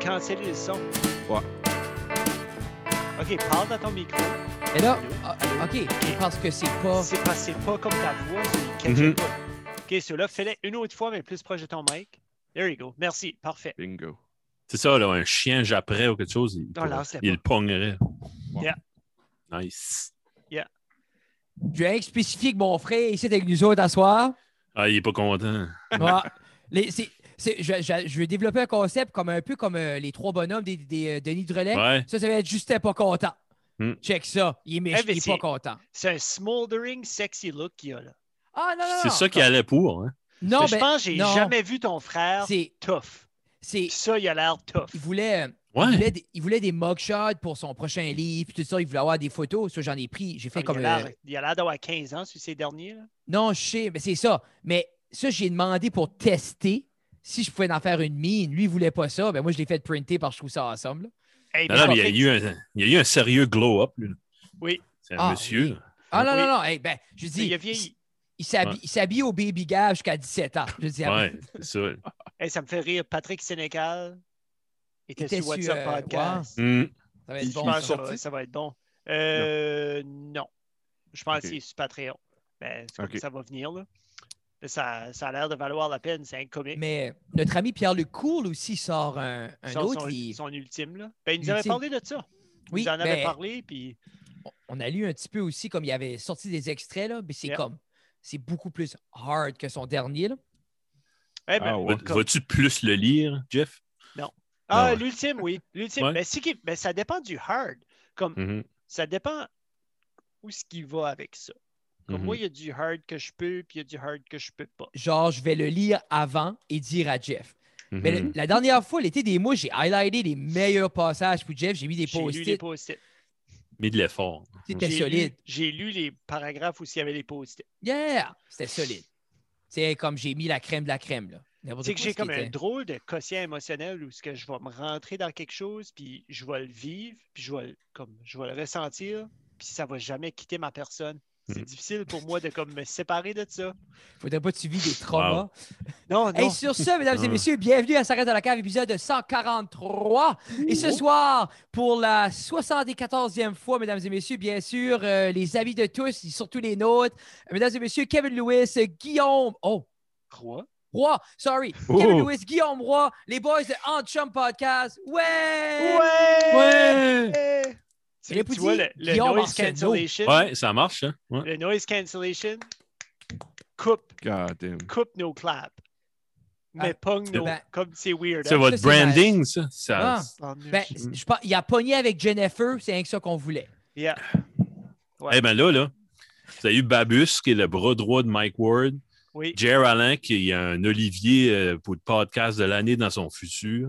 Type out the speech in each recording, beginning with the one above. canceller le son. Ouais. OK, parle dans ton micro. Mais là, ah, OK, parce que c'est pas... C'est pas, c'est pas comme ta voix, c'est quelque Mhm. Mm-hmm. chose. OK, celui-là, fais-le une autre fois, mais plus proche de ton mic. There you go. Merci. Parfait. Bingo. C'est ça, là, un chien japperait ou quelque chose, il, Non, lance-le il le pognerait. Yeah. Nice. Je vais spécifier que mon frère est ici avec nous autres à soir. Ah, il est pas content. Ouais. Les- c'est- c'est- je, je- je vais développer un concept comme un peu comme euh, les trois bonhommes des, des, euh, Denis de Relais. Ouais. Ça, ça va être Justin pas content. Hmm. Check ça. Il est méchant, Eh, mais il est c'est- pas content. C'est un smoldering sexy look qu'il a là. Ah non, non, non. C'est ça qui allait pour. Hein? Non, je ben, pense que j'ai non. jamais vu ton frère C'est, tough. c'est, Puis ça, il a l'air tough. il voulait, euh, il Ouais. voulait des, il voulait des mugshots pour son prochain livre, puis tout ça. Il voulait avoir des photos. Ça, j'en ai pris. J'ai fait Comme comme. il a euh, l'air- il a l'air d'avoir 15 ans sur ces derniers. Là. non, je sais, mais c'est ça. Mais ça, j'ai demandé pour tester si je pouvais en faire une mine. Lui, il voulait pas ça. Ben, moi, je l'ai fait printer parce que je trouve ça awesome. là. Hey, Non, mais non, ça mais il y a fait- eu un, il y a eu un sérieux glow-up. lui. Oui. C'est un Ah, monsieur. là. Ah non, Oui. non, non. Hey, ben, je dis, Il a vieilli. il s'habille Ouais. il s'habille au baby gap jusqu'à 17 ans. Je dis, ah, Ouais, c'est ça. Hey, ça me fait rire. Patrick Sénécal était, était sur sur, WhatsApp euh, Podcast. Hmm. ça va être Il- bon. Je il pense que ça. ça sorti? va, ça va être bon. Euh, non. Je pense Ok. qu'il est sur Patreon. Ben, c'est comme Ok. ça va venir. Là. Mais Ça, ça a l'air de valoir la peine. C'est un comique. Mais notre ami Pierre Lecoul aussi sort un, un Son- autre son, livre. son ultime. Là. Ben, il nous avait L'ultime. parlé de ça. Oui, il nous en avait ben, parlé. Puis... on a lu un petit peu aussi, comme il avait sorti des extraits, là, mais c'est Yeah. comme, c'est beaucoup plus hard que son dernier. là. Eh ben, Ah ouais. Va- Vas-tu plus le lire, Jeff? Ah, Ah ouais. l'ultime, oui. L'ultime. Ouais. Ben, c'est qu'il- ben, ça dépend du hard. Comme Mhm, ça dépend où ce qu'il va avec ça. Comme mhm. moi, il y a du hard que je peux, puis il y a du hard que je peux pas. Genre, je vais le lire avant et dire à Jeff. Mais le- Mhm. la dernière fois, l'été des mois, j'ai highlighté les meilleurs passages pour Jeff. J'ai mis des J'ai lu les post-it. post-it. Mis de l'effort. C'était J'ai lu- solide. J'ai lu les paragraphes où il y avait les post-it. Yeah! C'était solide. C'est comme j'ai mis la crème de la crème. là. N'importe C'est que quoi, j'ai ce qui comme un était. drôle de quotient émotionnel où ce que je vais me rentrer dans quelque chose, puis je vais le vivre, puis je vais, le- comme, je vais le ressentir, puis ça va jamais quitter ma personne. C'est Mhm. difficile pour moi de comme, me séparer de ça. Faudrait pas que tu vis des traumas. Non, non. Et sur ce, mesdames et Ah. messieurs, bienvenue à S'arrête dans la cave, épisode 143. Et ce soir, pour la 74e fois, mesdames et messieurs, bien sûr, euh, les amis de tous, et surtout les nôtres, euh, mesdames et messieurs, Kevin Lewis, euh, Guillaume, oh, Quoi? Roy, sorry, Oh. Kevin Lewis, Guillaume Roy, les boys de Anchum Podcast. Ouais! Euh, Ouais! Tu, Il a tu pas vois dit le, le Guillaume noise Arsenault. cancellation? Ouais, ça marche, hein? Ouais. Le noise cancellation coupe, God damn. coupe nos claps. Mais Ah, pogne nos. ben- comme c'est weird. C'est hein? votre c'est branding, ça? ça Ah. Oh, merde. Ben, je pense- il a pogné avec Jennifer, c'est rien que ça qu'on voulait. Yeah. Eh bien là, là, vous avez eu Babus, qui est le bras droit de Mike Ward. Oui. Jer Allen, qui est un Olivier euh, pour le podcast de l'année dans son futur.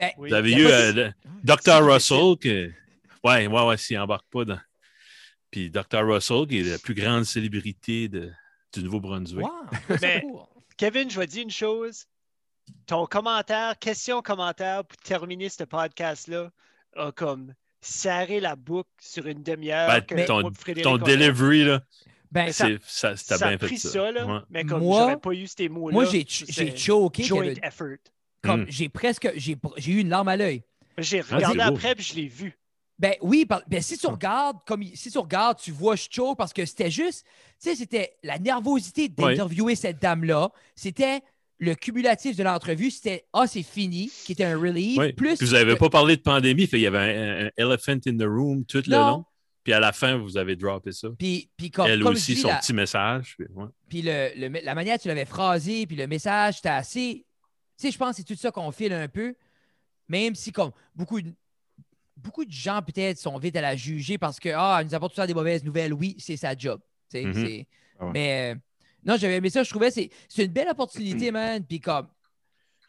Ben, Oui. Vous avez Y a eu pas euh, de- le- C'est Dr. difficile. Russell, que... ouais, ouais, ouais, s'il embarque pas dans. Puis Dr. Russell, qui est la plus grande célébrité de- du Nouveau-Brunswick. wow, ça Mais- court. Kevin, je vais te dire une chose. Ton commentaire, question, commentaire pour terminer ce podcast-là a comme serré la boucle sur une demi-heure. Ben, que mais- moi ton- et Frédéric, Ton on a- delivery, là, Ben, ça- c'est- ça, ça t'as bien a fait pris ça, ça. là, Ouais. mais comme Moi- j'aurais pas eu ces mots-là, moi, j'ai c'est j'ai choqué, joint Kevin. effort. Comme Mm. J'ai presque, j'ai j'ai eu une larme à l'œil. J'ai c'est regardé beau. après puis je l'ai vu. Ben oui, par- ben, si tu regardes, comme il- si tu regardes, tu vois je choke parce que c'était juste, tu sais, c'était la nervosité d'interviewer cette dame-là. C'était le cumulatif de l'entrevue, c'était Ah, c'est fini, qui était un relief. Oui. Plus Puis vous n'avez que- pas parlé de pandémie, fait, il y avait un, un- un elephant in the room tout le Non. long. Puis à la fin, vous avez droppé ça. Puis, puis comme, Elle comme aussi, je dis, son la, petit message. puis ouais. puis le- le- la manière que tu l'avais phrasé, puis le message, c'était assez. Tu sais, je pense que c'est tout ça qu'on file un peu, même si, comme beaucoup de. Beaucoup de gens, peut-être, sont vite à la juger parce que, ah, elle nous apporte tout ça des mauvaises nouvelles. Oui, c'est sa job. Tu sais, Mhm. c'est- Ah ouais. Mais euh, non, j'avais aimé ça. Je trouvais que c'est c'est une belle opportunité, man. Puis comme,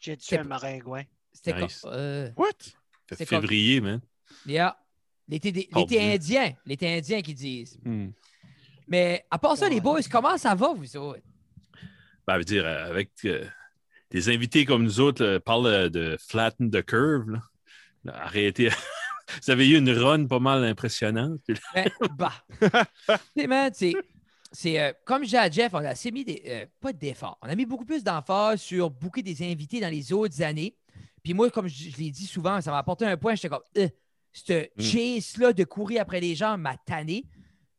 J'ai tué C'est- un maringouin. c'était Nice. comme, euh, What? Fait C'est comme- février, man. yeah. l'été des- Oh, l'été Dieu. indien, l'été indien qu'ils disent. Mm. Mais à part ça, les Ouais. boys, comment ça va, vous autres? Ben, je veux dire, euh, avec euh, des invités comme nous autres, là, parle euh, de flatten the curve. Là. Là, Arrêtez. Vous avez eu une run pas mal impressionnante. Puis là, Ben, bah. Tu sais, man, c'est- c'est euh, comme je dis à Jeff, on a assez mis des, euh, pas d'efforts. On a mis beaucoup plus d'emphase sur booker des invités dans les autres années. Puis moi, comme je, je l'ai dit souvent, ça m'a apporté un point. J'étais comme, euh, ce Mm. chase-là de courir après les gens m'a tanné.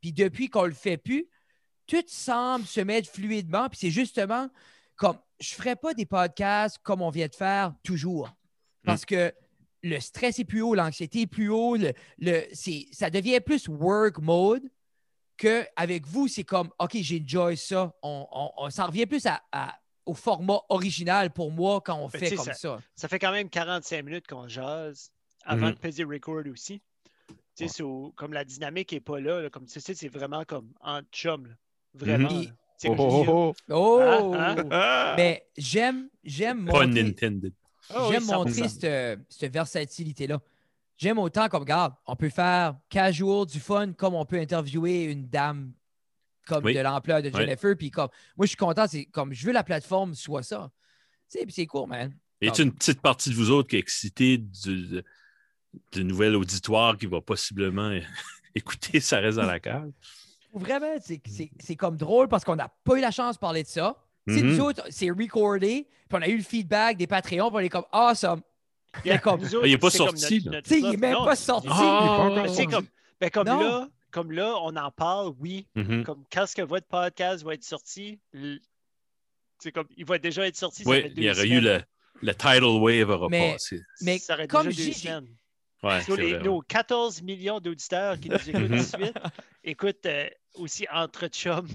Puis depuis qu'on le fait plus, tout semble se mettre fluidement. Puis c'est justement comme, je ferais pas des podcasts comme on vient de faire Mm. toujours. Parce que le stress est plus haut, l'anxiété est plus haut, le, le- c'est- ça devient plus work mode que avec vous, c'est comme, OK, j'enjoy ça. On, on, on- ça revient plus à- à- au format original pour moi quand on Mais Ben, fait tu sais, comme ça. Ça fait quand même 45 minutes qu'on jase avant Mhm. de peser record aussi. Tu sais, so- comme la dynamique n'est pas là, là, comme tu sais, c'est vraiment comme en chum. là. Vraiment. Mhm. là. C'est Mm-hmm. Oh, comme oh, ça. oh. Oh! Ah, Ah! Mais j'aime, j'aime Pas montrer, Nintendo. Ah oui, j'aime 100%. montrer cette, cette versatilité-là. J'aime autant comme, regarde, on peut faire casual, du fun, comme on peut interviewer une dame comme Oui. de l'ampleur de Oui. Jennifer. Puis comme, moi, je suis content, c'est comme, je veux la plateforme soit ça. Tu sais, puis c'est court, man. Y a-t-il une petite partie de vous autres qui est excitée du, de- du nouvel auditoire qui va possiblement é- écouter Ça reste dans la cave? Vraiment, c'est- c'est c'est comme drôle parce qu'on n'a pas eu la chance de parler de ça. Tu sais, Mhm. nous autres, c'est recordé, puis on a eu le feedback des Patreons, puis on est comme, awesome. Yeah, comme- nous autres, Il est pas c'est comme sorti, notre- là. notre Tu sais, il est stuff. même Non, pas sorti. Ah, il est pas mais encore c'est comme, ben, comme, Non. là, comme là, on en parle, oui. Mhm. Comme quand ce que votre podcast va être sorti, l- c'est comme il va déjà être sorti. ça fait Oui, deux il y aurait eu semaines. le, le tidal wave aura Mais- passé. mais Ça aurait comme déjà j'ai- deux j'ai- semaines. Ouais, Sur c'est les- vrai, ouais. nos 14 millions d'auditeurs qui nous écoutent tout Mhm. de suite, écoute euh, aussi entre chums.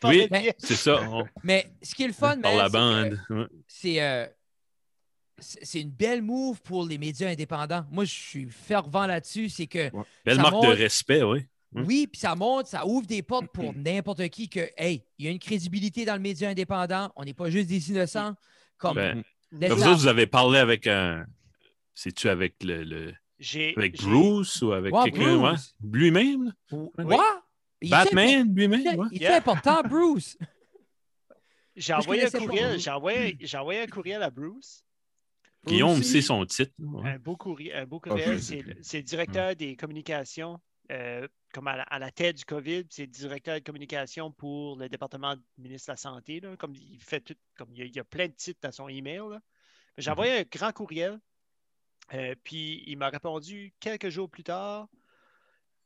Parlez bien. C'est ça, on- Mais ce qui est le fun, par man, la c'est que bande. ouais. c'est euh, c'est c'est une belle move pour les médias indépendants. Moi, je suis fervent là-dessus. C'est que Belle ça marque de montre- respect, oui. Mm. oui, puis ça monte, ça ouvre des portes pour n'importe qui que, hey, il y a une crédibilité dans le média indépendant. On n'est pas juste des innocents. Comme, Ben, laisse vous la- autres, vous avez parlé avec un. C'est-tu avec le, le- J'ai, avec j'ai- Bruce ou avec Ouais, quelqu'un? ouais? Bruce. Lui-même? là? Ou- Oui. What? Il est Batman important- lui-même? ouais? Il est Yeah. important, Bruce. j'ai Moi, je envoyé un connaissais pas. courriel. J'ai envoyé, j'ai envoyé un courriel à Bruce. Guillaume Aussi. sait son titre. ouais. Ah, Un beau courriel, un beau je courriel. le sais euh, C'est plus. le- c'est le directeur des communications, euh, comme à la, à la tête du COVID, puis c'est le directeur de communication pour le département du ministre de la Santé. là, comme il fait tout, comme il y a, il y a plein de titres dans son email. là. Mhm. J'ai envoyé un grand courriel, euh, puis il m'a répondu quelques jours plus tard.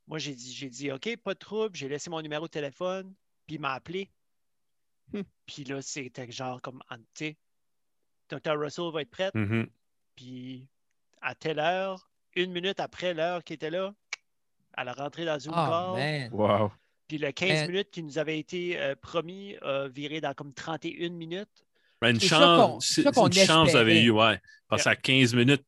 Moi, j'ai dit, j'ai dit, OK, pas de trouble, j'ai laissé mon numéro de téléphone, puis il m'a appelé. Hmm. Puis là, c'était genre comme, ah, tu sais, Dr. Russell va être prête. Mhm. Puis à telle heure, une minute après l'heure qui était là, à la rentrée dans Zoom Oh, call. man. Wow. Puis le 15 Mais- minutes qui nous avait été euh, promis a viré dans comme 31 minutes. Ben, une C'est ça qu'on- chance, c'est c'est- ça qu'on une chance espérait. avait eu, ouais. Parce qu'à 15 minutes,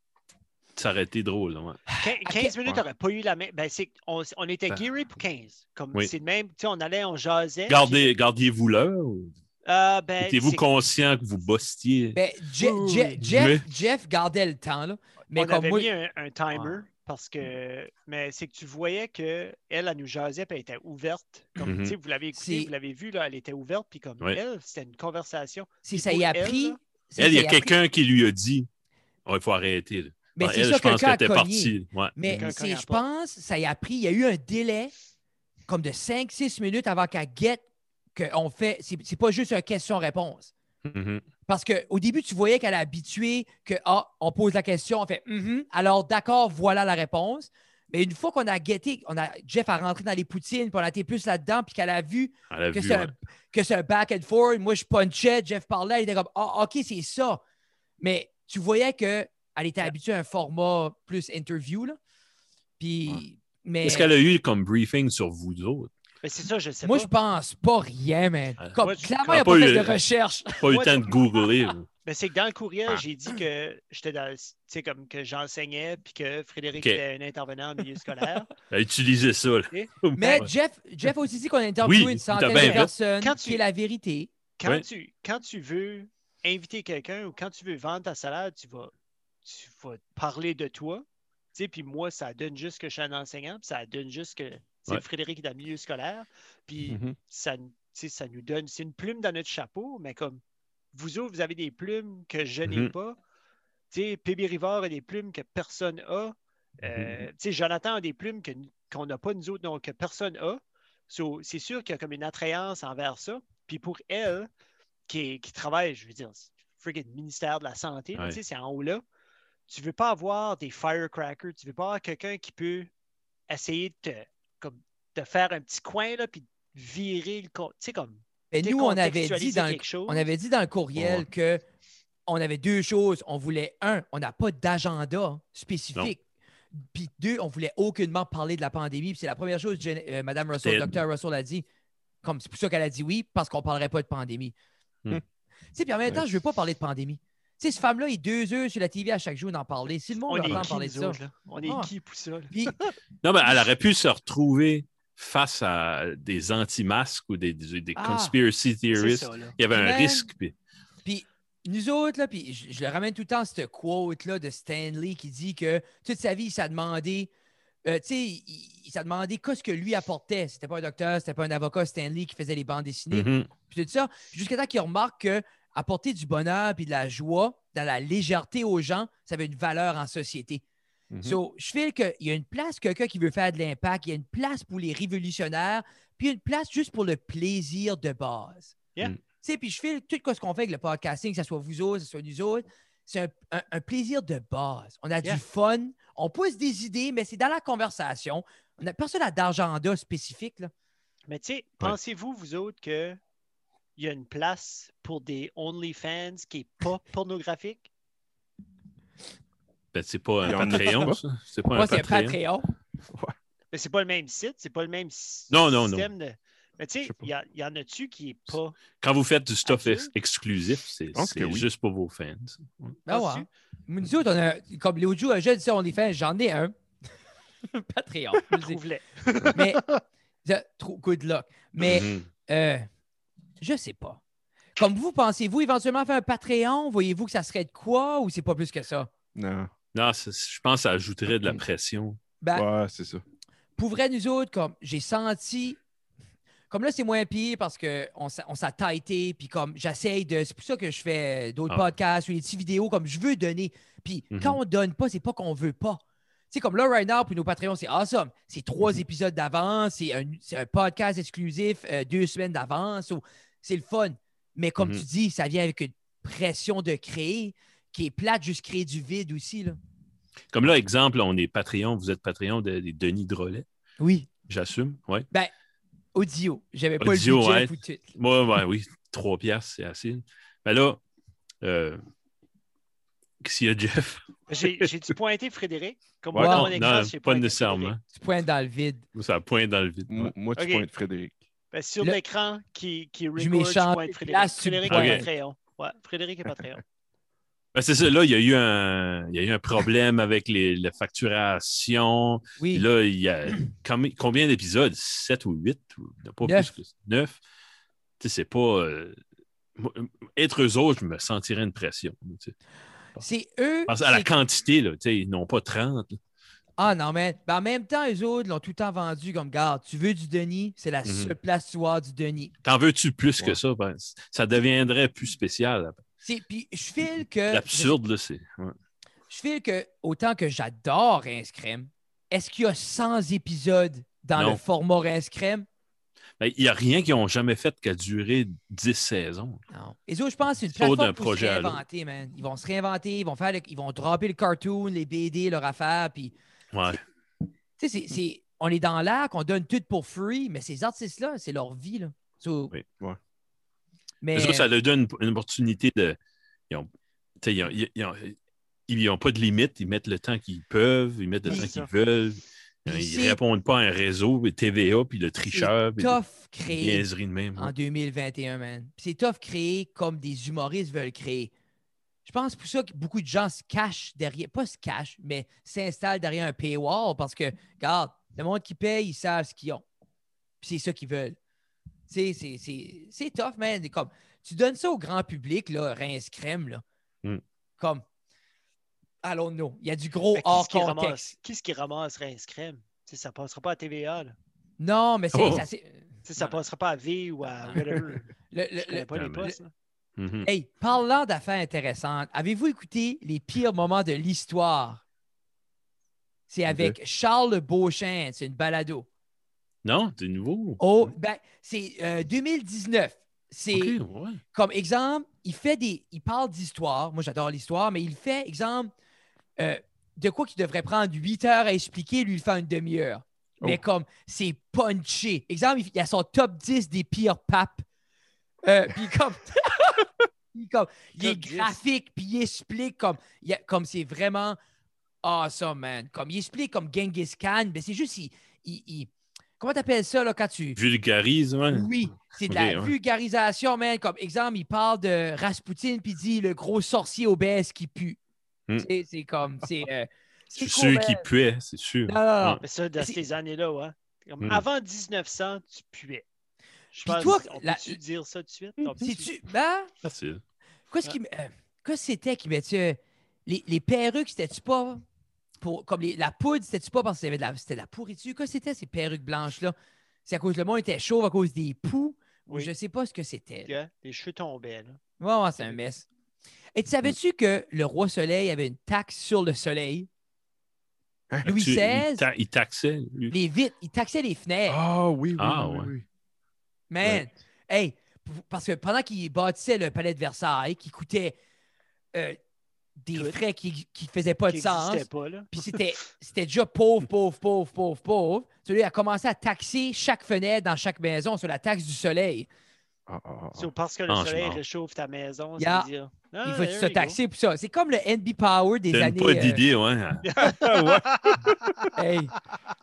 ça aurait été drôle. ouais. Ah, Quin- 15 minutes, Ouais. n'aurait pas eu la même. Ben, c'est on, on était Ben. gearé pour 15. Comme Oui. c'est le même, tu sais, on allait, on jasait. Gardez- Gardiez-vous l'heure? ou puis, euh, ben, Étiez-vous c'est- conscient que vous bostiez? Ben, Je- Ouh. Je- Jeff, Mais- Jeff gardait le temps, là. Mais on comme avait moi, mis un, un timer Ouais. parce que. Mais c'est que tu voyais qu'elle, elle, elle nous jasait, puis elle était ouverte. Comme, Mhm. tu sais, Vous l'avez écouté, C'est- vous l'avez vu, là, elle était ouverte, puis comme Ouais. elle, c'était une conversation. si Puis ça pour y a elle, pris. là, si Elle, il y ça a pris- quelqu'un qui lui a dit oh, il faut arrêter. là. Mais Ouais, c'est elle, ça, je pense quelqu'un qu'elle a était cogné. partie. ouais. Mais Quelqu'un c'est, cogne à je la porte. pense, ça y a pris, il y a eu un délai comme de 5-6 minutes avant qu'elle guette qu'on fait. C'est, c'est pas juste un question-réponse. Mhm. Parce qu'au début, tu voyais qu'elle est habituée que, ah, on pose la question, on fait, Mhm, alors d'accord, voilà la réponse. Mais une fois qu'on a guetté, on a, Jeff a rentré dans les poutines, puis on a été plus là-dedans, puis qu'elle a vu Elle a que vu, c'est ouais. un, que c'est un back and forth. Moi, je punchais, Jeff parlait, il était comme Ah, OK, c'est ça. Mais tu voyais qu'elle était habituée à un format plus interview. Là. Puis, mais Qu'est-ce qu'elle a eu comme briefing sur vous autres? Mais Ben, c'est ça, je sais moi, pas. je pense pas rien, man. Ouais. Comme, Moi, je- clairement, il on n'y a a pas pas fait eu- de recherche. Pas eu le Moi, temps de googler. là. Mais c'est que dans le courriel, Ah. j'ai dit que j'étais dans, tu sais, comme que j'enseignais puis que Frédéric Ok. était un intervenant en milieu scolaire. Elle a utilisé ça. là. Mais Ouais. Jeff, Jeff a aussi dit qu'on a interviewé Oui, une t'as centaine bien de fait. personnes, Quand qui tu- est la vérité. Quand, Ouais. tu, quand tu veux inviter quelqu'un ou quand tu veux vendre ta salade, tu vas, tu vas parler de toi. Tu sais, puis moi, ça donne juste que je suis un enseignant, puis ça donne juste que c'est Ouais. Mm. Frédéric est dans le milieu scolaire. Puis Mm-hmm. Mhm. ça, nous- tu sais, ça nous donne, c'est une plume dans notre chapeau, mais comme vous autres, vous avez des plumes que je n'ai Mhm. pas. Tu sais, PB Rivard a des plumes que personne n'a. Euh, tu sais, Jonathan a des plumes que- qu'on n'a pas nous autres, donc que personne n'a. So, c'est sûr qu'il y a comme une attrayance envers ça. Puis pour elle, qui, est- qui travaille, je veux dire, c'est le friggin' ministère de la Santé, là, Ouais. tu sais, c'est en haut là. tu veux pas avoir des firecrackers, tu veux pas avoir quelqu'un qui peut essayer de, te- comme, de faire un petit coin, là, puis virer le... con- Tu sais, comme... Mais nous, on avait dit décontextualiser dans le, quelque chose. on avait dit dans le courriel Ouais. que on avait deux choses. On voulait, un, on n'a pas d'agenda spécifique. Puis deux, on voulait aucunement parler de la pandémie. Puis c'est la première chose que Jen- euh, Madame Russell, C'était- Dr. Russell a dit. Comme c'est pour ça qu'elle a dit oui, parce qu'on ne parlerait pas de pandémie. Hmm. Tu sais, puis en même temps, Ouais. je ne veux pas parler de pandémie. Tu sais, cette femme-là est deux heures sur la TV à chaque jour d'en parler. Si le On monde entend est qui, parler de nous ça. autres, là? On est Ah. qui pour ça, là? Puis Non, mais elle aurait pu se retrouver face à des anti-masques ou des, des, des Ah, conspiracy C'est theorists. ça, là. Il y avait un Man. risque. puis- Puis nous autres, là, puis je, je le ramène tout le temps, cette quote-là de Stanley qui dit que toute sa vie, il s'est demandé, euh, tu sais, il, il s'est demandé qu'est-ce que lui apportait. C'était pas un docteur, c'était pas un avocat, Stanley qui faisait les bandes dessinées, Mhm. puis tout ça. Jusqu'à temps qu'il remarque que apporter du bonheur puis de la joie, dans la légèreté aux gens, ça avait une valeur en société. Mhm. So, je feel qu'il y a une place pour quelqu'un qui veut faire de l'impact, il y a une place pour les révolutionnaires, puis il y a une place juste pour le plaisir de base. Yeah. Mm. Tu sais, puis je feel tout ce qu'on fait avec le podcasting, que ce soit vous autres, que ce soit nous autres, c'est un, un- un plaisir de base. On a Yeah. du fun, on pousse des idées, mais c'est dans la conversation. On n'a personne à d'agenda spécifique. Là. Mais tu sais, pensez-vous, vous autres, que il y a une place pour des OnlyFans qui n'est pas pornographique? Ben, c'est pas Il y un en a- Patreon, ça. C'est pas Moi, un c'est un Patreon. Patreon. Mais c'est pas le même site, c'est pas le même sy- Non, non, non. système de. Mais tu Je sais, sais pas. il y, a- il y en a-tu qui n'est pas. Ah Quand vous faites du stuff Absolument. ex- exclusif, c'est pense que c'est oui. juste pour vos fans. Ah ouais. Nous autres, on a, comme l'autre jour, je dis ça, on les fait, j'en ai un. Patreon. je le dis. Trouve-les. mais, ça, trop- good luck. Mais. Mm-hmm. Mhm. Euh, je sais pas. Comme vous, pensez-vous éventuellement faire un Patreon? Voyez-vous que ça serait de quoi ou c'est pas plus que ça? Non. Non, c'est- je pense que ça ajouterait de la pression. Ben, Ouais, c'est ça. pour vrai, nous autres, comme j'ai senti. Comme là, c'est moins pire parce qu'on s'est tighté, puis comme j'essaye de. C'est pour ça que je fais euh, d'autres Ah. podcasts ou des petites vidéos, comme je veux donner. Puis Mhm. quand on donne pas, c'est pas qu'on veut pas. Tu sais, comme là, right now, pour nos Patreons, c'est awesome. C'est trois Mhm. épisodes d'avance, c'est un, c'est un podcast exclusif euh, deux semaines d'avance. ou- C'est le fun. Mais comme Mhm. tu dis, ça vient avec une pression de créer qui est plate, juste créer du vide aussi. Là. Comme là, exemple, on est Patreon, vous êtes Patreon de, des Denis Drolet, Oui. j'assume. Ouais. Audio. J'avais pas Audio, le budget ouais. pour tout. Moi, ben oui, trois piastres, c'est assez. Mais là, euh, s'il y a Jeff, J'ai j'ai dû pointer Frédéric. Comme Ouais, moi, dans non, mon non, exemple, j'ai pas pointé nécessairement. Frédéric. Tu pointes dans le vide. Ça pointe dans le vide. M- Ouais. Moi, tu Ok. pointes Frédéric. Ben, sur Le- l'écran qui, qui mets record, je champ- pointe Frédéric. là, tu Frédéric pointes. est Patreon. Ouais, Frédéric est Patreon. Ben, c'est ça, là, il y, a eu un, il y a eu un problème avec les, la facturation. Oui. Puis là, il y a com- combien d'épisodes? 7 ou 8? Pas Neuf. plus que 9. Tu sais, c'est pas. euh, moi, euh, être eux autres, je me sentirais une pression. tu sais. C'est eux. Parce à la c'est- quantité, là, tu sais, ils n'ont pas 30. là. Ah non, mais ben, en même temps, eux autres l'ont tout le temps vendu comme garde. Tu veux du Denis, c'est la Mhm. seule place où tu vas avoir du Denis. T'en veux-tu plus que Ouais. ça? Ben, c- ça deviendrait plus spécial. là. C'est- Puis je file que. L'absurde, là, c'est. ouais. Je file que autant que j'adore Rince Crème, est-ce qu'il y a 100 épisodes dans Non. le format Rince Crème? Ben, Il n'y a rien qu'ils n'ont jamais fait qui a duré 10 saisons. Non. Les autres, je pense que c'est une Saut d'un plateforme pour se projet à l'autre. réinventer, man. Ils vont se réinventer, ils vont faire le- ils vont dropper le cartoon, les BD, leur affaire, puis Ouais. Tu sais, c'est- c'est- on est dans l'air, qu'on donne tout pour free, mais ces artistes-là, c'est leur vie. Là. So- Oui, ouais. Mais euh, Parce que ça leur donne une, une opportunité de. Ils ont, tu sais, ils ont- ils- ils ont- ils n'ont pas de limite, ils mettent le temps qu'ils peuvent, ils mettent le Oui, temps ça. qu'ils veulent. Puis Ils c'est- ne répondent pas à un réseau, et TVA, puis le tricheur, puis des tough créer niaiseries de même. en 2021, man. Puis C'est tough créer comme des humoristes veulent créer. Je pense pour ça que beaucoup de gens se cachent derrière, pas se cachent, mais s'installent derrière un paywall parce que, regarde, le monde qui paye, ils savent ce qu'ils ont. Puis c'est ça qu'ils veulent. Tu sais, c'est- c'est c'est tough, man. Comme, tu donnes ça au grand public, là, rince crème, là. Mm. Comme, allons-nous. Il y a du gros Mais qui hors est-ce qui contexte. Ben, ramasse, qui est-ce qui ramasse Rince Crème? Tu sais, ça ne passera pas à TVA. Là. Non, mais c'est. Oh. ça, c'est- Tu sais, Ça ne Non. passera pas à V ou à whatever. Ah. le- Je le- ne connais le- pas les le- postes. là. Mhm. Hey, parlant d'affaires intéressantes, avez-vous écouté les pires moments de l'histoire? C'est avec Charles Beauchamp, c'est une balado. Non, c'est nouveau. Oh, ben, c'est euh, 2019. C'est Ok, ouais. comme exemple, il fait des. Il parle d'histoire. Moi, j'adore l'histoire, mais il fait, exemple, euh, de quoi qui devrait prendre huit heures à expliquer, lui, le fait en une demi-heure. Mais Oh. comme, c'est punché. Exemple, il y a son top 10 des pires papes. Euh, puis comme... puis comme, il est Top 10. graphique, puis il explique comme... il y a- comme c'est vraiment awesome, man. Comme, il explique comme Genghis Khan, mais c'est juste... il- il- il- comment t'appelles ça, là, quand tu... Vulgarise, ouais. Oui, c'est de Ok, la ouais. vulgarisation, man. Comme exemple, il parle de Rasputin, puis il dit le gros sorcier obèse qui pue. Hmm. C'est- C'est comme. C'est euh, c'est C'est euh, cool, sûr man. qu'il puait, c'est sûr. Non, non, non. Mais ça, dans Mais c'est- ces années-là, ouais. Comme Mm. Avant 1900, tu puais. Je Puis pense, toi, on la- Hum, peut-tu dire ça tout de suite? On peut-tu- C'est-tu. Ben, Facile. qu'est-ce qui. euh, qu'est-ce que c'était qui mettait. Les, les perruques, c'était-tu pas. Pour, comme les- la poudre, c'était-tu pas parce que c'était de la, c'était de la pourriture? Qu'est-ce que c'était, ces perruques blanches-là? C'est à cause le monde était chauve, à cause des poux, ou Oui. je sais pas ce que c'était. que les cheveux tombaient. Là. Ouais, ouais, c'est un mess. Et tu savais-tu que le roi soleil avait une taxe sur le soleil? Louis Tu- XVI, Il, ta- il taxait. lui. les vitres, il taxait les fenêtres. Ah oui, oui, Ah, oui, ouais. oui. Man, hey, p- parce que pendant qu'il bâtissait le palais de Versailles, qui coûtait euh, des Tout. frais qui ne faisaient pas de Qui sens, n'existaient pas, là. puis c'était c'était déjà pauvre, pauvre, pauvre, pauvre, pauvre, celui a commencé à taxer chaque fenêtre dans chaque maison sur la taxe du soleil. Ah, ah, ah, ah. C'est parce que le Ah, je soleil m'en- réchauffe ta maison, Yeah. c'est dire. Il Ah, faut there se you go. taxer pour ça. C'est comme le NB Power des T'aimes années. pas euh, d'idée, ouais. hey,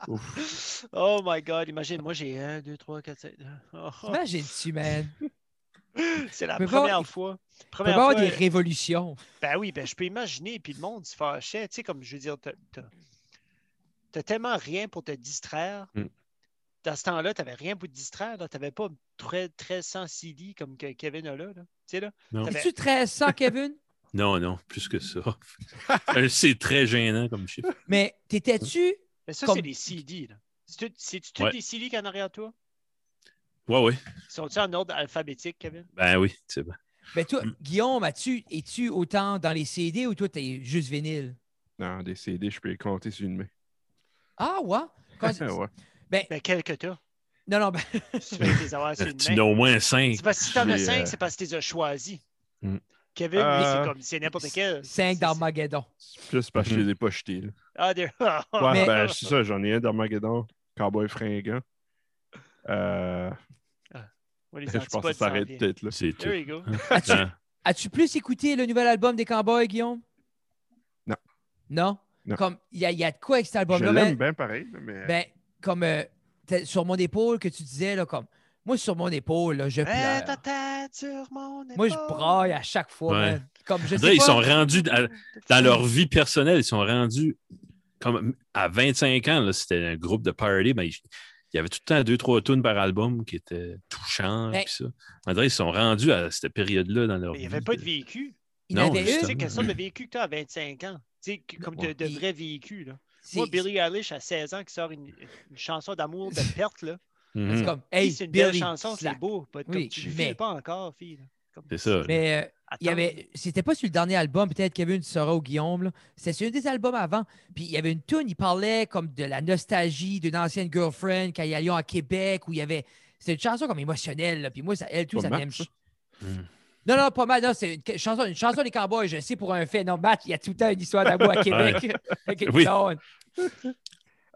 Ouf. Oh my God, imagine, moi j'ai 1, 2, 3, 4, 5. T'imagines-tu, man? Oh, C'est la Peut pas- première fois. Il peut Première pas avoir fois, euh, des révolutions. Ben oui, ben je peux imaginer, puis le monde se fâchait, tu sais, comme je veux dire, t'as- t'as t'as tellement rien pour te distraire. Mm. Dans ce temps-là, t'avais rien pour te distraire, là. t'avais pas très, très sans CD comme que Kevin a là, là. tu sais, là. Non. T'avais- Es-tu 1300, Kevin? Non, non, plus que ça. Euh, c'est très gênant comme chiffre. Mais t'étais-tu. Mais ça, Comme- c'est des CD, là. C'est-tu c'est-tu tous Ouais. des CD qu'il y en a arrière toi? Ouais, ouais. Sont-ils en ordre alphabétique, Kevin? Ben oui, c'est bon. Mais toi, Mm. Guillaume, as-tu, es-tu autant dans les CD ou toi, t'es juste vinyle? Non, des CD, je peux les compter sur une main. Ah, ouais? Quand- Ouais. ben, Ben, quel que t'as? non, non, ben, Si tu veux les avoir sur une Tu main. n'as au moins cinq. C'est parce que si t'en as J'ai, 5, euh, c'est parce que tu les as choisis. Mm. Kevin, lui, Euh, c'est comme, c'est n'importe quel. 5 C'est- dans Magadon. C'est Plus parce que Mm-hmm. je les ai pas jetés. Là. Ah, there. Ouais, Mais- ben, c'est ça, j'en ai un d'Armageddon, Cowboy Fringant. Euh, Ouais, les je pense que antipodes ça s'en s'arrête viennent. peut-être là. C'est tout. There you go. As-tu, Hein? as-tu plus écouté le nouvel album des Cowboys, Guillaume? Non. Non? Non. Comme, il y a, il y a de quoi avec cet je album-là? l'aime Ben, bien pareil, là, mais ben, comme euh, t'as- sur mon épaule que tu disais, là, comme, moi, sur mon épaule, là, je Mets ta pleure. tête sur mon Moi, je épaule. braille à chaque fois, Ouais. man. Comme, je On sais dirait qu'ils pas. sont rendus à- dans leur vie personnelle, ils sont rendus comme à 25 ans. là, C'était un groupe de party, mais ils- il y avait tout le temps deux, trois tunes par album qui étaient touchants. Ben- puis ça. On dirait qu'ils sont rendus à cette période-là dans leur Mais Il n'y vie. avait pas de véhicule. Il y en Non, avait Tu une. justement. sais, quelle sorte de véhicule que tu as à 25 ans? Tu sais, que- comme de, de Ouais. vrais véhicules. là. c'est- Moi, Billy Eilish, à 16 ans, qui sort une, une chanson d'amour de perte, là. c'est Mm. Mhm, comme, Hey, hey, c'est une belle Billy, chanson, c'est slack. beau. Pas, comme Oui, tu ne mais- files pas encore, fille. là. Comme- C'est ça. Mais euh, Attends. il y avait. C'était pas sur le dernier album, peut-être Kevin, tu sauras, ou Guillaume. là. C'était sur un des albums avant. Puis il y avait une tune, il parlait comme de la nostalgie d'une ancienne girlfriend quand il allait à Québec, où il y avait. C'était une chanson comme émotionnelle. là. Puis moi, ça, elle, tout, Pas ça Matt, m'aime. ça? Hmm. Mhm. Non, non, pas mal. Non, c'est une ca- chanson, une chanson des cowboys, je sais pour un fait. Non, Matt, il y a tout le temps une histoire d'amour à Québec. avec une Oui. blonde.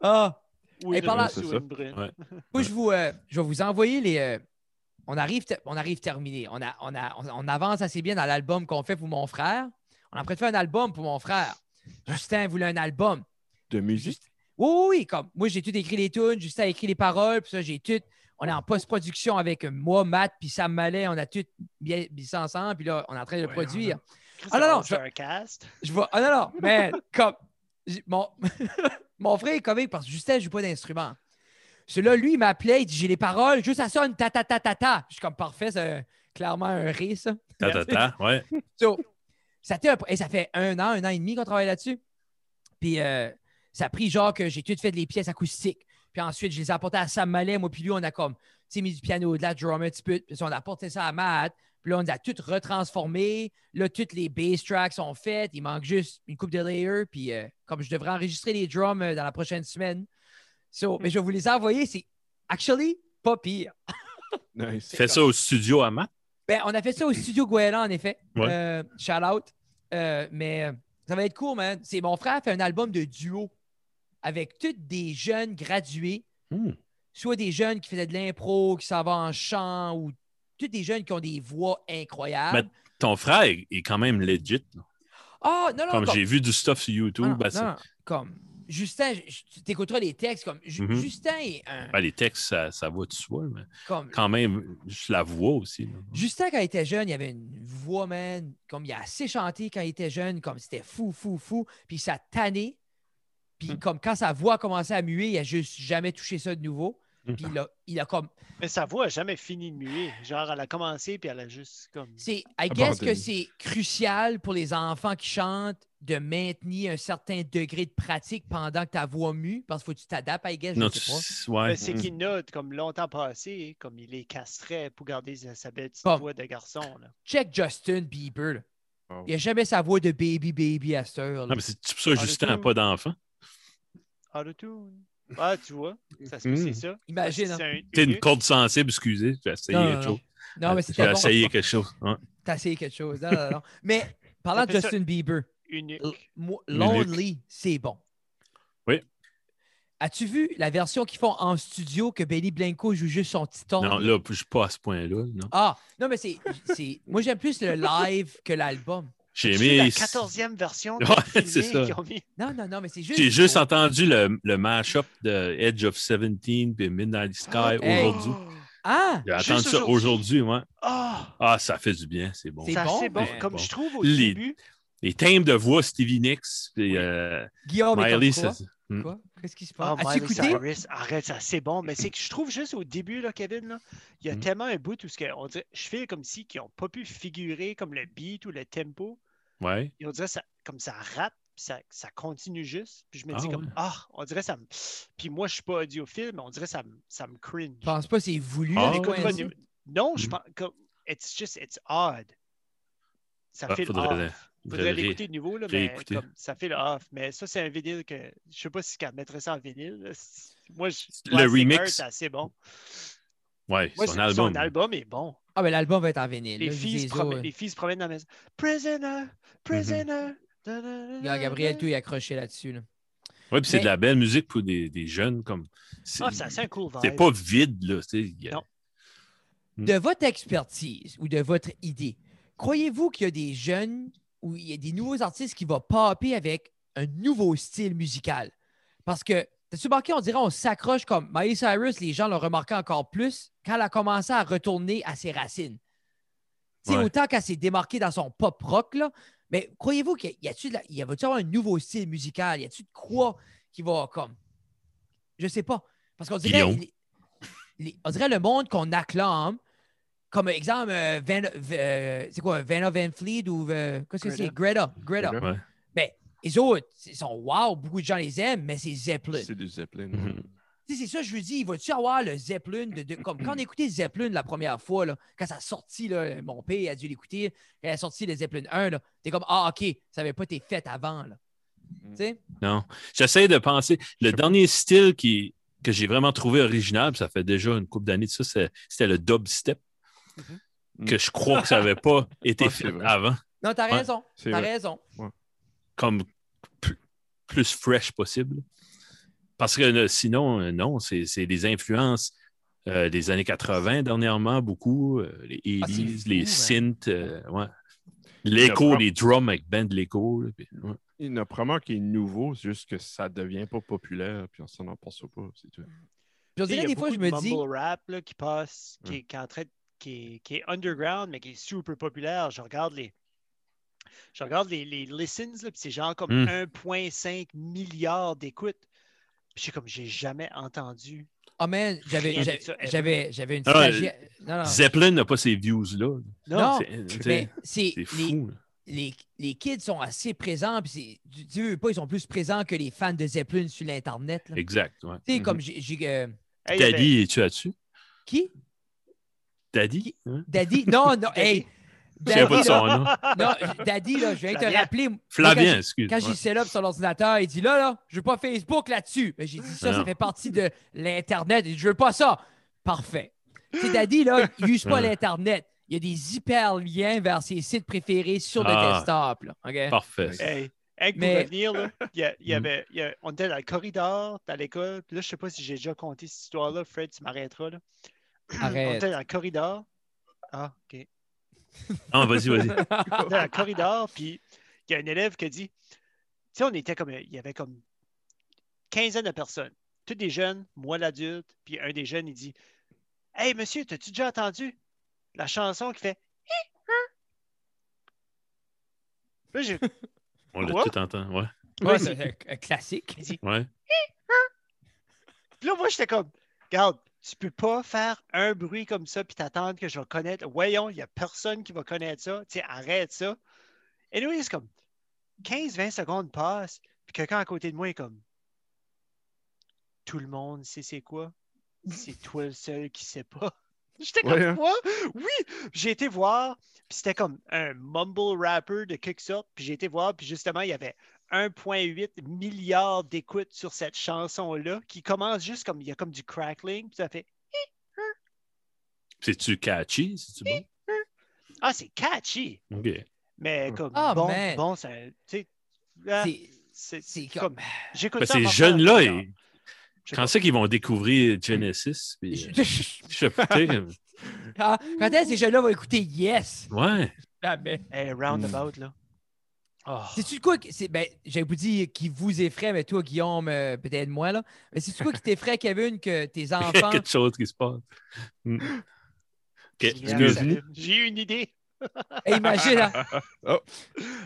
Ah! Oui, Hey, de parlant- Bruce C'est ou ça. une brune. Ah, Ouais. Moi, je, vous, euh, je vais vous envoyer les. euh, on, arrive te- on arrive terminé. On, a, on, a- on- on avance assez bien dans l'album qu'on fait pour mon frère. On a prêt de faire un album pour mon frère. Justin voulait un album. de musique. Juste- Oui, oui, oui. Comme moi, j'ai tout écrit les tunes. Justin a écrit les paroles. Puis ça, j'ai tout. On est en post-production avec euh, moi, Matt, puis Sam Mallet. On a tout bien mis ça ensemble. Puis là, on est en train de le Ouais, produire. Chris Ah, non, non, Evans, je- C'est un cast. Je vois. Ah non, non, mais comme. j'ai- Mon... mon frère est comique parce que Justin ne joue pas d'instrument. Celui-là, lui, il m'appelait, il dit J'ai les paroles, juste ça sonne ta ta ta ta ta. Je suis comme parfait, c'est clairement un ré, ça. Ta, ta, ta, ouais. So, ça, a été un- et ça fait un an, un an et demi qu'on travaille là-dessus. Puis euh, ça a pris genre que j'ai tout fait les pièces acoustiques. Puis ensuite, je les ai apportées à Sam Mallet. Moi, puis lui, on a comme, tu sais, mis du piano, de la drum un petit peu. Puis on a apporté ça à Matt. Puis là, on les a toutes retransformées. Là, toutes les bass tracks sont faites. Il manque juste une coupe de layers. Puis euh, comme je devrais enregistrer les drums euh, dans la prochaine semaine. So, mais je vais vous les envoyer. C'est actually pas pire. Nice. Fais ça au studio à Matt. Ben, on a fait ça au studio Goéland, en effet. Ouais. Euh, shout out. Euh, mais euh, Ça va être cool, man. C'est mon frère fait un album de duo avec tous des jeunes gradués, Hmm. soit des jeunes qui faisaient de l'impro, qui s'en vont en chant, ou tous des jeunes qui ont des voix incroyables. Ton frère est, est quand même legit. là. Ah, non, non, Comme comme- j'ai vu du stuff sur YouTube, non, non, ben, ça- non, comme Justin, je- je- tu t'écouteras les textes, comme Ju- Mhm. Justin est un. ben, les textes, ça, ça va de soi, mais Comme, quand même, je la vois aussi. là. Justin, quand il était jeune, il avait une voix, man. Comme il a assez chanté quand il était jeune, comme c'était fou, fou, fou. Puis ça tannait. Puis Hmm. Mm. comme quand sa voix a commencé à muer, il a juste jamais touché ça de nouveau. Mm. Puis il a, il a comme. Mais sa voix n'a jamais fini de muer. Genre, elle a commencé, puis elle a juste comme. C'est, I guess Abandonné. que c'est crucial pour les enfants qui chantent de maintenir un certain degré de pratique pendant que ta voix mue, parce qu'il faut que tu t'adaptes, I guess. Je Non, sais tu- pas. ouais. Mais C'est qu'il note comme longtemps passé, comme il les castrait pour garder sa, sa belle petite Bon. voix de garçon. Là. Check Justin Bieber. là. Oh. Il a jamais sa voix de baby, baby à cette heure. là. Non, mais c'est c'est pour ça que Ah, Justin le n'a tout. pas d'enfant. Out of tune. Ah, tu vois, ça se peut, Mm. c'est ça. Imagine. hein. C'est un T'es une unique. corde sensible, excusez. J'ai essayé Non, quelque non, non. chose. Non, mais J'ai c'était bon. essayé quelque chose. ouais. T'as essayé quelque chose. Non, non, non. Mais parlant Ça de fait ça- Justin Bieber, unique. Oh, l- moi, Unique. Lonely, c'est bon. Oui. As-tu vu la version qu'ils font en studio que Benny Blanco joue juste son petit ton? Non, là, je suis pas à ce point-là. non. Ah, non, mais c'est. c'est- Moi, j'aime plus le live que l'album. J'ai C'est la aimé. 14e version Ouais, ouais, c'est ça. qu'ils ont mis. Non, non, non, mais c'est juste. J'ai juste entendu le, le mash-up de Edge of 17 et Midnight Sky Hey. aujourd'hui. Ah! J'ai Juste entendu ça aujourd'hui. aujourd'hui, ouais. Ah! Ah, ça fait du bien, c'est bon. C'est C'est bon, assez bon. mais- Comme bon. je trouve au Les- début, Les timbres de voix, Stevie Nicks, puis euh, Guillaume, Oh, mais Miley, comme quoi? ça- Quoi? Qu'est-ce qui se Ah, passe? As-tu Miley écouté? Cyrus, arrête, ça, c'est bon. Mais c'est que je trouve juste au début, là, Kevin, là, il y a Mhm. tellement un bout où ce que- on dirait, je fais comme si qu'ils n'ont pas pu figurer comme le beat ou le tempo. ouais. Et on dirait ça, comme ça rate, puis ça, ça continue juste. Puis je me Ah, dis comme, ouais. ah, on dirait ça me... Puis moi, je suis pas audiophile, mais on dirait ça me, ça me cringe. Je pense pas que c'est voulu. Ah, la ouais. Écoute, pas coïncidence. du- Non, je Mhm. pense comme, it's just, it's odd. Ça Ah, fait le faudrait- off. Faudrait ré- l'écouter de nouveau, là, mais réécouter. comme, ça fait le off. Mais ça, c'est un vinyle que je sais pas si qu'elle mettrait ça en vinyle. là. C'est- Moi, je, Le ouais, c'est remix. Earth, C'est assez bon. Ouais, Moi, son c'est- album. Son album est bon. Ah, mais l'album va être en vinyle. Les là, filles, se visez-o, promè- hein. les filles se promènent dans la maison. Prisoner, prisoner. da, da, da, da, Mhm. Regarde, Gabriel, da. tout est accroché là-dessus. là. Ouais, puis c'est Mais- de la belle musique pour des, des jeunes. comme C'est Ah, ça sent cool. c'est vibe. pas vide, là. tu sais, il y a- Non. Mm. De votre expertise ou de votre idée, croyez-vous qu'il y a des jeunes ou il y a des nouveaux artistes qui vont popper avec un nouveau style musical? Parce que, t'as-tu remarqué, on dirait on s'accroche comme Miley Cyrus, les gens l'ont remarqué encore plus quand elle a commencé à retourner à ses racines. C'est Ouais. autant qu'elle s'est démarquée dans son pop rock, là. Mais croyez-vous qu'il y a- y a-tu de la- y va-tu avoir un nouveau style musical? Y a-tu de quoi qui va comme. Je sais pas. Parce qu'on dirait, Guillaume. les- les- on dirait le monde qu'on acclame, comme exemple, euh, Van- euh, c'est quoi, Vanna Van Fleet ou euh, qu'est-ce que Greta. c'est? Greta. Greta. Greta. Ouais. Les autres, ils sont wow, beaucoup de gens les aiment, mais c'est Zeppelin. C'est du Zeppelin. Mhm. Tu sais, c'est ça, je lui dis, vas-tu avoir le Zeppelin de, de- Comme quand on écoutait Zeppelin la première fois, là, quand ça a sorti, là, mon père a dû l'écouter, quand il a sorti le Zeppelin 1, là, t'es comme Ah, OK, ça n'avait pas été fait avant. Là. Tu sais? Non. J'essaie de penser. Je Le sais dernier style qui, que j'ai vraiment trouvé original, puis ça fait déjà une couple d'années de ça, c'est- c'était le dubstep. Mhm. Que je crois que ça n'avait pas été Ouais, c'est fait vrai. avant. Non, t'as Ouais, raison. c'est T'as vrai. raison. Comme p- plus fresh possible. Parce que euh, sinon, euh, non, c'est c'est des influences euh, des années 80 dernièrement, beaucoup. euh, les Ah, c'est 80s, fou, les hein. synths, euh, ouais. L'écho, Le- les drums avec Ben de l'écho. là, puis, ouais. Il y en a probablement qui est nouveau, c'est juste que ça devient pas populaire, puis on s'en en passe pas, c'est tout. Puis Tu on sais, dirait il y a des fois, je beaucoup me de dis. Hmm. mumble rap là, qui passe, qui, Ouais. est, qui est en train de- qui, est, qui est underground, mais qui est super populaire. Je regarde les. Je regarde les, les listens, là, puis c'est genre comme Hmm. Mm. 1,5 milliard d'écoutes. Puis je suis comme, j'ai jamais entendu. Ah, man, j'avais- Rien de j'avais- ça, ever. j'avais j'avais une Ah, ouais, stagiaire. Non, non. Zeppelin n'a pas ces views-là. Non, C'est- tu Mais sais, c'est c'est les, fou. là. les, les kids sont assez présents, puis c'est- tu- tu veux pas, ils sont plus présents que les fans de Zeppelin sur l'Internet. là. Tu Exact. Ouais. sais, Mhm. comme j'ai. j'ai, euh, Hey, il y avait- Daddy, es-tu là-dessus? qui? Daddy? Hein? Daddy? Non, non, hey! Je savais pas de Daddy, là, son nom. non, j- Daddy, là, je viens de te Flavien. rappeler. moi, Flavien, quand excuse. j'ai- Quand j'ai ouais. set up sur l'ordinateur, il dit là, là, je veux pas Facebook là-dessus. Mais j'ai dit ça, ça Non. fait partie de l'Internet. Il dit, Je veux pas ça. Parfait. C'est Daddy, là, il use pas Ouais. l'Internet. Il y a des hyperliens vers ses sites préférés sur le Ah. desktop. Là, OK? Parfait. Ouais. Hey, Hey, pour Mais- Hmm. revenir, là, il y a- il y Mm. avait, il y a- on était dans le corridor, à l'école. Puis Là, je sais pas si j'ai déjà compté cette histoire-là. Fred, tu m'arrêteras. Là. On Arrête. était dans le corridor. Ah, OK. Non, vas-y, vas-y. On était dans le corridor, puis il y a un élève qui a dit, tu sais, on était comme, il y avait comme quinzaine de personnes, tous des jeunes, moi l'adulte, puis un des jeunes, il dit, Hey, monsieur, t'as-tu déjà entendu la chanson qui fait Hi, hein? Là, j'ai On l'a Quoi? tout entendu. Ouais. Ouais, c'est un- un classique. ouais. Puis là, moi, j'étais comme, regarde, tu peux pas faire un bruit comme ça puis t'attendre que je vais connaître. Voyons, il n'y a personne qui va connaître ça. Tu sais, arrête ça. Et nous, c'est comme 15-20 secondes passent, puis quelqu'un à côté de moi est comme, tout le monde sait c'est quoi. C'est toi le seul qui sait pas. J'étais comme, Ouais, hein? quoi? Oui! J'ai été voir, puis c'était comme un mumble rapper de quelque sorte, puis j'ai été voir, puis justement, il y avait 1,8 milliard d'écoutes sur cette chanson-là, qui commence juste comme, il y a comme du crackling, puis ça fait, C'est-tu catchy? C'est-tu bon? ah, c'est catchy! OK. Mais comme, Ah, bon, man. bon, ça, tu sais, ah, C'est- c'est c'est comme, comme- j'écoute Parce ça que en ces marchant, jeunes-là, je suis ils- quand c'est qu'ils vont découvrir Genesis? Puis, Je- euh, je- je sais pas, tu sais, Ah, Quand est-ce que ces jeunes-là vont écouter Yes? ouais. Ah, ben, comme, hey, roundabout, Hmm. là. Oh. C'est-tu de quoi que. c'est- Ben, J'avais vous dit qui vous effraie, mais toi, Guillaume, euh, peut-être moi, là. Mais c'est-tu quoi qui t'effraie, Kevin, que tes Il y a enfants. quelque chose qui se passe. Mm. OK, Génial, ça excuse-nous. allume. J'ai eu une idée. Hey, imagine, hein, Oh.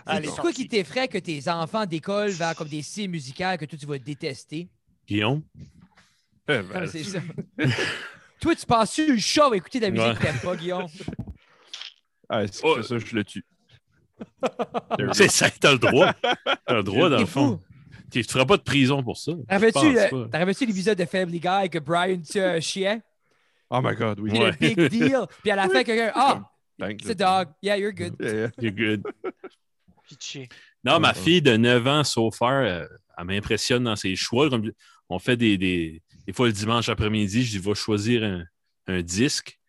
Allez, c'est-tu quoi sorti. qui t'effraie que tes enfants décollent vers comme des cibles musicales que toi, tu vas détester? Guillaume? Eh ben, Ah, c'est ça. toi, tu passes sur le show à écouter de la musique Ouais. que t'aimes pas, Guillaume. ah, si tu Oh. fais ça, je le tue. C'est ça, t'as le droit. T'as le droit, dans T'es le fond. Ah. fou. Tu tu feras pas de prison pour ça. T'en rappelles-tu Je pense le- pas. t'en rappelles-tu l'épisode de Family Guy que Brian tue un chien? Oh my god, oui. Puis Ouais. le big deal. Puis à la fin, quelqu'un. Ah, Thank it's a you. dog. Yeah, you're good. Yeah, yeah. You're good. Pitché. Non, ma Ouais. fille de 9 ans, sauf faire, elle m'impressionne dans ses choix. Comme- on fait des, des, des fois le dimanche après-midi, je dis va choisir un, un disque.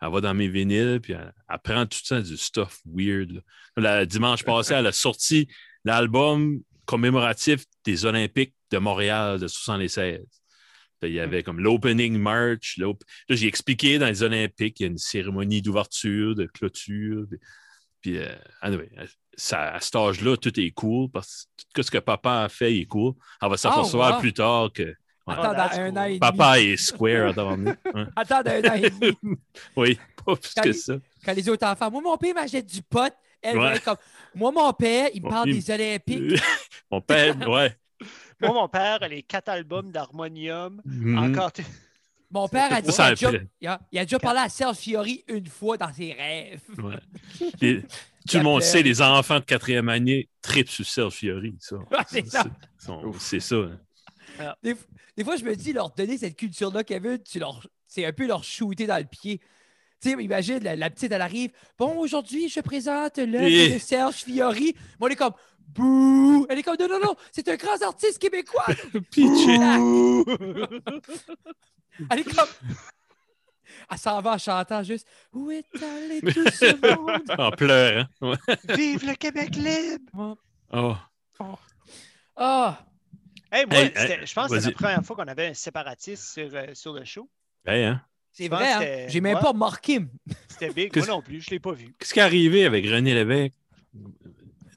Elle va dans mes vinyles, puis elle, elle prend tout ça du stuff weird. là. Le dimanche passé, elle a sorti l'album commémoratif des Olympiques de Montréal de 76. Fait, Il y Hmm. avait comme l'opening march. l'op- Là, j'ai expliqué dans les Olympiques, il y a une cérémonie d'ouverture, de clôture. Puis, puis, euh, anyway, ça- à cet âge-là, tout est cool parce que tout ce que papa a fait est cool. Elle va s'apercevoir Oh, wow. plus tard que Attends, Oh, that's dans un cool. an et demi. papa est square dans le- hein. Attends, d'un an et demi. Oui, pas plus que Salut. ça. Quand les autres enfants, moi, mon père m'achète du pot. Elle Ouais. va être comme, moi, mon père, il me Mon parle père. des Olympiques. Mon père, ouais. Moi, mon père, les quatre albums d'harmonium, Mhm. encore. Mon père a dit, Ça, il a déjà- après. il, a, il a déjà parlé à Serge Fiori une fois dans ses rêves. Ouais. Les- tout le monde Capel. sait, les enfants de quatrième année tripent sur Serge Fiori. Ça. Ah, c'est ça. C'est- on- C'est ça. hein. Des, f- des fois, je me dis, leur donner cette culture-là, Kevin, tu leur, c'est un peu leur shooter dans le pied. Tu sais, imagine, la, la petite, elle arrive. Bon, aujourd'hui, je présente l'œuvre Et- de Serge Fiori. Moi, elle est comme, bouh. Elle est comme, non, non, non, c'est un grand artiste québécois. Pitché. Ah. Elle est comme. Elle s'en va en chantant juste Où est allé tout ce monde? En pleurant. Ouais. Vive le Québec libre! Oh. Ah! Hey, moi, Hey, c'était- je pense que c'est la vas-y. première fois qu'on avait un séparatiste sur, euh, sur le show. Hey, hein? c'est Je pense vrai, que hein? c'était- J'ai même ouais. pas marqué. C'était big. Moi Qu'est-ce- non plus, je ne l'ai pas vu. Qu'est-ce qui est arrivé avec René Lévesque? Mais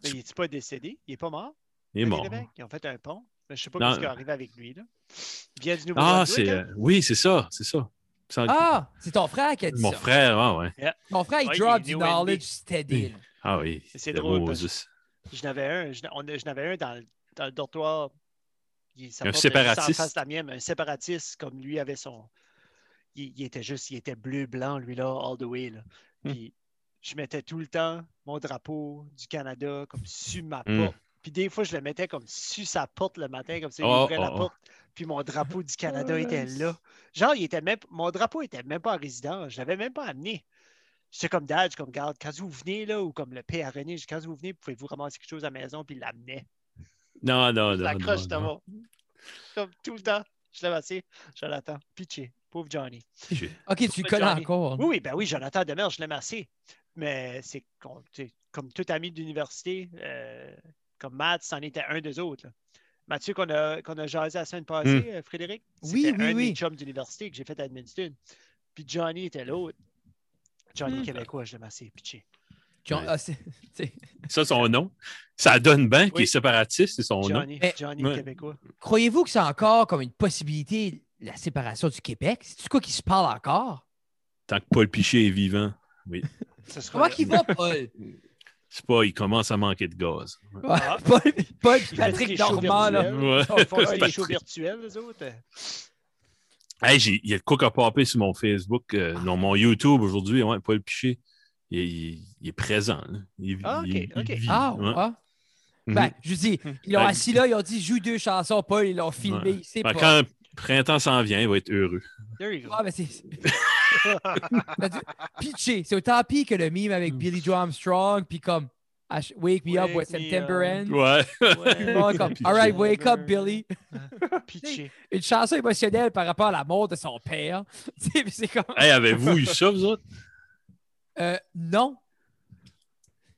il n'est pas décédé? Il n'est pas mort? Il est René mort. Lévesque? Ils ont fait un pont. Mais je ne sais pas Non. ce qui est arrivé avec lui. Là. Il vient du hein? nouveau Ah, c'est. euh, Oui, c'est ça. C'est ça. Ça- Ah! C'est ton frère qui a dit Mon ça. frère, ah ouais. Mon frère, il Ouais, drop il est du né au knowledge ND. steady. là. Ah oui. C'est le drôle, Moses. Je n'avais un, je, on a- je n'avais un dans, le- dans le dortoir. Il, sa porte était Un juste en séparatiste. face de la mienne, un séparatiste, comme lui avait son. Il, il était juste, il était bleu-blanc, lui-là, all the way. Là. Hmm. Puis je mettais tout le temps mon drapeau du Canada comme sur ma Hmm. porte. Puis des fois, je le mettais comme sur sa porte le matin, comme ça, il Oh, ouvrait la oh, oh. porte. Puis mon drapeau du Canada était là. Genre, il était même, mon drapeau était même pas en résidence. Je l'avais même pas amené. J'étais comme Dad, j'étais comme garde, quand vous venez là, ou comme le P à René, j'ai dit, quand vous venez, pouvez-vous ramasser quelque chose à la maison, puis il l'amenait. Non, non, Je non. l'accroche non, justement. non. Comme tout le temps. Je l'avais assis, je l'attends. Pitché. Pauvre Johnny. Ok, tu le connais Johnny. encore. Oui, oui, ben oui, Jonathan Demers, je l'aime assez. Mais c'est qu'on- tu sais, comme tout ami d'université, euh, Comme Matt, c'en était un des autres. là. Mathieu, qu'on a, qu'on a jasé la semaine passée, euh, Frédéric, Hmm. Oui, c'était oui, un oui. des chums d'université que j'ai fait à Edmundston. Puis Johnny était l'autre. Johnny Hmm. Québécois, je l'aime assez pitché. John- Ouais. ah, c'est- c'est- Ça, son nom. Ça donne bien qu'il Oui. est séparatiste, c'est son nom. Johnny, Mais- Johnny Ouais. Québécois. Croyez-vous que c'est encore comme une possibilité, la séparation du Québec? C'est-tu quoi qui se parle encore? Tant que Paul Piché est vivant, Ce sera Comment là. qu'il va, Paul? c'est pas, il commence à manquer de gaz. Ouais. Ah. Paul, Paul Il fait des Patrick shows Normand, là. virtuels. Ils font des shows virtuels, les autres. Hey, j'ai- il y a le cook à popper sur mon Facebook, euh, Ah. non, mon YouTube aujourd'hui, ouais, Paul Piché. Il, il- il est présent. là. Il, Ah, ok, il- il ok. vit, Ah, ouais. Mhm. ah. Ben, je dis, ils l'ont Ouais. assis là, ils ont dit, joue deux chansons, Paul, ils l'ont filmé, Ouais. il sait Ben, pas. quand le printemps s'en vient, il va être heureux. There you go. Ah, ben, c'est. T'as dit, Pitché, c'est autant pire que le mime avec Billy Joe Armstrong, puis comme Ash- Wake Me Up Wake me when September up. Ends. Ouais. Bon, comme, Pitché. All right, wake up, Billy. Pitché. Une chanson émotionnelle par rapport à la mort de son père. Tu sais, puis c'est comme. Hey, avez-vous eu ça, vous autres? Euh, non.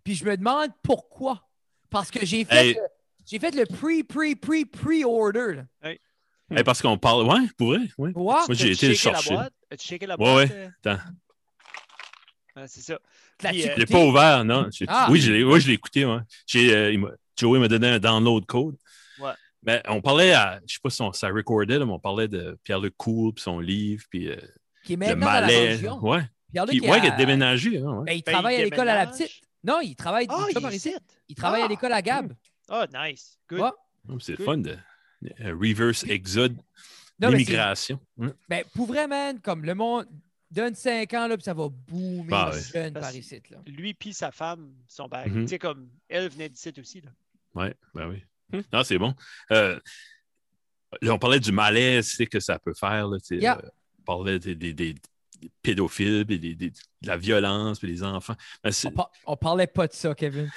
Puis je me demande pourquoi. Parce que j'ai fait, Hey. le- j'ai fait le pre, pre, pre, pre-order. là. Hey, parce qu'on parle. Ouais, pour vrai. Ouais. What? Moi, j'ai As-tu été le shaké Ah, la chercher. boîte? As-tu shaké la Ouais, boîte? ouais. euh? Attends. Ah, c'est ça. L'as-tu Puis, euh, Je l'ai écouté? pas ouvert, non. J'ai- Ah. Oui, je l'ai oui, je l'ai écouté. Ouais. J'ai, euh, il m'a- Joey m'a donné un download code. Ouais. Mais on parlait à. Je sais pas si on- ça recordait, là, mais on parlait de Pierre-Luc Cool, puis son livre, puis euh, Qui est le maintenant dans la malais. région. Ouais. Puis il y en a Puis, qui ouais, a- il a déménagé. hein, ouais. Ben, il Ben, travaille il à l'école à la déménage. petite. Non, il travaille, Ah, il est il par est ici. ici. Il travaille à Ah. l'école à Gab. Ah, nice. Good. Ouais. Oh, C'est le Good. fun de. euh, reverse exode, Non, mais c'est- l'immigration. Hein? Ben, pour vrai, man, comme le monde donne 5 ans, là, puis ça va boomer Ah ouais. jeune Parce- par ici. Là. Lui puis sa femme, son back. Mhm. Tu sais, comme elle venait d'ici aussi. Là. Ouais, ben oui. Hmm. Non, c'est bon. Euh, là, on parlait du malaise tu sais, que ça peut faire. Là, tu sais, Yeah. euh, on parlait des, des- des- des pédophiles, puis des- des- de la violence, puis des enfants. Ben, c'est- On, par- on parlait pas de ça, Kevin.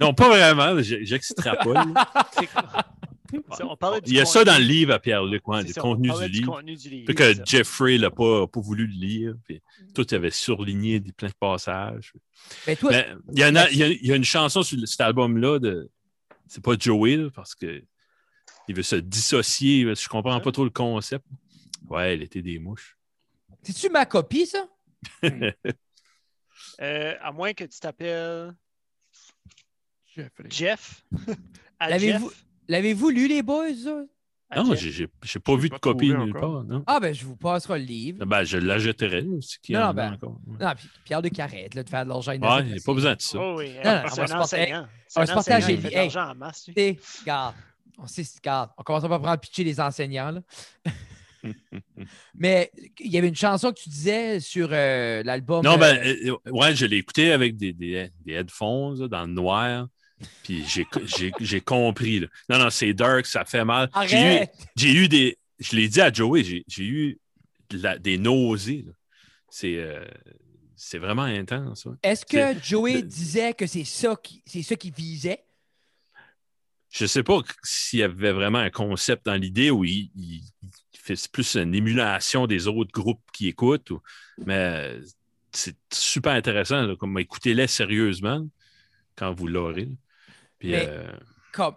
non, pas vraiment. là, j'ai- J'extrapole. là. C'est- Ça, on parlait du Il y a ça contenu. dans le livre à Pierre-Luc, ouais, C'est le ça, on contenu parlait du livre. contenu du livre, Fait que c'est ça. Jeffrey n'a pas, pas voulu le lire. Puis Hmm. tout avait surligné des, plein de passages. Ben, toi, Mais il y, en a, il y a- il y a une chanson sur le- cet album-là de. C'est pas Joey, là, parce que il veut se dissocier. Je comprends pas trop le concept. Ouais, l'été des mouches. c'est-tu ma copie, ça? Euh, à moins que tu t'appelles Jeff. À L'avez-vous- Jeff, L'avez-vous lu, les boys? ça? à Non, Jeff. j'ai- j'ai j'ai pas J'ai vu de pas copie trouvé nulle encore. part. Non. Ah, ben, je vous passerai le livre. Ben, je l'achèterais. C'est qu'il y Non, en a ben, encore. Ouais, Non, puis Pierre de Carrette, là, de faire de l'argent. Ouais, il n'y a pas besoin de ça. Oh, oui, non, c'est on va se un porter- enseignant. C'est on va un se porter enseignant, à il Gélie. fait de Hey. l'argent en masse. Ah, lui. T'sais, Regarde, on sait, regarde, on commence pas à prendre pitcher les enseignants. là. Mais il y avait une chanson que tu disais sur euh, l'album. Non, euh, ben, euh, euh, ouais, je l'ai écouté avec des, des, des headphones là, dans le noir. Puis j'ai- j'ai j'ai compris. là. Non, non, c'est dark, ça fait mal. J'ai eu- Arrête! J'ai eu des. Je l'ai dit à Joey, j'ai j'ai eu de la- des nausées. là. C'est euh, c'est vraiment intense. ouais. Est-ce que Joey le- disait que c'est ça qui c'est ça qui visait? Je sais pas s'il y avait vraiment un concept dans l'idée où il, il- il fait c'est plus une émulation des autres groupes qui écoutent, ou- mais euh, c'est super intéressant. là, comme écoutez-les sérieusement quand vous l'aurez. là. Puis, Mais- euh, Comme.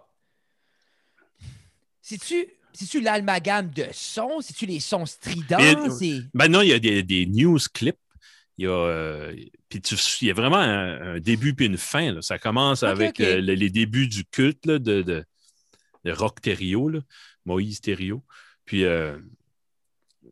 C'est-tu. C'est-tu l'almagame de sons? C'est-tu les sons stridents? Et- C'est- Maintenant, Ben il y a des, des news clips. Il y a, euh, puis tu- il y a vraiment un, un début puis une fin. là. Ça commence Ok, avec ok. euh, le- les débuts du culte là, de, de, de Rock Thériault, là, Moïse Thériault. Puis, euh,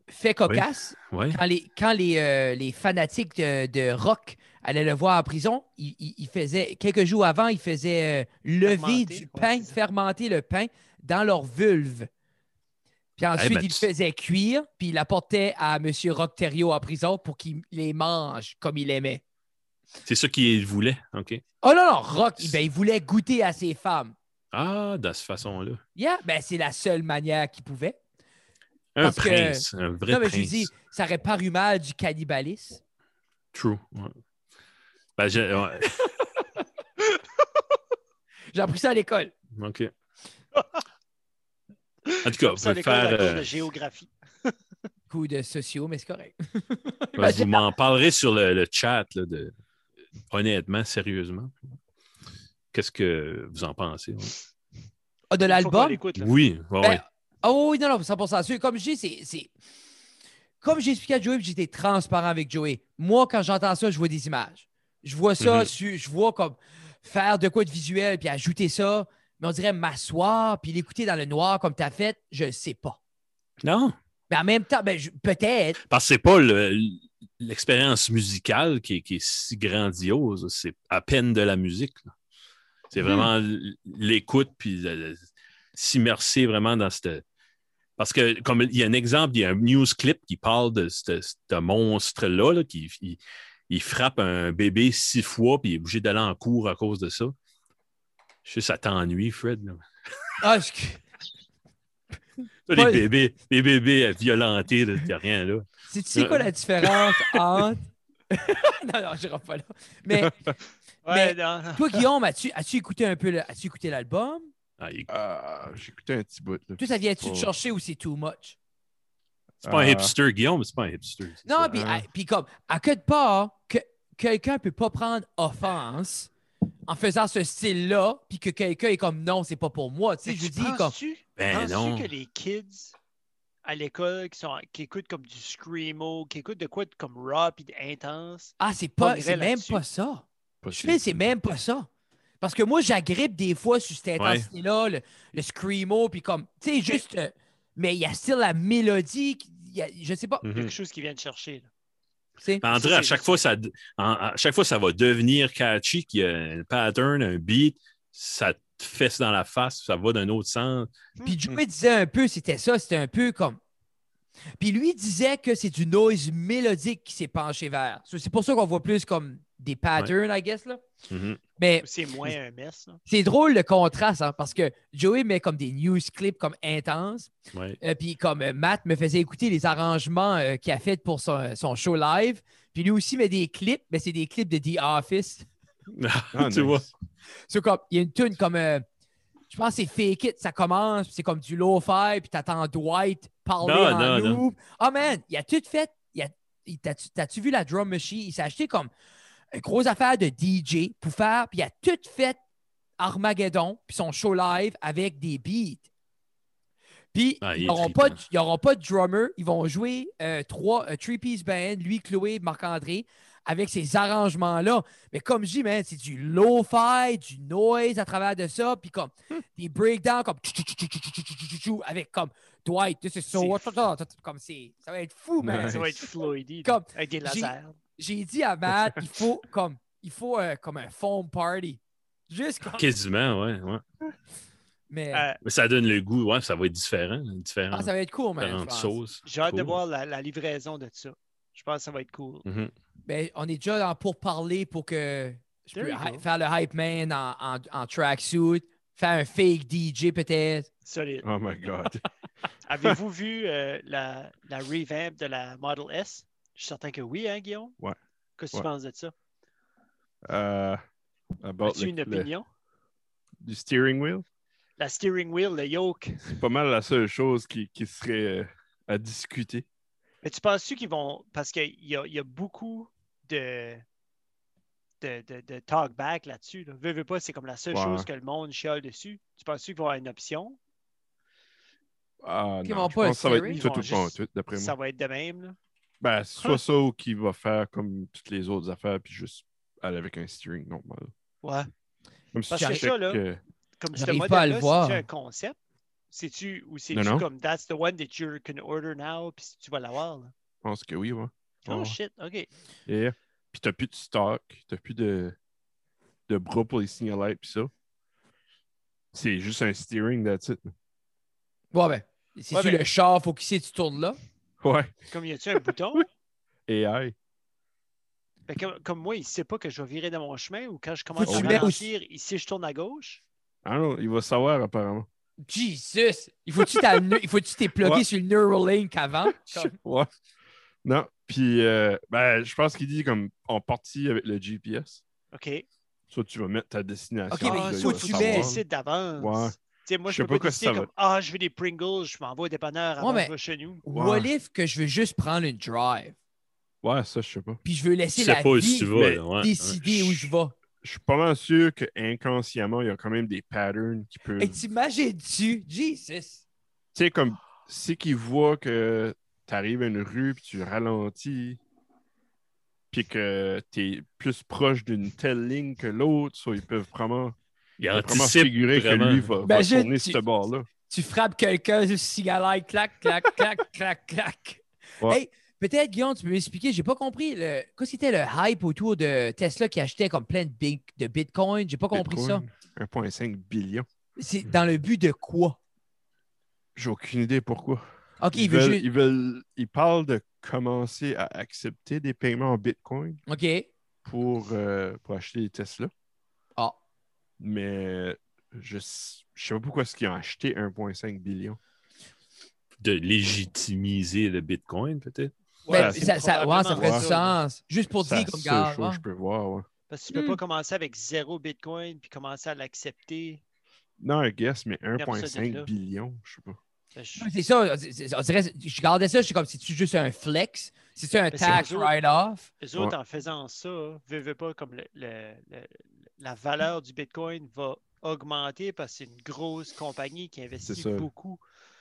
Fait cocasse. ouais. Quand les, quand les, euh, les fanatiques de, de rock allaient le voir en prison, il, il- il faisait, quelques jours avant, il faisait euh, lever Fermenter, du ouais, pain, c'est ça. fermenter le pain dans leur vulve. Puis ensuite, ben, il le tu- faisait cuire, puis il l'apportait à M. Rock Thériault en prison pour qu'il les mange comme il aimait. C'est ça qu'il voulait. OK. Oh non, non, Rock, ben, il voulait goûter à ses femmes. Ah, de cette façon-là. Yeah, ben, c'est la seule manière qu'il pouvait. Un Parce que- prince, un vrai non, mais prince. je lui dis, ça aurait paru mal du cannibalisme. True. ouais. Ben, j'ai- ouais, J'ai appris ça à l'école. OK. En tout cas, Comme vous ça, pouvez l'école à faire. cause de euh, géographie. Coup de sociaux, mais c'est correct. Ben, vous m'en parlerez sur le, le chat, là, de... honnêtement, sérieusement. Qu'est-ce que vous en pensez? ouais. Ah, de Une fois qu'on l'album? l'écoute, là. Oui, ouais, Ben, ouais. Ah oui, non, non, 100% sûr. Comme je dis, c'est- c'est. Comme j'ai expliqué à Joey, puis j'étais transparent avec Joey. Moi, quand j'entends ça, je vois des images. Je vois ça, Mhm. su- je vois comme faire de quoi de visuel, puis ajouter ça. Mais on dirait m'asseoir, puis l'écouter dans le noir comme t'as fait, je ne sais pas. Non, Mais en même temps, ben, je- peut-être. parce que c'est pas le- l'expérience musicale qui est, qui est si grandiose. C'est à peine de la musique. là. C'est Mhm. vraiment l- l'écoute puis le- le- s'immerser vraiment dans cette. Parce que, comme il y a un exemple, il y a un news clip qui parle de ce ce monstre-là, là, qui il, il frappe un bébé six fois, puis il est obligé d'aller en cours à cause de ça. Je sais, ça t'ennuie, Fred. là. Ah, je- Ça, Les Ouais. bébés, les bébés euh, violentés, il n'y a rien là. Sais-tu c'est quoi la différence entre. non, non, je pas là. Mais Ouais, non. toi, Guillaume, as-tu as écouté un peu le- as-tu écouté l'album? Ah, il- Ah, J'écoutais un petit bout. là. Toi, ça vient-tu de Oh. chercher ou c'est too much? C'est pas un Ah. hipster, Guillaume, c'est pas un hipster. c'est Non, ça. puis ah, hein. à- puis comme, à quelque part, que quelqu'un ne peut pas prendre offense en faisant ce style-là, puis que quelqu'un est comme non, c'est pas pour moi. Tu sais, Mais je vous tu dis comme. penses-tu Ben Penses-tu non. que les kids à l'école qui, sont, qui écoutent comme du screamo, qui écoutent de quoi de comme rap et intense, Ah, c'est pas, Progrès c'est même là-dessus. pas ça. Je Possible. fais, c'est même pas ça. Parce que moi, j'agrippe des fois sur cette Ouais. intensité-là, le, le screamo, puis comme, tu sais, juste. euh, mais il y a still la mélodie, qui- il y a- je sais pas. Mhm. quelque chose qu'ils viennent chercher. là. tu sais. Mais Ça, André, Ben, à c'est chaque, juste- fois, ça, en- à chaque fois, ça va devenir catchy, qu'il y a un pattern, un beat, ça te fesse dans la face, ça va d'un autre sens. Puis Joey disait un peu, c'était ça, c'était un peu comme. Puis lui disait que c'est du noise mélodique qui s'est penché vers. So, C'est pour ça qu'on voit plus comme des patterns, I guess. Là. Mhm. Mais C'est moins un mess. là. c'est drôle le contraste, hein, parce que Joey met comme des news clips comme intenses. Ouais. Euh, puis comme euh, Matt me faisait écouter les arrangements euh, qu'il a fait pour son, son show live. Puis lui aussi met des clips, mais c'est des clips de The Office. Ah, tu nice. vois. C'est comme, il y a une tune comme, euh, je pense que c'est Fake It, ça commence, puis c'est comme du low-fi, puis t'attends Dwight parler Non, en non, non. loop. Ah man, il a tout fait. Il a- il- T'as-tu t'as-tu vu la drum machine? Il s'est acheté comme une grosse affaire de DJ pour faire, puis il a tout fait Armageddon, puis son show live avec des beats. Puis, Ah, il ils est n'auront pas, de- trippant. ils auront pas de drummer. Ils vont jouer euh, trois, euh, three-piece band, lui, Chloé, Marc-André, avec ces arrangements-là. Mais comme je dis, man, c'est du low-fi, du noise à travers de ça, puis comme Hmm. des breakdowns, comme tchou, tchou, tchou, tchou, tchou, tchou, tchou, tchou, tchou, avec comme Dwight, this is so C'est what- what- what- comme c'est, ça va être fou, man. Nice. Ça va être Floydy, Comme- avec des j'ai- lasers. J'ai dit à Matt, il faut comme, il faut euh, comme un foam party, juste comme, Quasiment, ouais, ouais. mais Euh, Mais ça donne le goût, ouais, ça va être différent. Différent. ah, ça va être cool, man. je différentes pense. sauces. J'ai hâte de Cool. voir la, la livraison de ça. Je pense que ça va être cool. Mhm. Ben, on est déjà dans pour parler pour que je There peux you hy- go. faire le hype man en, en, en tracksuit, faire un fake DJ peut-être. Solide. Oh my God. Avez-vous vu euh, la, la revamp de la Model S? Je suis certain que oui, hein, Guillaume? Ouais. Qu'est-ce que Ouais. tu penses de ça? Euh, about As-tu le- une le- opinion? du steering wheel. La steering wheel, le yoke. C'est pas mal la seule chose qui, qui serait euh, à discuter. Mais tu penses-tu qu'ils vont. Parce qu'il y a, il y a beaucoup de, de, de, de talkback là-dessus. Là. Veux, veux pas, c'est comme la seule Ouais. chose que le monde chiale dessus. Tu penses-tu qu'ils vont avoir une option? Ah, Qu'ils vont non, je pas pense que ça va steering, être tout ils vont ou pas juste- tout, d'après Ça moi. va être de même. là. Hein? Ben, soit ça ou qui va faire comme toutes les autres affaires, puis juste aller avec un steering normal. Ouais. Comme si Parce tu que checkes, ça, là, euh, Comme ce J'arrive pas à le modèle-là, voir. c'est-tu un concept? C'est-tu ou c'est-tu non. comme that's the one that you can order now, puis tu vas l'avoir? là? je pense que oui, ouais. Oh Ouais. shit, ok. Yeah. Puis t'as plus de stock, t'as plus de, de bras pour les signalettes, puis ça. C'est juste un steering, that's it. Ouais, ben. Si Ouais, tu ben- le char, faut qu'il sait tu tournes là. Ouais, Comme y a-tu un bouton? AI. Fait que, comme moi, il sait pas que je vais virer dans mon chemin ou quand je commence que à tu mets ralentir, il sait que je tourne à gauche. Ah non, il va savoir apparemment. Jesus! Il faut-tu t'a- il faut-tu t'es plugué Ouais. sur le Neuralink avant? Comme- Ouais. Non, puis euh, ben, je pense qu'il dit comme en partie avec le GPS. OK. Soit tu vas mettre ta destination. Ok, mais puis Ah, là, ça, il faut va que tu faut savoir. mets- décides d'avance. Ouais. Tu sais, moi, je Je peux sais pas pas quoi décider ça va comme Ah, je veux des Pringles, je m'en vais au dépanneur avant Ouais, je mais- vais chez nous. What Ouais. if que je veux juste prendre une drive? Ouais, ça, je sais pas. Puis je veux laisser Tu la sais pas où vie tu vas. mais là, ouais, ouais. décider où je vais. je suis pas mal sûr qu'inconsciemment, il y a quand même des patterns qui peuvent. Et Tu t'imagines-tu? Jesus! sais, comme si qu'il voit que tu arrives à une rue puis tu ralentis, puis que tu es plus proche d'une telle ligne que l'autre, soit ils peuvent vraiment, Il ils peuvent vraiment anticipe figurer vraiment. que lui va, va Imagine, tourner Ben, tu- ce bord-là. Tu frappes quelqu'un, je signale, clac, clac, clac, clac, clac. Ouais. Hey, peut-être, Guillaume, tu peux m'expliquer, j'ai pas compris. le- Qu'est-ce qui était le hype autour de Tesla qui achetait comme plein de, big- de Bitcoin? J'ai pas compris ça. Bitcoin, 1,5 billion. C'est dans le but de quoi? J'ai aucune idée pourquoi. OK, il ils, veut veulent, juste. ils veulent- ils parlent de commencer à accepter des paiements en Bitcoin OK. pour, euh, pour acheter des Tesla. Ah. Mais je ne sais pas pourquoi est-ce qu'ils ont acheté 1,5 billion. de légitimiser le Bitcoin, peut-être. Ben, Ouais, ça, ça, ouais, ça ferait probablement du ça. sens. Juste pour C'est dire la comme hein. seule gars. chose que je peux voir. ouais. Parce que tu ne peux Hmm. pas commencer avec zéro Bitcoin puis commencer à l'accepter. Non, I guess, mais là. 1,5 billion, je sais pas. Ben, je- C'est ça, c'est- c'est- on dirait, je gardais ça, je suis comme, c'est-tu juste un flex? C'est-tu un Ben, c'est tax sûr. write-off? Eux autres, en faisant ça, veux, veux pas, comme le- le- le- la valeur du Bitcoin va augmenter parce que c'est une grosse compagnie qui investit ça. beaucoup.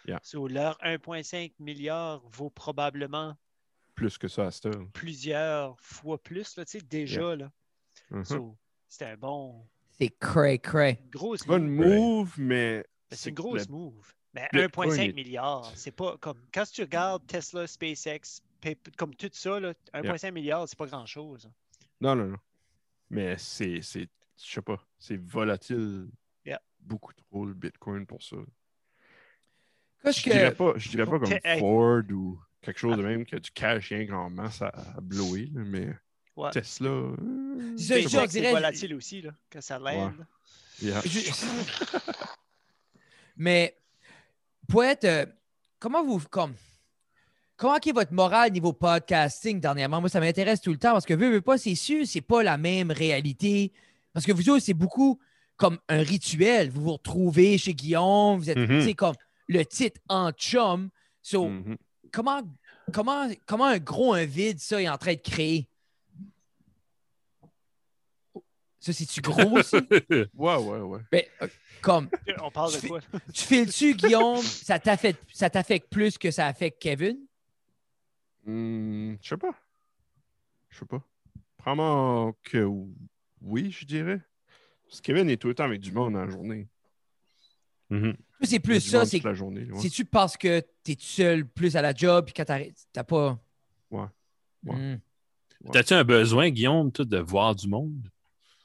Yeah. So, leur 1,5 milliard vaut probablement Plus que ça à cette heure. plusieurs fois plus, là, tu sais, déjà. Là. Mhm. So, c'était un bon, C'est cray cray. une grosse C'est pas une move. move, mais Ben, C'est une que grosse le- move. Ben, Mais Bitcoin 1,5 est- milliard, c'est pas comme. Quand tu regardes Tesla, SpaceX, PayPal, comme tout ça, là, 1,5 milliard, c'est pas grand-chose. Non, non, non. Mais c'est, c'est je sais pas, c'est volatile. Yeah. Beaucoup trop le Bitcoin pour ça. Qu'est-ce Je dirais que. pas, je dirais pas comme Ok, hey. Ah. Ford ou quelque chose de même qui a du cash rien qu'en masse à, à blower, là, mais Ouais. Tesla. euh, C'est ça, je sais je pas. SpaceX, dirais- c'est volatile aussi, là, quand ça l'aide. Ouais. Yeah. je- Mais, poète, euh, comment vous. Comme, comment est votre morale niveau podcasting dernièrement? Moi, ça m'intéresse tout le temps parce que, veux, veux pas, c'est sûr, c'est pas la même réalité. Parce que vous autres, c'est beaucoup comme un rituel. Vous vous retrouvez chez Guillaume, vous êtes, Mhm. tu sais, comme le titre en chum. So, Mhm. comment, comment, comment un gros, un vide, ça, est en train de créer? Ça, c'est-tu gros, ça? Ouais, ouais, ouais. Ben, euh, comme, Euh, On parle de quoi? là? tu files-tu, Guillaume, ça t'affecte ça t'affecte plus que ça affecte Kevin? Hmm, je sais pas. Je sais pas. Probablement que oui, je dirais. Parce que Kevin est tout le temps avec du monde dans la journée. Mhm. Toi, c'est Il y plus a du ça, monde c'est toute la journée. ouais. tu parce que t'es tout seul plus à la job, puis quand t'arrêtes, t'as pas. Ouais. Ouais. Hmm. T'as-tu un besoin, Guillaume, toi, de voir du monde?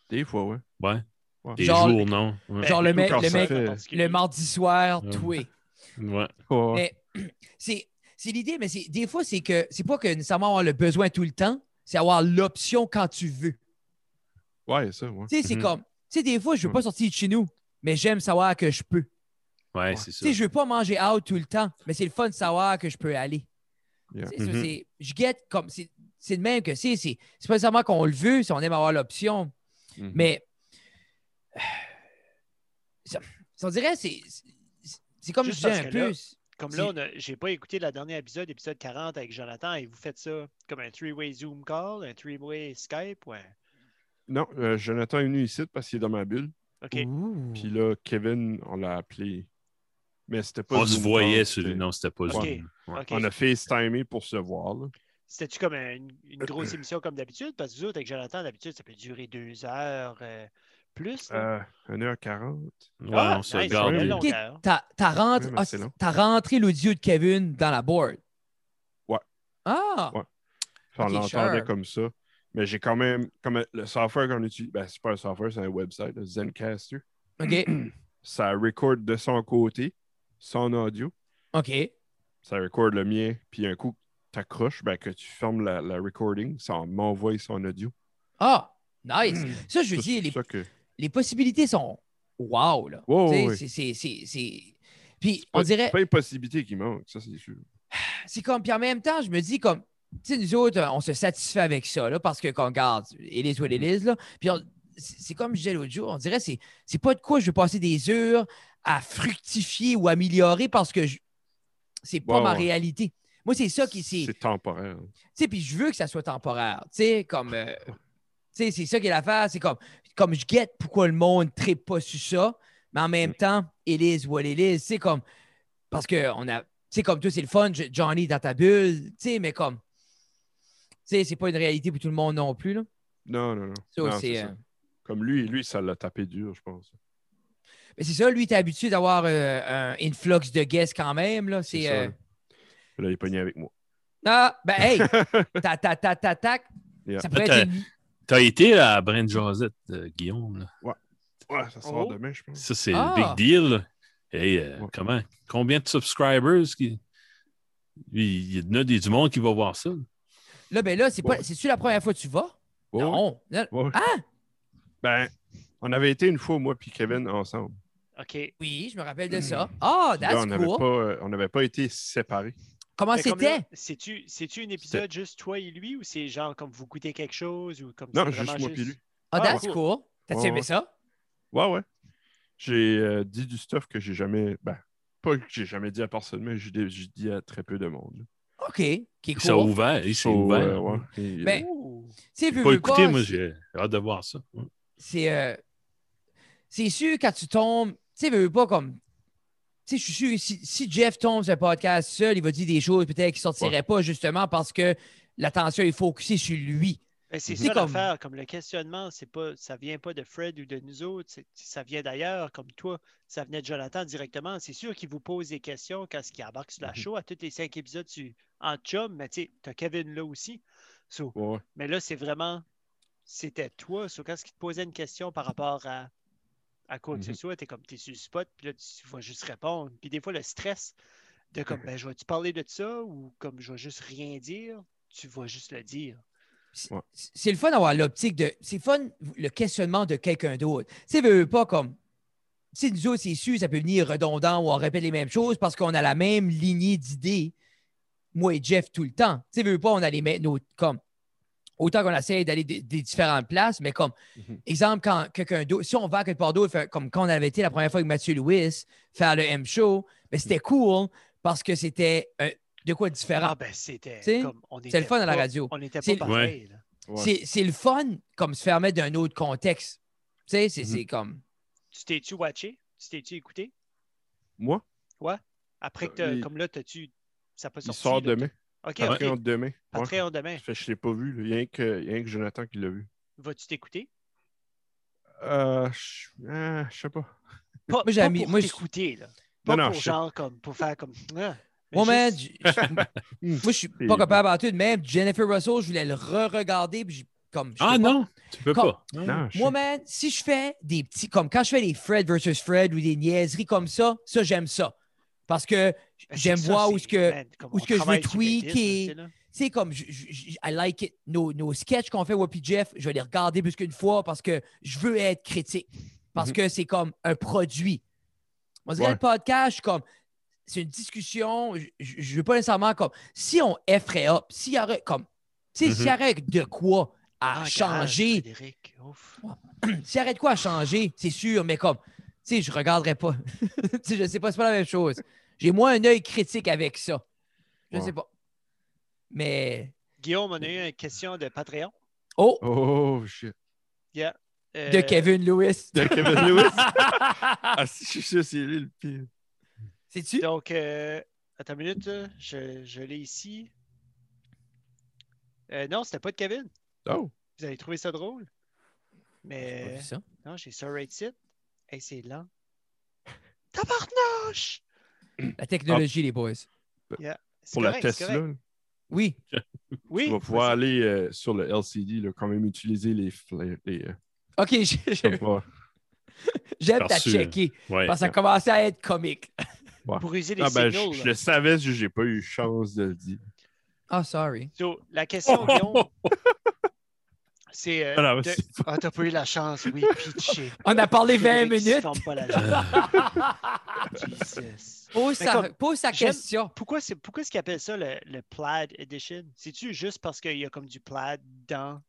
Des fois, ouais. Ouais. Ouais. Des Genre- jours, non? Ben, Ouais. Genre le surtout mec, quand le, ça mec fait- le mardi soir, Ouais. toi. Ouais. Ouais, ouais. Mais c'est c'est l'idée, mais c'est- des fois, c'est que c'est pas que nécessairement avoir le besoin tout le temps, c'est avoir l'option quand tu veux. Ouais, ça, ouais. Tu sais, c'est Mhm. comme, tu sais, des fois, je veux pas sortir de chez nous, mais j'aime savoir que je peux. Ouais, c'est ça. Tu sais, je veux pas manger out tout le temps, mais c'est le fun de savoir que je peux aller. Yeah. Tu sais, ça, Mhm. c'est- Je guette comme. C'est c'est le même que c'est. C'est c'est pas nécessairement qu'on le veut si on aime avoir l'option, Mhm. mais. Ça, ça, on dirait, c'est. c'est- C'est comme Juste je disais parce un que là- peu. Comme C'est- là, on a- j'ai pas écouté la dernière épisode, épisode 40 avec Jonathan, et vous faites ça comme un three-way Zoom call, un three-way Skype, ouais. Non, euh, Jonathan est venu ici parce qu'il est dans ma bulle. OK. Ouh. Puis là, Kevin, on l'a appelé. Mais c'était pas. On se Zoom voyait call, sur c'était- Non, c'était pas Ok. Zoom. Ouais. OK. On a FaceTimé pour se voir. là. C'était-tu comme un- une, grosse émission comme d'habitude? Parce que vous autres, avec Jonathan, d'habitude, ça peut durer deux heures euh, plus. là. Euh, 1h40. Ouais, Ah, on se nice, regarde. une ouais. longue Ok, heure. T'as t'as rentré, Oui, mais ah, c'est long. t'as rentré l'audio de Kevin dans la board. Ouais. Ah! Ouais. Puis on Ok, l'entendait sure. comme ça. Mais j'ai quand même. Comme le software qu'on utilise. Ben, c'est pas un software, c'est un website, le Zencaster. OK. Ça record de son côté, son audio. OK. Ça record le mien. Puis un coup, tu accroches, ben, que tu fermes la, la recording, ça m'envoie son audio. Ah! Nice! Ça, je veux Ça, dire, c'est les, ça que- les possibilités sont wow, là. Ouais, Tu sais, ouais, ouais. c'est- c'est- c'est- c'est- Puis, Pas- on dirait. C'est pas une possibilité qui manque, ça, c'est sûr. c'est comme, puis en même temps, je me dis comme, tu sais, nous autres, on se satisfait avec ça, là, parce que quand on regarde, Elise ou Elise, là, puis on- c'est c'est comme je disais l'autre jour, on dirait, c'est c'est pas de quoi je vais passer des heures à fructifier ou améliorer parce que je- c'est pas Ouais, ma ouais. réalité. Moi, c'est ça qui, c'est, tu C'est temporaire. sais, puis je veux que ça soit temporaire, tu sais, comme, euh, tu sais, c'est ça qui est l'affaire, c'est comme, comme je guette pourquoi le monde ne pas sur ça, mais en Mm. même temps, Elise ou Elise, c'est comme. Parce que on a. Tu comme toi, c'est le fun, J- Johnny dans ta bulle, tu sais, mais comme. Tu sais, c'est pas une réalité pour tout le monde non plus, là. Non, non, non. Ça, Non, c'est, c'est ça. euh, Comme lui, lui, ça l'a tapé dur, je pense. Mais c'est ça, lui, t'es habitué d'avoir euh, un influx de guests quand même, là. C'est. ça, euh, là. Puis Là, il est pogné avec moi. Ah, ben, hey! ta, ta, ta, ta, tac. Yeah. Ça pourrait Peut-être, être une- T'as été là, à Brent Josette, euh, Guillaume. là. Ouais, ça sort Oh. demain, je pense. Ça, c'est Ah. le big deal. là. Hey, euh, Ouais. comment? Combien de subscribers? Qui... Il y en a des- du monde qui va voir ça. Là, ben là, c'est pas... Ouais. c'est-tu la première fois que tu vas? Ouais, ouais. Non. Là- Ouais. Ben, on avait été une fois, moi puis Kevin, ensemble. OK. Oui, je me rappelle de ça. Ah, Hmm. Puis Là, that's on n'avait cool. pas, euh, on n'avait pas été séparés. Comment Fait comme Ah, c'était? là, C'est-tu c'est-tu un épisode juste toi et lui ou c'est genre comme vous goûtez quelque chose ou comme Non, c'est juste vraiment moi puis lui. Ah, Ah, that's ouais. cool. T'as-tu Ouais, aimé ouais. ça? Ouais, ouais. J'ai euh, dit du stuff que j'ai jamais. Ben, pas que j'ai jamais dit à personne, mais j'ai dé- j'ai dit à très peu de monde. OK. Qui est Ils sont cool. ouverts. Ils sont So, ouverts. euh, ouais. Et, Ben, Ouh. C'est J'ai pas écouté, moi, j'ai hâte de voir ça. c'est euh, c'est sûr quand tu tombes, tu sais, veux veux pas comme. Tu sais, je suis sûr, si, si Jeff tombe sur un podcast seul, il va dire des choses peut-être qui ne sortiraient pas justement parce que l'attention est focusée sur lui. Ben, Mhm. c'est C'est ça comme- l'affaire, comme le questionnement, c'est pas, ça vient pas de Fred ou de nous autres, c'est- ça vient d'ailleurs, comme toi, ça venait de Jonathan directement. C'est sûr qu'il vous pose des questions quand ce qui embarque sur la Mhm. show, à tous les cinq épisodes tu, en chum, mais tu as Kevin là aussi. So, euh, ouais, ouais. mais là, c'est vraiment, c'était toi, so, quand ce qui te posait une question par rapport à, à quoi que ce Mhm. soit, tu es comme, tu es sur le spot, puis là, tu vas juste répondre. Puis des fois, le stress de comme, ben, je vais-tu parler de ça ou comme, je vais juste rien dire, tu vas juste le dire. C'est c'est le fun d'avoir l'optique de. C'est le fun le questionnement de quelqu'un d'autre. Tu sais, veux veux pas comme. Si nous autres, c'est sûr, ça peut venir redondant ou on répète les mêmes choses parce qu'on a la même lignée d'idées, moi et Jeff, tout le temps. Tu sais, veux veux pas, on a les mêmes. nos- comme, autant qu'on essaie d'aller des, des différentes places, mais comme, Mhm. exemple, quand quelqu'un d'autre, si on va à quelque part d'autre, fait- comme quand on avait été la première fois avec Mathieu Lewis faire le M-Show, mais c'était cool parce que c'était euh, de quoi de différent. Ah ben c'était T'sais, comme on c'est le était fun à la pas- radio. On n'était C'est pas le- pareil. là. Ouais. C'est- C'est le fun comme se faire mettre d'un autre contexte. Tu sais, c'est Mhm. c'est comme. Tu t'es-tu watché? Tu t'es-tu écouté? Moi, Après que Euh, t'as- il- comme là, t'as-tu. Ça a pas il sorti. là, sort demain. t'as- OK, Patreon OK. demain. Ouais. Patreon demain. Ça fait que je l'ai pas vu. là. Il y a rien que, il y a rien que Jonathan qui l'a vu. Vas-tu t'écouter? Euh, je ah, je sais pas. Pas, j'ai pas mis- pour moi, je- t'écouter, là. Non, Pas non, pour je sais. genre comme pour faire comme. Ah, mais Moi, man, juste- j- j- moi, je suis pas capable à tout de même. Jennifer Russell, je voulais le re-regarder. puis j'ai- Comme, je Ah peux pas. non, tu peux Comme- pas. Non, je Moi, sais. man, si je fais des petits. Comme quand je fais des Fred versus Fred ou des niaiseries comme ça, ça, j'aime ça. Parce que Ben, j'aime c'est voir ça, où c'est- ce que. man, comme où on ce que je veux travaille sur les tweaker. disques, là, tu sais, tu sais, comme, je- je- je- I like it. Nos, nos sketchs qu'on fait, Wapi Jeff, je vais les regarder plus qu'une fois parce que je veux être critique. Parce Mhm. que c'est comme un produit. On dirait Ouais. le podcast, je suis comme, c'est une discussion. Je, je je veux pas nécessairement comme, si on efferait up, s'il y aurait comme, tu sais, Mhm. s'il y aurait de quoi à là. Ah, changer, garage, Frédéric, ouf. s'il y aurait de quoi à changer, c'est sûr, mais comme, tu sais, je regarderais pas. tu sais, je sais pas, c'est pas la même chose. J'ai moins un œil critique avec ça. Je Ouais. sais pas. Mais, Guillaume, on a eu une question de Patreon. oh! Oh shit. Euh, de Kevin Lewis. De Kevin Lewis. ah, si, je suis sûr, c'est lui le pire. C'est-tu? Donc, euh, attends une minute, là, je, je l'ai ici. Euh, non, c'était pas de Kevin. Oh. Vous avez trouvé ça drôle? Mais J'ai pas vu ça. non, j'ai sur Right Site. Hey, c'est lent. Tabarnouche! Ah. La technologie, les boys. C'est Pour la correct, c'est Tesla, correct. là, Oui. Oui, tu vas pouvoir aller euh, sur le LCD, là, quand même utiliser les. fla- les, euh, OK, j'ai- comme j'ai- quoi. j'aime ta hein. Perçu. checker. Ouais. Parce que ça commençait à être comique. briser les Ah, ben, signaux. je, je là. le savais, je j'ai pas eu chance de le dire. Ah, sorry. So, la question, Guillaume, c'est. euh, Ah, non, mais de- c'est- Ah, t'as pas eu la chance, oui, pitché. On a parlé 20 Frédéric, tu minutes. fermes pas Euh, la gueule. Jesus. Pose Mais sa, comme- pose sa j'aime- question. Pourquoi c'est pourquoi est-ce qu'ils appellent ça le, le plaid edition? C'est-tu juste parce qu'il y a comme du plaid dans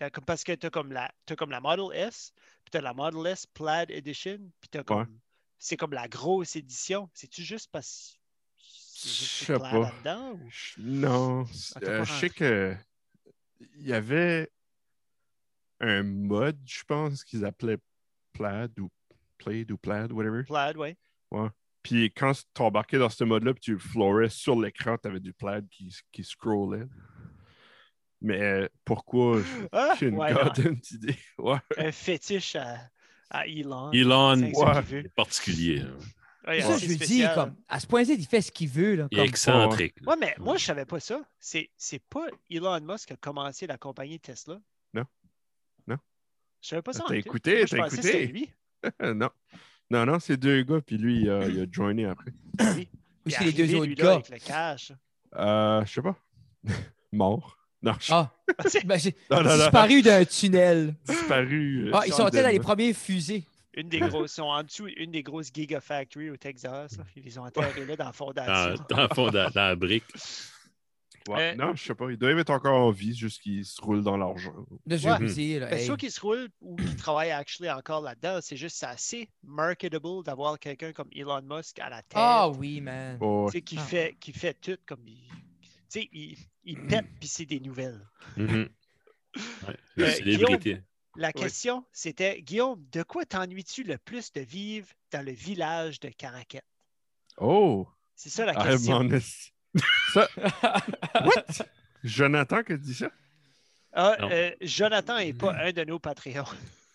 la- comme parce que t'as comme la t'as comme la Model S, puis t'as la Model S plaid edition, puis t'as comme Ouais. c'est comme la grosse édition. C'est-tu juste parce que c'est juste du Je sais plaid pas. là-dedans? ou- Je- Non, c'est- Ah, t'as euh, pas je sais que il y avait un mode, je pense, qu'ils appelaient plaid ou plaid ou plaid, whatever. Plaid, ouais. Puis quand tu embarquais dans ce mode-là, puis tu florais sur l'écran, tu avais du plaid qui, qui scrollait. Mais euh, pourquoi? je- Ah, J'ai une ouais, non, goddamn idée. Ouais. un fétiche à, à Elon. Elon, C'est ouais, ça qu'il veut. est particulier. hein. Ouais, ça, c'est je lui dis, spécial. comme, à ce point-ci, il fait ce qu'il veut. Là, Il est comme- hein. excentrique. là. Ouais, mais moi, je savais pas ça. C'est, c'est pas Elon Musk qui a commencé la compagnie Tesla. Non. Non. Je savais pas ça. en T'as tout. écouté, Moi, je t'as pensais que c'était écouté. lui. non. Non, non, c'est deux gars, puis lui, il a, il a joiné après. Ou Puis c'est les deux arrivé, autres lui, là, gars. Avec le cash. Euh, je sais pas. Mort. Non, je suis Ah, C'est Ben, j'ai Non, non, non. disparu d'un tunnel. disparu. euh, Ah, ils sont allés dans les soudainement. premiers fusées. une des grosses, sont en dessous, une des grosses gigafactories au Texas. là. Ils les ont enterrés là dans la Dans, Ah. fondation. dans le fond, dans, dans la brique. Euh, Ouais. Non, je sais pas. Ils doivent être encore en vie, juste qu'ils se roulent dans l'argent. Là, je Ouais. vais vous dire, là, Ben, hey. Soit qu'ils se roulent ou qu'ils travaillent actually encore là-dedans, c'est juste c'est assez marketable d'avoir quelqu'un comme Elon Musk à la tête. Ah oui, man. Oh, Tu sais, qui, Ah. fait, qui fait tout comme il. Tu sais, il, il pète puis c'est des nouvelles. Mhm. Ouais, la Euh, célébrité. La Oui. question, c'était Guillaume, de quoi t'ennuies-tu le plus de vivre dans le village de Caraquette? oh. C'est ça la Ah, question. mon esti. Ça. What? Jonathan qui a dit ça? Ah, Non. euh, Jonathan n'est pas un de nos Patreons.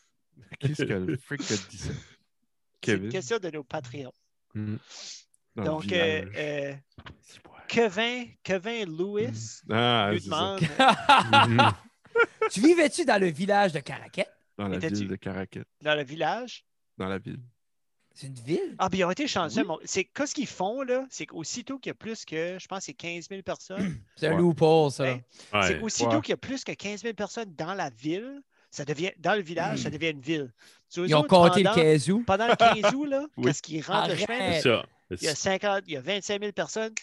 Qu'est-ce que le freak qui a dit ça? C'est une Kevin. question de nos Patreons. Dans le Donc, euh, village. euh, C'est pas- Kevin, Kevin Lewis Ah, lui c'est ça. demande Mhm. Oh. tu vivais-tu dans le village de Caraquette? Dans la Étais-tu- ville de Caracat. dans le village. Dans la ville. C'est une ville? Ah, bien, ils ont été chanceux. mon- C'est qu'est-ce qu'ils font, là? C'est qu'aussitôt qu'il y a plus que, je pense, que c'est 15 000 personnes. C'est un Ouais. loophole, ça. là. Ben, Ouais. C'est aussitôt Ouais. qu'il y a plus que 15 000 personnes dans la ville, ça devient, dans le village, Hmm. ça devient une ville. Tu vois, Ils eux ont autres, compté pendant, le kazoo. Pendant le 15 août, là, Oui. qu'est-ce qu'ils rentrent le Arrête. chemin, C'est ça. il y a 50, il y a 25 000 personnes.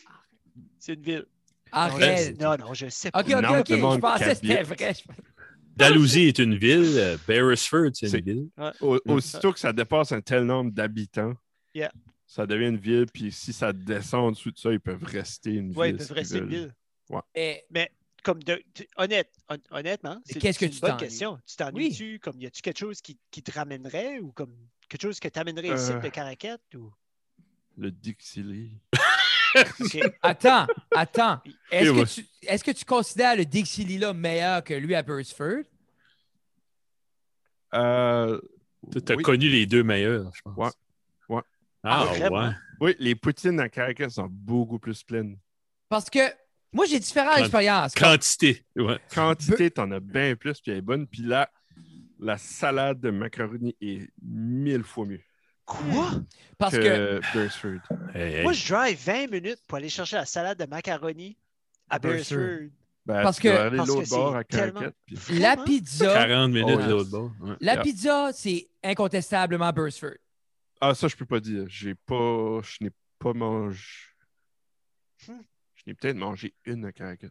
C'est une ville. Arrête. Non, non, je sais pas. Ah, Ok, ok, Non, ok. tout le monde Je pensais que c'était capier. vrai. Dalhousie est une ville. euh, Beresford, c'est C'est- une ville. Au- aussitôt que ça dépasse un tel nombre d'habitants, Mm. Yeah. ça devient une ville. Puis si ça descend en dessous de ça, ils peuvent rester une ville. Oui, il peut s'ils rester une veulent. ville. Mais Comme de, tu- honnête, hon- honnêtement, c'est qu'est-ce que c'est une tu bonne t'ennuies? question. Tu t'ennuies-tu? Comme, y a-tu quelque chose qui, qui te ramènerait ou comme quelque chose que t'amènerais ici Euh. de Caraquette? Ou... Le Dixili. Ok. attends, attends. Est-ce Et ouais. que, tu, est-ce que tu considères le Dixie Lila meilleur que lui à Burstford? Euh, Tu as oui. connu les deux meilleurs, je pense. Ouais. Ouais. Ah, Ah, ouais. vraiment? Oui, les poutines à Caracas sont beaucoup plus pleines. Parce que moi, j'ai différentes Quand- expériences. Quantité. Ouais. Quantité, t'en as bien plus, puis elle est bonne. Puis là, la salade de macaroni est mille fois mieux Quoi? Parce que que, Beresford. Hey, hey. Moi, je drive 20 minutes pour aller chercher la salade de macaroni à Bien sûr. Beresford. Ben, Parce tu que- dois aller parce que l'autre bord c'est à tellement- Caracas. puis- la Vraiment? pizza, 40 minutes Ouais. de l'autre bord. ouais. Ah. la Yeah. pizza, c'est incontestablement Burstford. Ah, ça, je peux pas dire. J'ai pas. Je n'ai pas mangé. Hmm. Je n'ai peut-être mangé une à Caracas.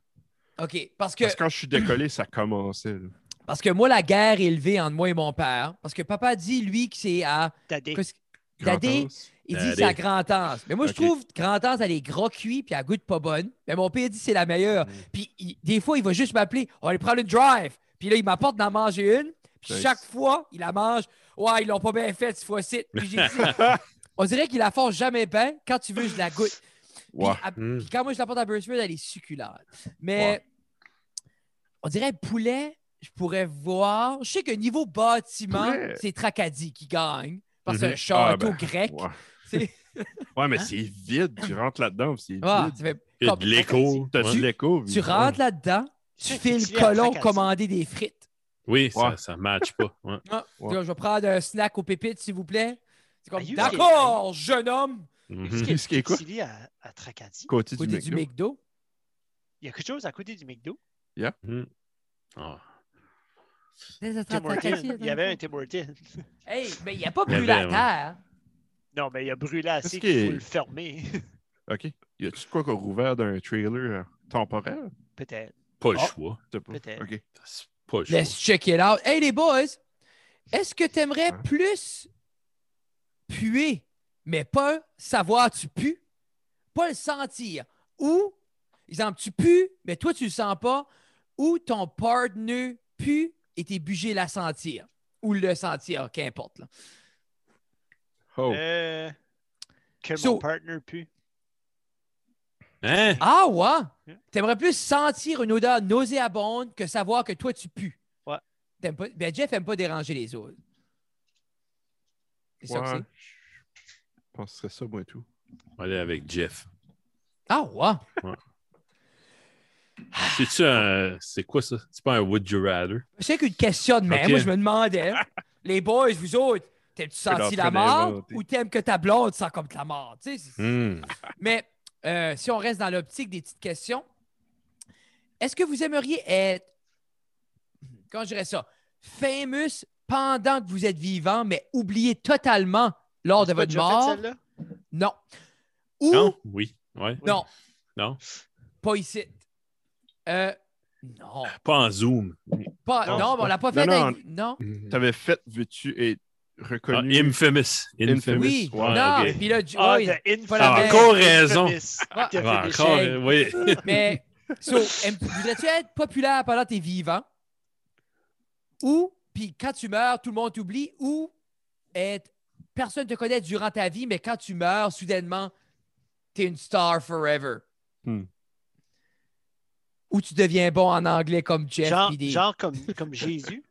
OK. Parce que Parce que quand je suis décollé, ça commençait. là. Parce que moi, la guerre est élevée entre moi et mon père. Parce que papa dit, lui, que c'est à. T'as des... qu'est-ce- Grand Dadé, os. Il dit Daddy. c'est à Grand-Anse. Mais moi, Ok. je trouve que Grand-Anse, elle est gras cuit puis elle goûte pas bonne. Mais mon père dit c'est la meilleure. Mm. Puis il- des fois, il va juste m'appeler on va prendre une drive. Puis là, il m'apporte d'en manger une. Puis Nice. chaque fois, il la mange. Ouais, ils l'ont pas bien faite cette fois-ci. Puis j'ai dit on dirait qu'il la force jamais bien. Quand tu veux, je la goûte. Puis, Ouais. à- Mm. puis quand moi je la porte à Burstfield, elle est succulente. Mais on dirait poulet, je pourrais voir. Je sais que niveau bâtiment, Poulet. c'est Tracadie qui gagne. Parce que Mhm. un château Ah, grec. Ouais. C'est- Ouais, mais c'est vide. Tu rentres là-dedans, c'est hein? Ah, vide. ça fait- Il y a de l'écho. T'as ouais. de l'écho. puis- Tu rentres là-dedans, tu C'est fais difficile le à colon Tracadie. commander des frites. Oui, Ouais. ça ne matche pas. ouais. Ah, Ouais. Je vais prendre un snack aux pépites, s'il vous plaît. C'est comme Are you D'accord, jeune homme! Mhm. Est-ce qu'il y a Est-ce qu'il y a du quoi? Kitsili à, à Tracadie? Côté, Côté du du McDo. McDo. Il y a quelque chose à côté du McDo? Ah. Ah, Tim Hortons. Il y avait un Tim Hortons. Hey, mais il n'y a pas Eh ben, Il y brûlé à avait, terre. hein. Non, mais il a brûlé assez Est-ce qu'il que- faut le fermer. OK. Y a-tu de quoi qu'on rouvert d'un trailer euh, temporaire? Peut-être. Pas le Ah. choix. Je sais pas. Peut-être. OK. C'est Pas le choix. Let's check it out. Hey, les boys, est-ce que t'aimerais Hein? plus puer, mais pas savoir tu pues, pas le sentir, ou, exemple, tu pues, mais toi, tu le sens pas, ou ton partner pue, et t'es bugé la sentir. Ou le sentir, qu'importe. là. Oh, Euh, que So- mon partner pue. Hein? Ah ouais? T'aimerais plus sentir une odeur nauséabonde que savoir que toi, tu pues. Ouais. T'aimes pas... Ben, Jeff aime pas déranger les autres. C'est ça que ouais. c'est. Je penserais ça, moi, et tout. On va aller avec Jeff. Ah ouais? C'est-tu un. C'est quoi ça? C'est pas un Would You Rather? Je sais qu'une question de même. Ok. Moi, je me demandais, les boys, vous autres, t'aimes-tu sentir l'entraîner la mort inventer. ou t'aimes que ta blonde sent comme de la mort? Tu sais, c'est- Hmm. Mais euh, si on reste dans l'optique des petites questions, est-ce que vous aimeriez être, comment je dirais ça, famous pendant que vous êtes vivant, mais oublié totalement lors de C'est pas votre déjà fait, mort? celle-là? Non. Ou Non? Oui. Ouais. Non. Non. pas ici. Euh, non. Pas en Zoom. Pas, non, Non, mais on l'a pas non, fait. non, avec- non. Hmm. T'avais fait, veux-tu être Ah, reconnu? infamous. Infamous. Oui. ouais, non. ok. et Puis là, du- Ah, oui. the infamous- Ah, encore raison. Ah, The Ah, infamous encore, shame. hein, oui. Mais, so, aim- voudrais-tu être populaire pendant que t'es vivant? Ou, puis quand tu meurs, tout le monde t'oublie, ou être, personne ne te connaît durant ta vie, mais quand tu meurs, soudainement, t'es une star forever. Hmm. Ou tu deviens bon en anglais comme Jeff. Genre, puis des- genre comme, comme Jésus.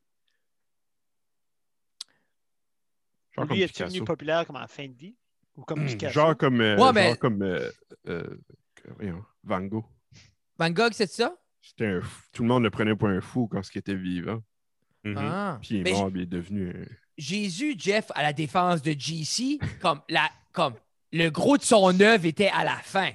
Genre comme Lui est devenu Picasso. populaire comme en fin de vie ou comme Picasso. Genre comme, euh, Ouais, genre mais- comme euh, euh, que- voyons, Van Gogh. Van Gogh, c'est ça? C'était un fou. Tout le monde le prenait pour un fou quand il était vivant. Mhm. Ah. Puis il est Mais mort, puis il est devenu un... Jésus, Jeff, à la défense de JC, comme, la, comme le gros de son œuvre était à la fin.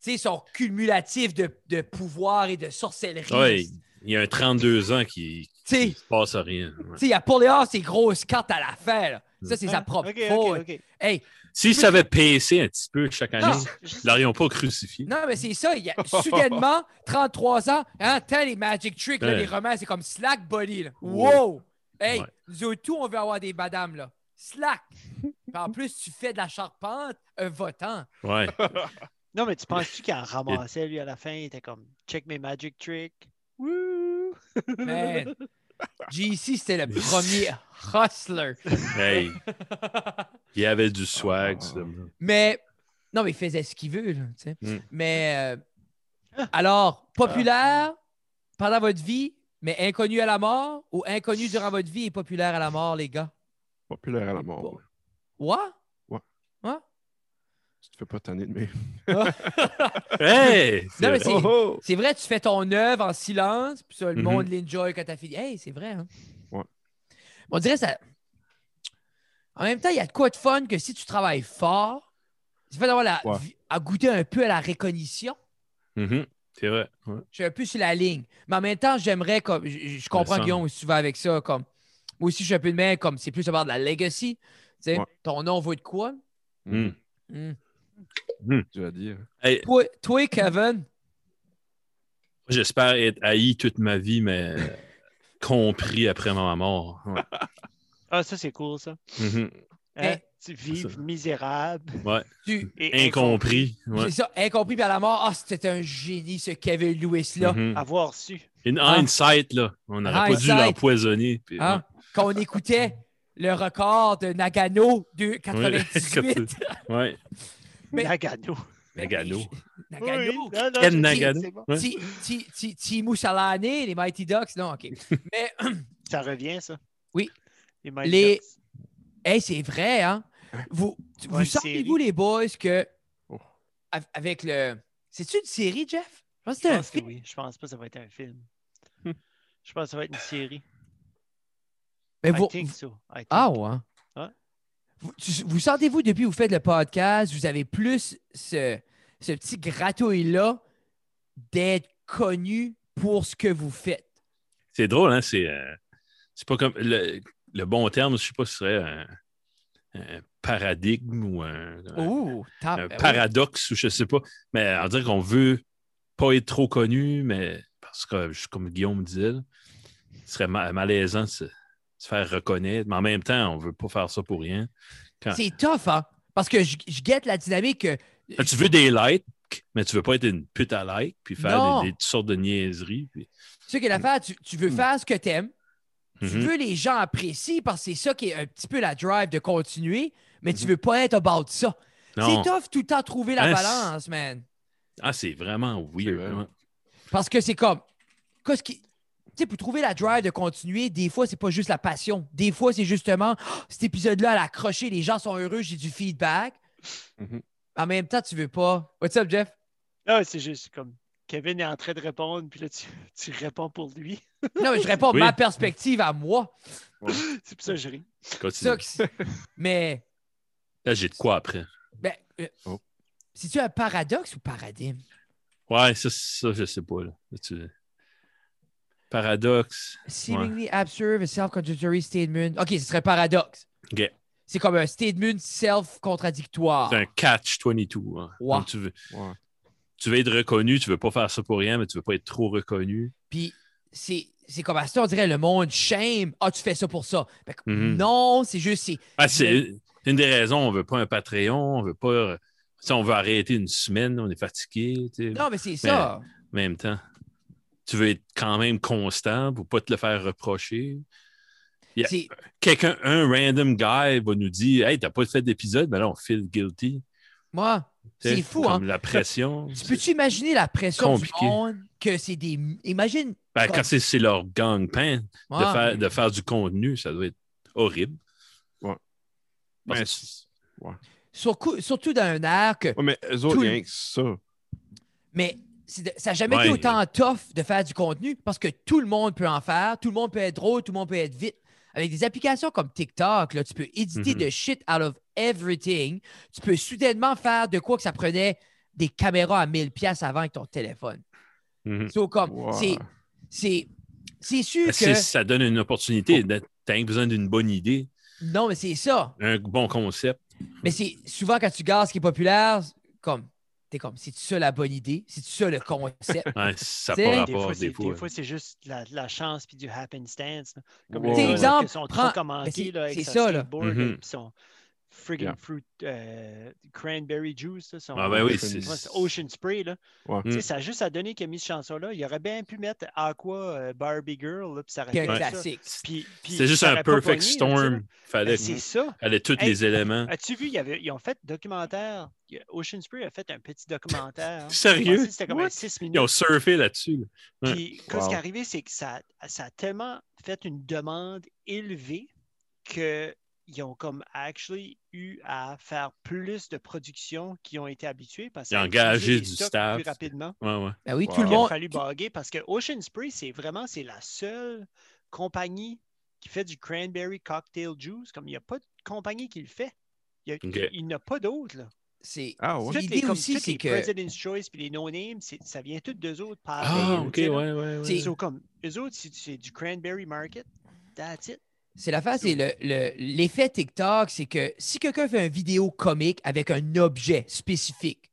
Tu sais, son cumulatif de, de pouvoir et de sorcellerie. Ouais, Tu il y a un 32 ans qui sais, ne se passe rien. Ouais. tu sais, il a ses grosses cartes à la fin. là. Ça, c'est sa Ah, propre ok, ok, faute. ok. Hey, S'ils savaient pacer un petit peu chaque année, Juste- ils l'aurions pas crucifié. non, mais c'est ça. Il y a, soudainement, 33 ans, hein, tant les magic tricks, là, Ouais. les romans, c'est comme slack body. là. Ouais. Wow! Hey, Ouais. nous autres, tout, on veut avoir des madames, là. Slack! Puis en plus, tu fais de la charpente, un votant. Ouais. Non, mais tu penses-tu qu'il en ramassait, lui, à la fin? Il était comme, check mes magic tricks. Wouh! Man. JC, E c'était le premier hustler. Hey. Il y avait du swag. ce homme-là. Mais, non, mais il faisait ce qu'il veut. là, tu sais. Mm. Mais, euh, alors, populaire pendant votre vie, mais inconnu à la mort, ou inconnu durant votre vie et populaire à la mort, les gars? populaire à la mort. Bon. ouais. Ouais? Tu te fais pas tanner de mes... Hey! Non, mais C'est- c'est- C'est vrai, tu fais ton œuvre en silence, puis ça, le Mhm. monde l'enjoy quand t'as fini. Hey, c'est vrai, hein? Ouais. On dirait ça. En même temps, il y a de quoi de fun que si tu travailles fort, tu vas d'avoir la... Ouais. vi- à goûter un peu à la récognition. Mhm. C'est vrai. ouais. Je suis un peu sur la ligne. Mais en même temps, j'aimerais comme. Je, je- je comprends, sens. Guillaume, où tu vas avec ça. Comme... Moi aussi, je suis un peu de main, comme c'est plus à part de la legacy. Tu sais, Ouais. Ton nom vaut de quoi? Mm. Mm. Tu vas dire. Hey, Toi, toi, Kevin, J'espère être haï toute ma vie, mais euh, compris après ma mort. Ouais. Ah, ça, c'est cool, ça. Mhm. Hein? Eh. Tu vives misérable tu. et Incompris. ouais. C'est ça, incompris puis à la mort. Ah, c'était un génie, ce Kevin Lewis-là. Mhm. Avoir su. In Ah. hindsight, là, on n'aurait pas dû Hindsight. l'empoisonner. puis, Hein? Quand on écoutait le record de Nagano de Ouais. 98. euh, Ouais. Mais- Nagano. Ben Nagano. Oui, Nagano. non, non, Ken je- Nagano. c'est bon. Ouais. Ti- Ti- Ti- Timu Salane, les Mighty Ducks. Non, OK. Mais, Ça revient, ça. Oui. Les. Mighty Les- Ducks. hey, c'est vrai, hein? Vous, Ouais, vous une sentez-vous, série. les boys, que. Oh. av- Avec le. C'est-tu une série, Jeff? Je pense que Je c'est un pense que film. oui. Je pense pas que ça va être un film. Je pense que ça va être une série. Mais I Ben, vous, think so. I think. Ah ouais. Ouais. Vous, tu- vous sentez-vous depuis que vous faites le podcast, vous avez plus ce, ce petit gratouille-là d'être connu pour ce que vous faites. C'est drôle, hein? C'est, euh, c'est pas comme. Le, le bon terme, je sais pas si ce serait un, un paradigme ou un, un- Oh, un paradoxe ou je sais pas. Mais on dirait qu'on veut pas être trop connu, mais parce que, je- comme Guillaume disait, là, ce serait ma- malaisant de se, se faire reconnaître. Mais en même temps, on veut pas faire ça pour rien. C'est tough, hein? Parce que je, je guette la dynamique. Euh, que- Là, tu veux des likes, mais tu veux pas être une pute à like, puis faire Non. des, des toutes sortes de niaiseries. puis- Tu sais que l'affaire, tu, tu veux Mm. faire ce que t'aimes, Tu Mhm. veux les gens apprécient parce que c'est ça qui est un petit peu la drive de continuer, mais tu veux pas être about ça. C'est Mm-hmm. Non. tough tout le temps trouver la Hein, c'est- balance, man. Ah, c'est vraiment C'est weird. hein. vrai. vraiment. Parce que c'est comme. Qu'est-ce qui. Tu sais, pour trouver la drive de continuer, des fois, c'est pas juste la passion. Des fois, c'est justement Ah, cet épisode-là, elle a accroché, les gens sont heureux, j'ai du feedback. Mm-hmm. Mhm. En même temps, tu veux pas. What's up, Jeff? Ah, c'est juste comme Kevin est en train de répondre, puis là, tu, tu réponds pour lui. Non, mais je réponds Oui. ma perspective à moi. C'est pour ça que je ris. C'est ça Continue. que c'est- mais Là, j'ai de quoi après. ben, euh, Oh. c'est-tu un paradoxe ou paradigme? Ouais, ça, ça je sais pas. Là. Là, tu- Paradoxe. Seemingly absurd, a self-contradictory statement. OK, ce serait paradoxe. OK. C'est comme un statement self-contradictoire. C'est un catch 22. hein. Ouais. Comme Tu, veux, Ouais. tu veux être reconnu, tu veux pas faire ça pour rien, mais tu veux pas être trop reconnu. Puis c'est c'est comme à ça, on dirait le monde shame. Ah, tu fais ça pour ça. Ben, que- Mhm. Non, c'est juste. c'est- Ah, c'est une des raisons, on veut pas un Patreon, on veut pas. euh, Si on veut arrêter une semaine, on est fatigué. tu sais. Non, mais c'est ça. En même temps, tu veux être quand même constant pour pas te le faire reprocher. yeah. C'est- Quelqu'un, un random guy va nous dire Hey, t'as pas fait d'épisode, mais là, on feel guilty. Moi, Tu sais, c'est fou, comme hein? La pression. Tu peux-tu imaginer la pression Compliqué. du monde que c'est des. Imagine. Ben, quand c'est c'est leur gang-pain de, Ah, faire, de faire du contenu, ça doit être horrible. Ouais. Parce Mais que- surcou- surtout dans un air que. Ouais, mais eux autres, Tout- rien que ça. Mais c'est de- ça n'a jamais été Ouais. autant tough de faire du contenu parce que tout le monde peut en faire, tout le monde peut être drôle, tout le monde peut être vite. Avec des applications comme TikTok, là, tu peux éditer Mhm. de shit out of everything. Tu peux soudainement faire de quoi que ça prenait des caméras à 1000 pièces avant avec ton téléphone. Mhm. So, comme, Ouais. c'est- c'est- c'est sûr Ben, c'est- que... Ça donne une opportunité. d'être- T'as rien besoin d'une bonne idée, Non, mais c'est ça. un bon concept. Mais c'est souvent quand tu gardes ce qui est populaire, comme, t'es comme, c'est-tu ça la bonne idée? C'est-tu ça le concept? Ouais, ça n'a Tu sais, pas des Des rapport fois, Ah, bah, des c'est, fois. des fois, c'est juste la, la chance puis du happenstance. là. Comme Ouais. les T'sais, gars, là, exemple, qui sont prends- ben, trop commentés c'est- là, avec c'est ça, ça, là. skateboard, Mhm. là, puis son friggin' Yeah. fruit euh, cranberry juice. là, son- Ah, ben oui, Ouais, c'est. c'est Ocean Spray, là. Ouais. Tu sais, Mm. Ça a juste à donner qu'il a mis ce chanson-là. Il aurait bien pu mettre Aqua euh, Barbie Girl, là, puis ça aurait Puis un fait ça. classique. Puis- puis C'est juste ça un aurait pas pogné, perfect là, tu sais, là. storm. Fallait, Ben, C'est ça. fallait tous Hey. les éléments. As-tu vu, il y avait- ils ont fait documentaire. Il y a- Ocean Spray a fait un petit documentaire. hein. Je Sérieux? pensais que C'était comme What? un 6 minutes. Ils ont surfé là-dessus. là. Ouais. Puis, qu'est-ce qui Wow. est arrivé, c'est que ça, ça a tellement fait une demande élevée qu'ils ont comme actually eu à faire plus de productions qu'ils ont été habitués parce Ils ont qu'ils ont engagé utilisé du les stocks staff. plus rapidement. Ouais, ouais. Ben oui, Wow. tout le Il a monde... fallu baguer parce que Ocean Spray, c'est vraiment c'est la seule compagnie qui fait du cranberry cocktail juice. Comme il n'y a pas de compagnie qui le fait. Il, y a- Ok. il n'y en a pas d'autre. là. c'est- Ah ouais. Toutes les, L'idée comme aussi, toutes c'est les que... President's Choice puis les No Names, c'est- ça vient toutes d'eux autres. par Ah, mail, ok, tu sais, ouais, là. ouais. ouais. C'est- So, comme, eux autres, c'est- c'est du Cranberry Market. That's it. C'est l'affaire, c'est le- le- l'effet TikTok, c'est que si quelqu'un fait une vidéo comique avec un objet spécifique,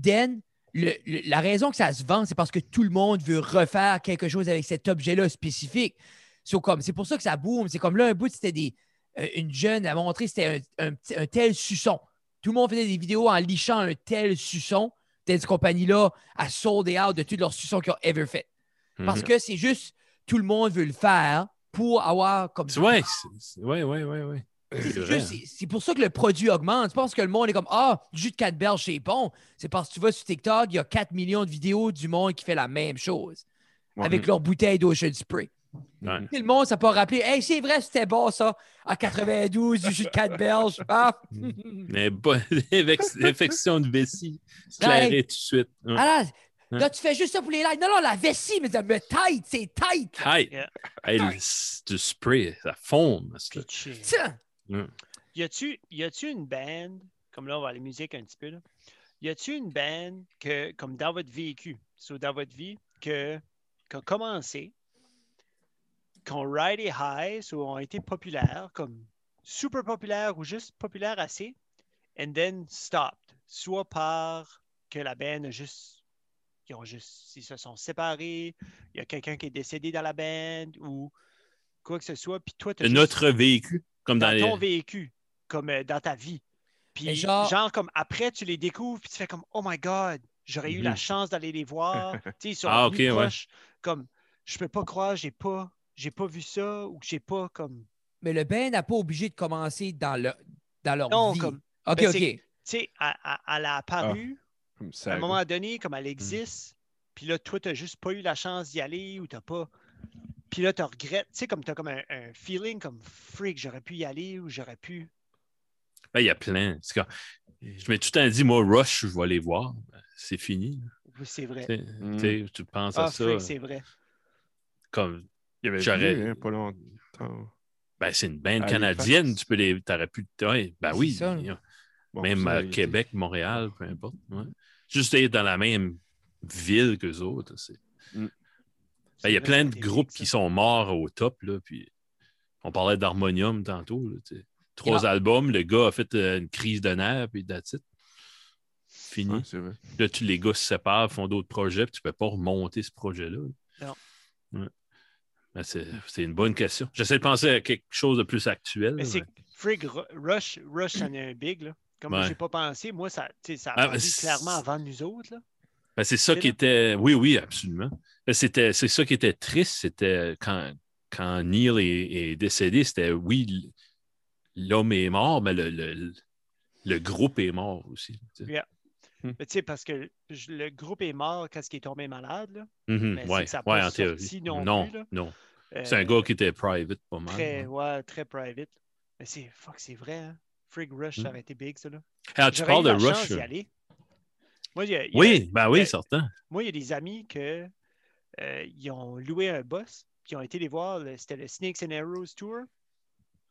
then, le- le- la raison que ça se vend, c'est parce que tout le monde veut refaire quelque chose avec cet objet-là spécifique. So, comme- C'est pour ça que ça boom. C'est comme là, un bout, c'était des. euh, Une jeune a montré, c'était un, un petit- un tel suçon. Tout le monde faisait des vidéos en lichant un tel suçon. Cette compagnie-là a sold out de toutes leurs suçons qu'ils ont ever fait. Mhm. Parce que c'est juste, tout le monde veut le faire pour avoir comme C'est- Ouais, c'est- c'est- ouais, ouais, ouais, ouais. c'est C'est vrai. juste- c'est- c'est pour ça que le produit augmente. Tu penses que le monde est comme Ah, du jus de 4 berges, c'est bon. C'est parce que tu vas sur TikTok, il y a 4 millions de vidéos du monde qui fait la même chose Ouais. avec leur bouteille d'Ocean Spray. Ouais. Tout le monde, ça peut rappeler Hey, c'est vrai, c'était bon ça, à 92, du jus de 4 berges. Ah, Mais bon, l'infec- l'infection de vessie, c'est clair Ouais. tout de suite. Ouais. Ah là, Ouais. là, tu fais juste ça pour les likes. Non, non, la vessie, mais, mais tight, c'est tight. Hey, Yeah. hey, le- c'est du spray, ça fond. parce que- Pitché. Tiens. Y a-tu y a-tu une band, comme là, on va aller musique un petit peu, là. Y a-tu une band que, comme dans votre vécu, so dans votre vie, que, qui a commencé, qu'on ride les highs ou ont été populaires, comme super populaires ou juste populaires assez, and then stopped, soit par que la band a juste. Ils ont juste. Ils se sont séparés, il y a quelqu'un qui est décédé dans la band ou quoi que ce soit, puis toi, t'as de juste- Notre vécu, comme dans, dans, ton les. vécu, comme euh, dans ta vie. Mais Puis genre- genre... comme après, tu les découvres, puis tu fais comme Oh my God, j'aurais eu Mhm. la chance d'aller les voir. tu sais, ils sont Ah, venus ok, ouais. proches. Comme je peux pas croire, j'ai pas j'ai pas vu ça ou que j'ai pas comme. Mais le bain n'a pas obligé de commencer dans, le, dans leur Non, vie. comme. OK, ben, c'est- Tu OK. sais, elle, elle- elle a apparu Comme Ah, à ça. un moment donné, comme elle existe, puis là, toi, t'as juste pas eu la chance d'y aller ou t'as pas. Puis là, t'as regrettes. Tu sais, comme t'as comme un, un feeling comme freak, j'aurais pu y aller ou j'aurais pu. Ben, il y a plein. C'est quand- Je m'ai tout le temps dit, moi, Rush, je vais les voir. Ben, C'est fini. Oui, C'est vrai. Tu sais, Mm. tu sais, tu penses Ah, à ça. freak, c'est vrai. Comme, Il y avait J'aurais- vu, hein, pas longtemps. ben, c'est une bande À canadienne. Halifax. Tu peux les. T'aurais pu. ouais, ben C'est oui. ça. il y a- Bon, Même ça, à il était- Québec, Montréal, peu importe. ouais. Juste être dans la même ville qu'eux autres. c'est- Ben, Il y C'est a plein vrai, de c'est groupes freak, qui ça. sont morts au top. Là, puis on parlait d'harmonium tantôt. là, tu sais. Trois Ah. Yeah. albums, le gars a fait euh, une crise de nerfs, puis that's it. Fini. Ouais, c'est vrai. Là, tous les gars se séparent, font d'autres projets, puis tu peux pas remonter ce projet-là. Non. Ouais. Ben, c'est c'est une bonne question. J'essaie de penser à quelque chose de plus actuel. Mais Ben, là, c'est mais- Frig Ru- Rush, Rush, c'en est un big, là. Comme Ouais. j'ai pas pensé, moi, ça, tu sais, ça a Ah, paru mais c'est- clairement avant nous autres, là. Ben, c'est ça C'est qui là. était. Oui, oui, absolument. Ben, C'était, c'est ça qui était triste. C'était quand, quand Neil est, est décédé, c'était oui, l- l'homme est mort, mais le, le, le groupe est mort aussi. tu sais. Mais tu sais, parce que je- le groupe est mort quand il est tombé malade, là. Mhm, Mais c'est ouais, que ça a ouais, pas en théorie. sorti non non, plus, là. non. C'est Euh, un gars qui était private, pas mal. Très, ouais. ouais, très private. Mais c'est, fuck, c'est vrai, hein. Frig Rush, ça aurait été big, ça, là. Hmm. Ah, tu J'aurais parles eu de la chance Rush. d'y euh, aller. Moi, il y a- il y a- Oui, ben oui, Ben, certain. moi, il y a des amis que euh, ils ont loué un bus, qui ont été les voir, le- c'était le Snakes and Arrows Tour.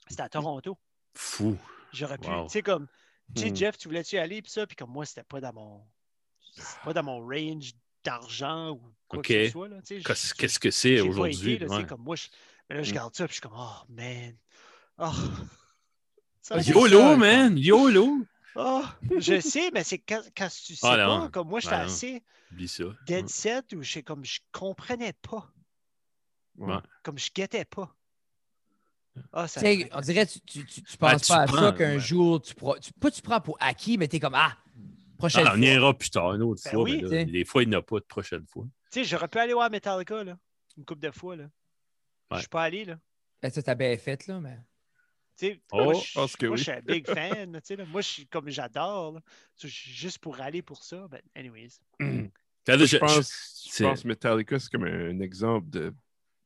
C'était Hmm. à Toronto. Fou. J'aurais pu, Wow. tu sais, comme, tu sais, Hmm. Jeff, tu voulais-tu y aller, puis ça, puis comme moi, c'était pas dans mon, c'était pas dans mon range d'argent ou quoi que Ok. ce soit, là, tu sais. Qu'est-ce je- qu'est-ce je- que c'est j'ai pas aujourd'hui? été, là, tu sais, ouais. comme moi, je, mais là, je Hmm. garde ça, puis je suis comme, oh, man, oh, ça, Vas-y, c'est- yo, YOLO, ça, man! YOLO! oh, je sais, mais c'est quand, quand tu sais Ah, pas, non. comme moi, j'étais Ben, non. assez Oublie ça. dead set où je, comme, je comprenais pas. Ouais. Ouais. comme je guettais pas. Ah, ça. Tu sais, on dirait que tu, tu, tu, tu penses Ah, tu pas à prends, ça qu'un ouais. jour, tu, pro- tu- pas tu prends pour acquis, mais tu es comme, ah, Non, prochaine non, on fois. ira plus tard, une autre Ben fois. oui, mais là, t'sais. des fois, il n'y en a pas de prochaine fois. Tu sais, j'aurais pu aller voir Metallica, là, une couple de fois, là. Je Ouais. suis pas allé, là. Ben, ça, t'as bien fait, là, mais... Tu sais, Oh, moi, je, parce que moi, oui. je suis un big fan, là, tu sais, là. Moi, je suis comme j'adore, là. Tu sais, Juste pour aller pour ça, ben, anyways. Hein? Je, Là, je- je- pense, je c'est- pense Metallica, c'est comme un exemple de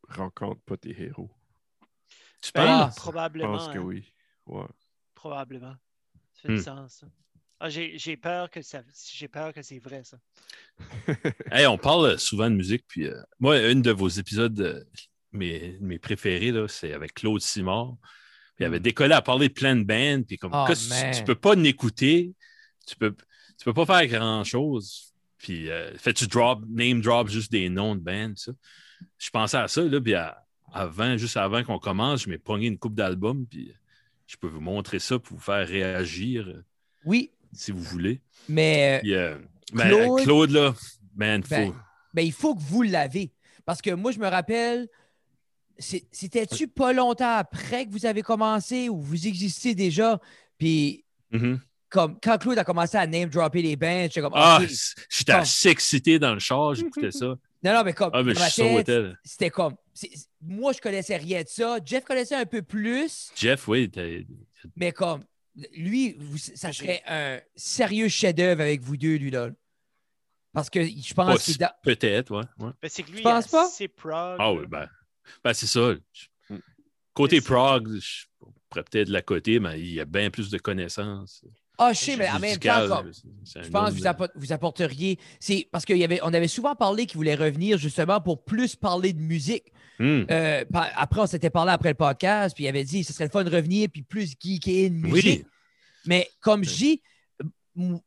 rencontre pas tes héros. tu Ben, Ah, penses? Je probablement. pense que hein, oui. Ouais. Probablement. Ça fait du Hmm. sens, ça. Ah, j'ai j'ai peur que ça. J'ai peur que c'est vrai, ça. Hey, on parle souvent de musique. Puis, euh, moi, une de vos épisodes, euh, mes, mes préférés, là, c'est avec Claude Simard. Puis, il avait décollé à parler de plein de bandes. Puis, comme, Oh, que tu- man. tu, peux pas n'écouter, tu peux, tu peux pas faire grand-chose. Puis, euh, fais-tu drop, name drop juste des noms de bandes, ça. Je pensais à ça, là, puis à- avant, juste avant qu'on commence, je m'ai pogné une coupe d'albums, puis je peux vous montrer ça pour vous faire réagir, euh, Oui, si vous voulez. mais euh, Puis, euh, ben, Claude- Claude... là, man, faut... Ben, ben, il faut que vous l'avez. Parce que moi, je me rappelle, c'est- c'était-tu pas longtemps après que vous avez commencé ou vous existiez déjà? Puis, Mhm. comme, quand Claude a commencé à name-dropper les bands, j'étais comme, Ah, OK. c- j'étais Bon. assez excité dans le char, j'écoutais ça. non, non, mais comme, Ah, mais dans je ma tête, sautais. là. c'était comme, c'est- c'est- moi, je connaissais rien de ça. Jeff connaissait un peu plus, Jeff, oui, t'es- mais comme, lui, vous- ça Mais j'ai- serait un sérieux chef-d'œuvre avec vous deux, lui, là. Parce que je pas pense si- qu'il est dans- peut-être, ouais. ouais. Ben, c'est que lui, Tu penses pas? c'est prog. Ah là. oui, ben, ben, c'est ça. Je- Mm. Côté Mais c'est- prog, je pourrais peut-être la côté, mais il y a bien plus de connaissances. Ah, je sais, mais en même temps, musicales. comme, C'est un Je pense que homme, vous, euh, appo- vous apporteriez. C'est parce qu'on avait, on avait souvent parlé qu'il voulait revenir justement pour plus parler de musique. hmm. Euh, pa- après, on s'était parlé après le podcast, puis il avait dit ce serait le fun de revenir, puis plus geeker de musique. Oui, Mais comme je dis, m-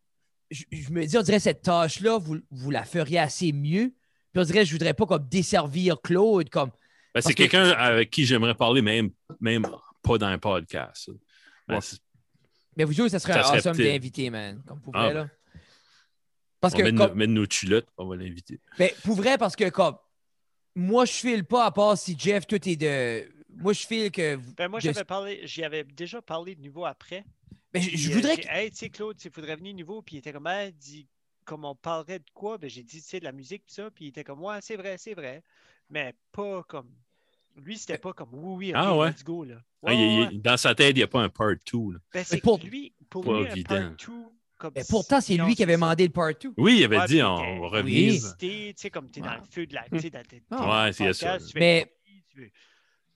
je, je me dis, on dirait cette tâche-là, vous, vous la feriez assez mieux. Puis on dirait, je voudrais pas comme desservir Claude. Comme... Ben, c'est que- quelqu'un avec qui j'aimerais parler, même, même pas dans un podcast. ça. Ben, Ouais. c'est- Mais vous autres, ça serait Ça serait awesome peut-être- d'inviter, man. Comme pour Ah, vrai, ben. là. Parce on que met, comme- nos, met nos culottes, on va l'inviter. Ben, pour vrai, parce que comme moi, je file pas à part si Jeff, tout est de. Moi, je file que. vous- Ben, moi, de- j'avais parlé, j'y avais déjà parlé de nouveau après. Ben, je, je Puis, euh, voudrais j'ai- que. Hey, tu sais, Claude, il faudrait venir nouveau. Puis il était comme, Hey, dis- comme on parlerait de quoi? Ben, j'ai dit, tu sais, de la musique, puis ça. Puis il était comme, ouais, c'est vrai, c'est vrai. Mais pas comme. Lui, c'était pas comme oui, oui, ok, Ah ouais? let's go. Là. Ah, il- il- dans sa tête, il n'y a pas un part 2. Ben, c'est pour- que lui, pour pas lui, un évident. part two, comme Mais pourtant, c'est Non, lui qui avait ça. demandé le part 2. Oui, il avait Ouais, dit puis on, t'es- on t'es revise. excité, tu sais, comme t'es dans le feu de la. tu sais, dans tes- Ah. dans Ouais, le c'est podcast, ça. tu fais Mais- comme- tu veux- tu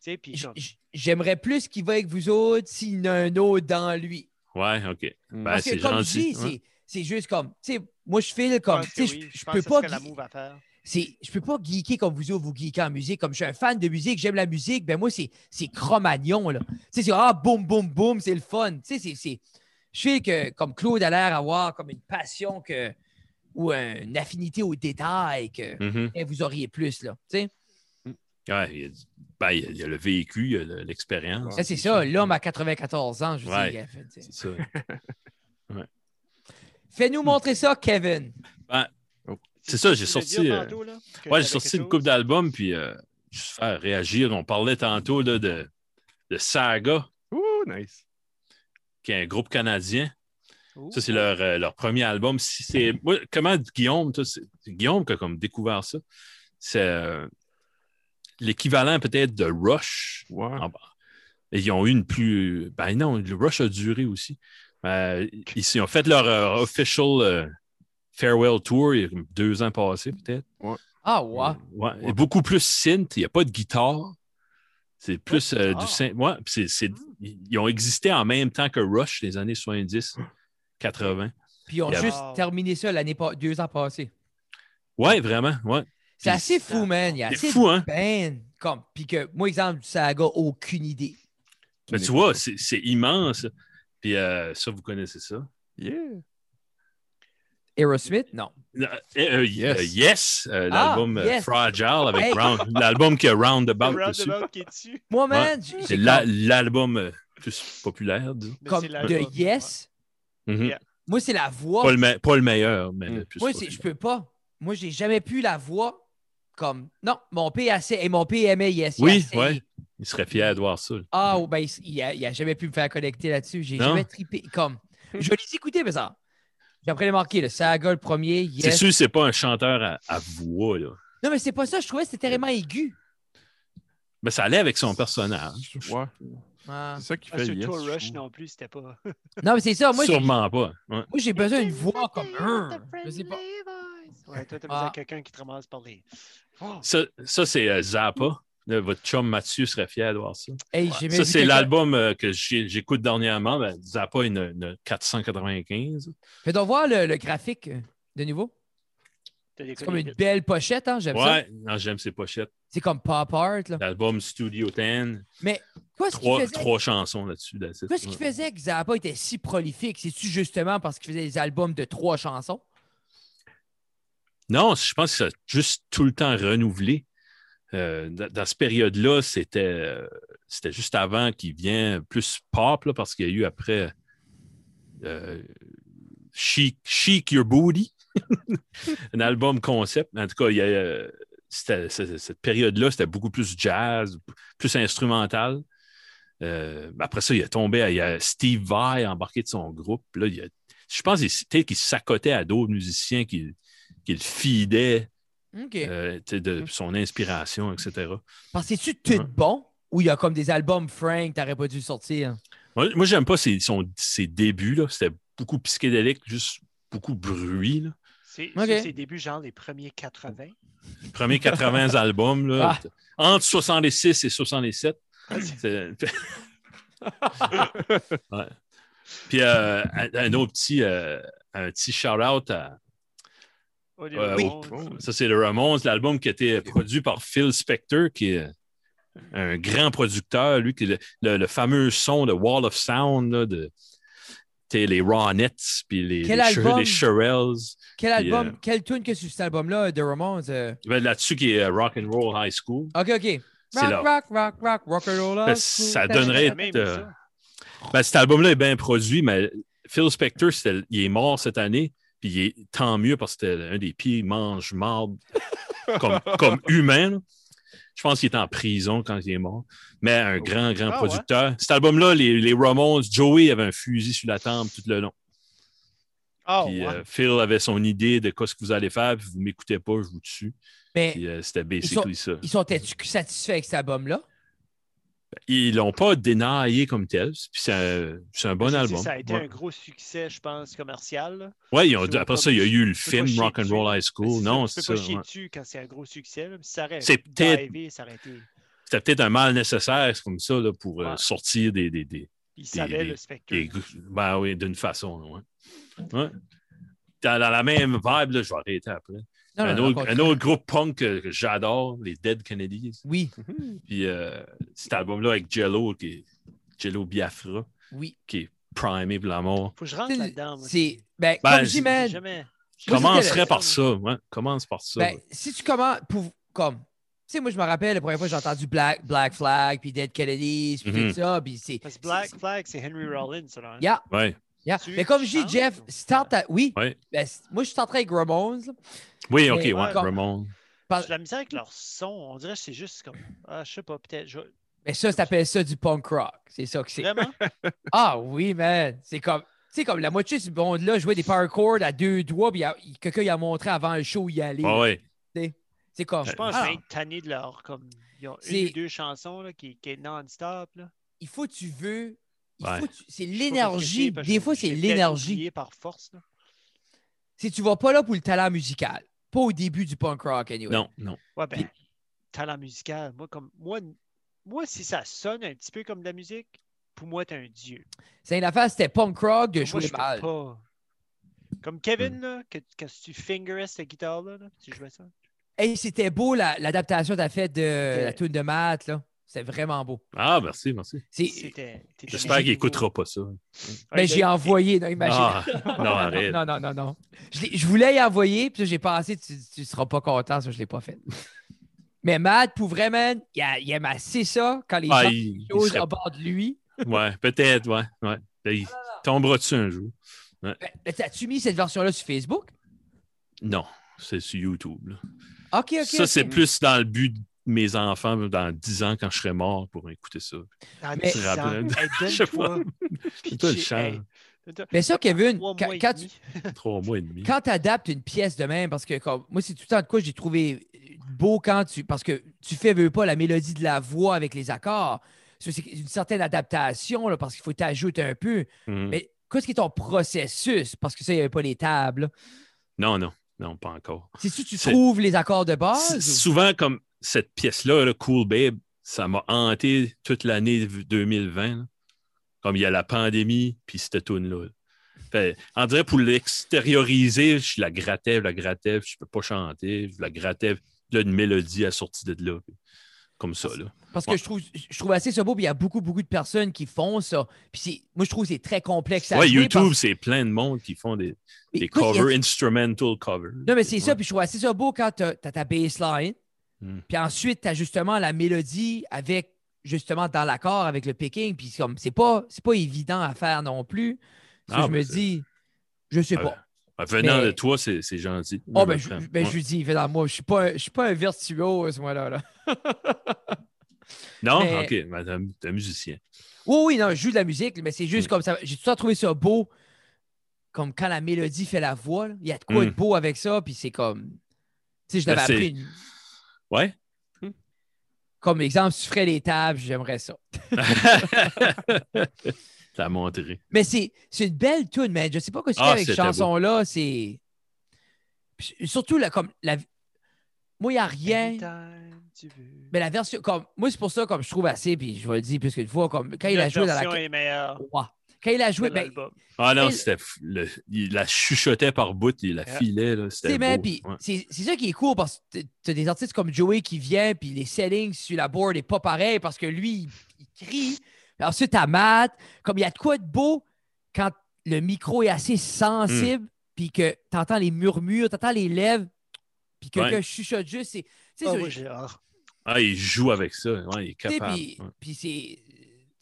sais, puis J- comme- j- J'aimerais plus qu'il va avec vous autres s'il y en a un autre dans lui. Ouais, OK. Mm. Ben, Parce c'est que comme je gentil. dis, c'est- c'est juste comme, tu sais, moi je file je comme, pense tu que sais, oui, je- je pense peux que pas, ah, c'est la gui- move à faire. c'est- je peux pas geeker comme vous autres, vous geekez en musique. Comme je suis un fan de musique, j'aime la musique, ben moi c'est c'est Cro-Magnon là. Tu sais, c'est ah boum boum boum, c'est le fun. Tu sais, c'est- c'est, je sais que comme Claude a l'air avoir comme une passion que ou une affinité au détail que Mhm. eh, vous auriez plus là. Tu sais, Ouais, il y a, du- ben, il y a- il y a le vécu, il y a le- l'expérience. Là, Eh, c'est ça. L'homme à 94 ans, je vous Ah, Ouais. dis. euh, tu sais. C'est ça. Fais-nous montrer ça, Kevin. C'est ça, j'ai Tu voulais sorti, dire euh, tantôt, là, que Ouais, t'avais j'ai sorti quelque une coupe chose? d'albums, puis euh, juste faire réagir. On parlait tantôt là, de, de Saga, Ouh, nice. qui est un groupe canadien. Ouh. Ça, c'est leur, euh, leur premier album. Si c'est... moi, comment Guillaume, toi, c'est- c'est Guillaume qui a comme découvert ça, c'est euh, l'équivalent peut-être de Rush. Ouais. En- Et ils ont eu une plus. Ben non, le Rush a duré aussi. Euh, ils, ils ont fait leur euh, official euh, farewell tour il y a comme deux ans passés, peut-être. Ah ouais. Ouais. Et beaucoup plus synth, il n'y a pas de guitare. C'est plus de euh, guitare. du synth. Ouais, puis c'est- c'est- Mm. Ils ont existé en même temps que Rush, les années 70, 80. Puis on Il y a a- juste Wow. terminé ça l'année pas deux ans passés. Ouais, vraiment, ouais. C'est Puis- ben, assez fou, man. Il y a assez C'est de fou, hein? peine. Comme. Puis que, moi, exemple du saga, aucune idée. Mais tu vois, c'est c'est immense. Puis euh, ça, vous connaissez ça. Yeah. Aerosmith? Non. Euh, euh, yes, Yes. euh, yes, euh, Ah, l'album euh, yes. Fragile avec Hey. Round- l'album qui a Le Roundabout dessus. roundabout qui est dessus. Moi, man, j'ai- C'est j'ai la- comme, l'album euh, plus populaire, disons. Mais comme c'est de l'album, Yes. Mm-hmm. Mhm. Yeah. Moi, c'est la voix. Pas, le me- pas le meilleur, mais Mm. le plus moi, c'est- populaire. je peux pas. Moi, j'ai jamais pu la voix comme. Non, mon père assez. Et eh, mon père aimait Yes. il a Oui, essayé. oui. Il serait fier de voir ça. Ah, oh, ben, il- il a, il a jamais pu me faire connecter là-dessus. J'ai Non. jamais trippé. Comme. Je les écoutais, mais ça. J'ai après les marquer, le saga, le premier, C'est Yes. sûr, c'est pas un chanteur à, à voix, là. Non, mais c'est pas ça. Je trouvais que c'était tellement aigu. Mais ça allait avec son personnage. Ouais. Ah. C'est ça qui Ah, fait yes. surtout je Rush trouve. non plus, c'était pas. Non, mais c'est ça. Ah, Moi, j'ai- Sûrement pas. ouais. moi, j'ai besoin d'une voix comme. Hum, Je sais pas. Ouais, toi, t'as Ah. besoin de quelqu'un qui te ramasse par les. Oh, Ça, ça, c'est euh, Zappa. Là, votre chum Mathieu serait fier de voir ça. Hey, j'ai même vu Ça, c'est quelqu'un- l'album euh, que j'ai- j'écoute dernièrement. Ben, Zappa, une, une 495. Fais donc voir le, le graphique euh, de nouveau. t'as des C'est comme une connexions. belle pochette, hein, j'aime ça. Ouais, non, j'aime ses pochettes. C'est comme pop art. Là. L'album Studio 10. Quoi, ce qu'il Trois, faisait, trois chansons là-dessus. that's it. quoi, ce qui faisait que Zappa était si prolifique? C'est-tu justement parce qu'il faisait des albums de trois chansons? Non, je pense que ça a juste tout le temps renouvelé. Euh, dans, dans cette période-là, c'était, euh, c'était juste avant qu'il vienne plus pop, là, parce qu'il y a eu après euh, Chic, Chic Your Booty, un album concept. En tout cas, il y a, euh, c'était- c'était- cette période-là, c'était beaucoup plus jazz, plus instrumental. Euh, après ça, il est tombé, à- il y a Steve Vai embarqué de son groupe. Là, il y a- je pense qu'il s- peut-être qu'il s'accotait à d'autres musiciens qui qu'il fidait OK. euh, tu sais, de son inspiration, etc. Parce que c'est-tu tout ouais. bon? Ou il y a comme des albums Frank, t'aurais pas dû sortir? Moi, moi, j'aime pas ses, son- ses débuts. là. C'était beaucoup psychédélique, juste beaucoup bruit. là. C'est Ok. c'est ses débuts, genre les premiers 80. Les premiers 80 albums, là, entre 66 et 67. c'est- Ouais. Puis euh, un, un autre petit, euh, un petit shout-out à, Oh, les Euh, Ramones. bon. Ça, c'est le Ramones, l'album qui a été produit par Phil Spector, qui est un grand producteur, lui, qui est le, le- le fameux son de Wall of Sound, là, de t'sais, les Ronettes, puis les, Quel les, Cher- album? les Shirelles. Quel Puis, album, euh, quelle tune que sur cet album-là de Ramones? euh? Ben, Là-dessus, qui est euh, Rock and Roll High School. OK, OK. C'est Rock, là. rock, rock, rock, rock and roll. Ben, up, ça cool. donnerait- Jamais aimé euh, ça. Ben, cet album-là est bien produit, mais Phil Spector, c'était- il est mort cette année, puis il est tant mieux parce que c'était un des pires mange-marde comme, comme humain. là. Je pense qu'il est en prison quand il est mort. Mais un grand, grand Ah, producteur. Cet album-là, les, les Ramones, Joey avait un fusil sur la tempe tout le long. Ah, Puis ouais. euh, Phil avait son idée de quoi ce que vous allez faire, puis vous m'écoutez pas, je vous tue. Mais Puis euh, c'était basically ça. ils sont tu satisfaits avec cet album-là? Ils l'ont pas dénaillé comme tel, puis c'est un, c'est un bon Je sais, album. Ça a été Ouais. un gros succès, je pense, commercial. là. Ouais, ils ont Je dit- vois après pas- ça, il y a eu le peux pas film chier Rock and Roll High Ben, School. c'est Non, ça, c'est tu ça. peux pas chier ouais. dessus quand c'est un gros succès. là. Si ça aurait C'est peut-être- divé, ça aurait été- C'était peut-être un mal nécessaire, c'est comme ça, là, pour euh, Ouais. sortir des, des, des, Il savait des- le spectre. des- ben oui, d'une façon. là, ouais. Ouais. Dans, dans la même vibe, là, je vais arrêter après. Non, un, non, non, autre, continue. un autre groupe punk que, que j'adore, les Dead Kennedys. Oui, Puis euh, cet album-là avec Jello, qui est Jello Biafra, oui. qui est primé pour la mort. Faut que je rentre là-dedans. moi. C'est. Ben, Ben, comme c'est- j'y mène, Jamais. Je Moi, commencerai c'était- par ça. euh, ouais. Commence par ça. Ben, ouais. si tu commences. Pour, comme. Tu sais, moi, je me rappelle la première fois que j'ai entendu Black, Black Flag, puis Dead Kennedys, puis Mhm. tout ça, puis c'est. Parce que Black Flag, c'est Henry Rollins. ça, là, hein. Yeah. Ouais. Yeah. Tu Mais comme je dis, chantes Jeff, ou- start à... Oui. Ouais. Ben, c- moi, je tenterai avec Ramones. là. Oui, ok, Mais- ouais, Ouais. Ramon. Ah. J'ai de la misère avec leur son. On dirait que c'est juste comme. Ah, je sais pas, peut-être. je- Mais ça, ça s'appelle ça du punk rock. C'est ça que c'est. Vraiment? Ah oui, man. C'est comme. Tu sais, comme la moitié de ce monde-là jouait des power chords à deux doigts, puis il y a- il- quelqu'un il a montré avant le show y aller. Ah Ouais, ouais. C'est Je comme. pense que Ah, je vais être tanné de leur. Comme, ils ont C'est- une ou deux chansons là, qui, qui est non-stop. là. il faut que tu veux. Il Ouais. faut que tu- C'est Je sais pas qu'est-ce que l'énergie. parce que Des je- fois, je c'est l'ai peut-être l'énergie. oublié par force. là. Si tu vas pas là pour le talent musical, pas au début du punk rock, anyway. Non, non. Ouais, ben, talent musical. Moi, comme, moi, moi, si ça sonne un petit peu comme de la musique, pour moi, t'es un dieu. C'est une affaire, c'était punk rock de Pour moi, jouer je peux mal. Hmm. pas. Comme Kevin, là, que, quand tu fingerais cette guitare-là, là, tu jouais ça. Hey, c'était beau la- l'adaptation que t'as faite de C'était- la tune de Matt, là. C'était vraiment beau. Ah, merci, merci. C'est- C'était- t'étais J'espère qu'il génial. n'écoutera pas ça. Ouais, Mais il- j'ai envoyé, non, imagine. Ah, non, arrête. Ben, non, non, non, non. Je, l'ai- je voulais y envoyer, puis là, j'ai pensé, tu ne seras pas content, ça, je ne l'ai pas fait. Mais Matt, pour vrai, man, il, a- il aime assez ça quand les Ah, gens il- il choses serait- à bord de lui. Ouais, peut-être, ouais. ouais. Là, il Ah. tombera dessus un jour. Ben, ben, T'as-tu mis cette version-là sur Facebook? Non, c'est sur YouTube. là. OK, OK. ça, ok. c'est plus dans le but de mes enfants dans 10 ans quand je serai mort pour écouter ça. Ah, Mais- tu te rappelles. Hey, Je sais pas. donne-toi. Toi, le pitcher, chant, hey, Mais ça, Kevin, trois quand, mois et quand tu demi. trois mois et demi. adaptes une pièce de même, parce que comme, moi, c'est tout le temps de quoi j'ai trouvé beau quand tu. Parce que tu fais, veux pas, la mélodie de la voix avec les accords. Ça, C'est une certaine adaptation, là, parce qu'il faut t'ajouter un peu. Mhm. Mais qu'est-ce qui est ton processus? Parce que ça, il n'y avait pas les tables. Non, non, non, pas encore. C'est si tu C'est- trouves les accords de C'est base. ou- Souvent, comme cette pièce-là, là, Cool Babe, ça m'a hanté toute l'année v- 2020. là. Comme il y a la pandémie, puis cette tune-là. Fait, On dirait pour l'extérioriser, je la grattais, je la grattais, je peux pas chanter, je la grattais. Là, une mélodie a sorti de là. puis Comme ça, là. Parce que je trouve, je trouve assez ça beau, puis il y a beaucoup, beaucoup de personnes qui font ça. Puis c'est- moi, je trouve que c'est très complexe à Ouais, jouer YouTube, parce- c'est plein de monde qui font des, Mais des écoute, il y a- covers, instrumental covers. Non, mais c'est ça, Ouais. puis je trouve assez ça beau quand tu as, ta baseline, Hmm. puis ensuite, tu as justement la mélodie avec, justement, dans l'accord avec le picking, puis c'est comme, c'est pas, c'est pas évident à faire non plus. Ça, Ah, je ben, me c'est- dis, je sais Ouais. pas. Ouais, venant Mais- de toi, c'est c'est gentil. Oh, ben, je, Ouais. ben, je lui dis, dans moi, je suis pas, un- je suis pas un virtuose, moi, là. là. Non, mais- ok, madame, t'es un musicien. Oui, oui, non, je joue de la musique, mais c'est juste Mm. comme ça. J'ai tout le temps trouvé ça beau, comme quand la mélodie fait la voix. là. Il y a de quoi Mm. de beau avec ça, puis c'est comme. Tu sais, je Ben, l'avais c'est- appris. une- Ouais. Comme exemple, si tu ferais les tables, j'aimerais ça. T'as montré. Mais c'est c'est une belle tune, man. Je sais pas quoi tu fais Ah, avec cette c'était beau. chanson-là. C'est. Puis Surtout, là, comme. La... Moi, il n'y a rien. Anytime tu veux. Mais la version. Comme... Moi, c'est pour ça, comme je trouve assez, puis je vais le dire plus qu'une fois, comme quand il a Notre joué dans la. version est meilleure Ouais. Quand il a joué. de ben, l'album. Ah non, Elle- c'était f- le- il la chuchotait par bout, il la Yeah. filait. là, Tu sais, C'était man, beau. puis Ouais. Ah. c'est c'est ça qui est cool parce que t'as- t'as des artistes comme Joey qui vient, puis les sellings sur la board est pas pareil parce que lui, il, il crie. Puis ensuite, t'as Matt. Comme il y a de quoi de beau quand le micro est assez sensible, Hmm. puis que t'entends les murmures, t'entends les lèvres, puis que Ouais. quelqu'un chuchote juste. c'est- Tu sais, Ah, ça- moi, j'ai hâte. Ah, il joue avec ça. Ouais, il est tu sais, capable. puis Ouais. puis c'est.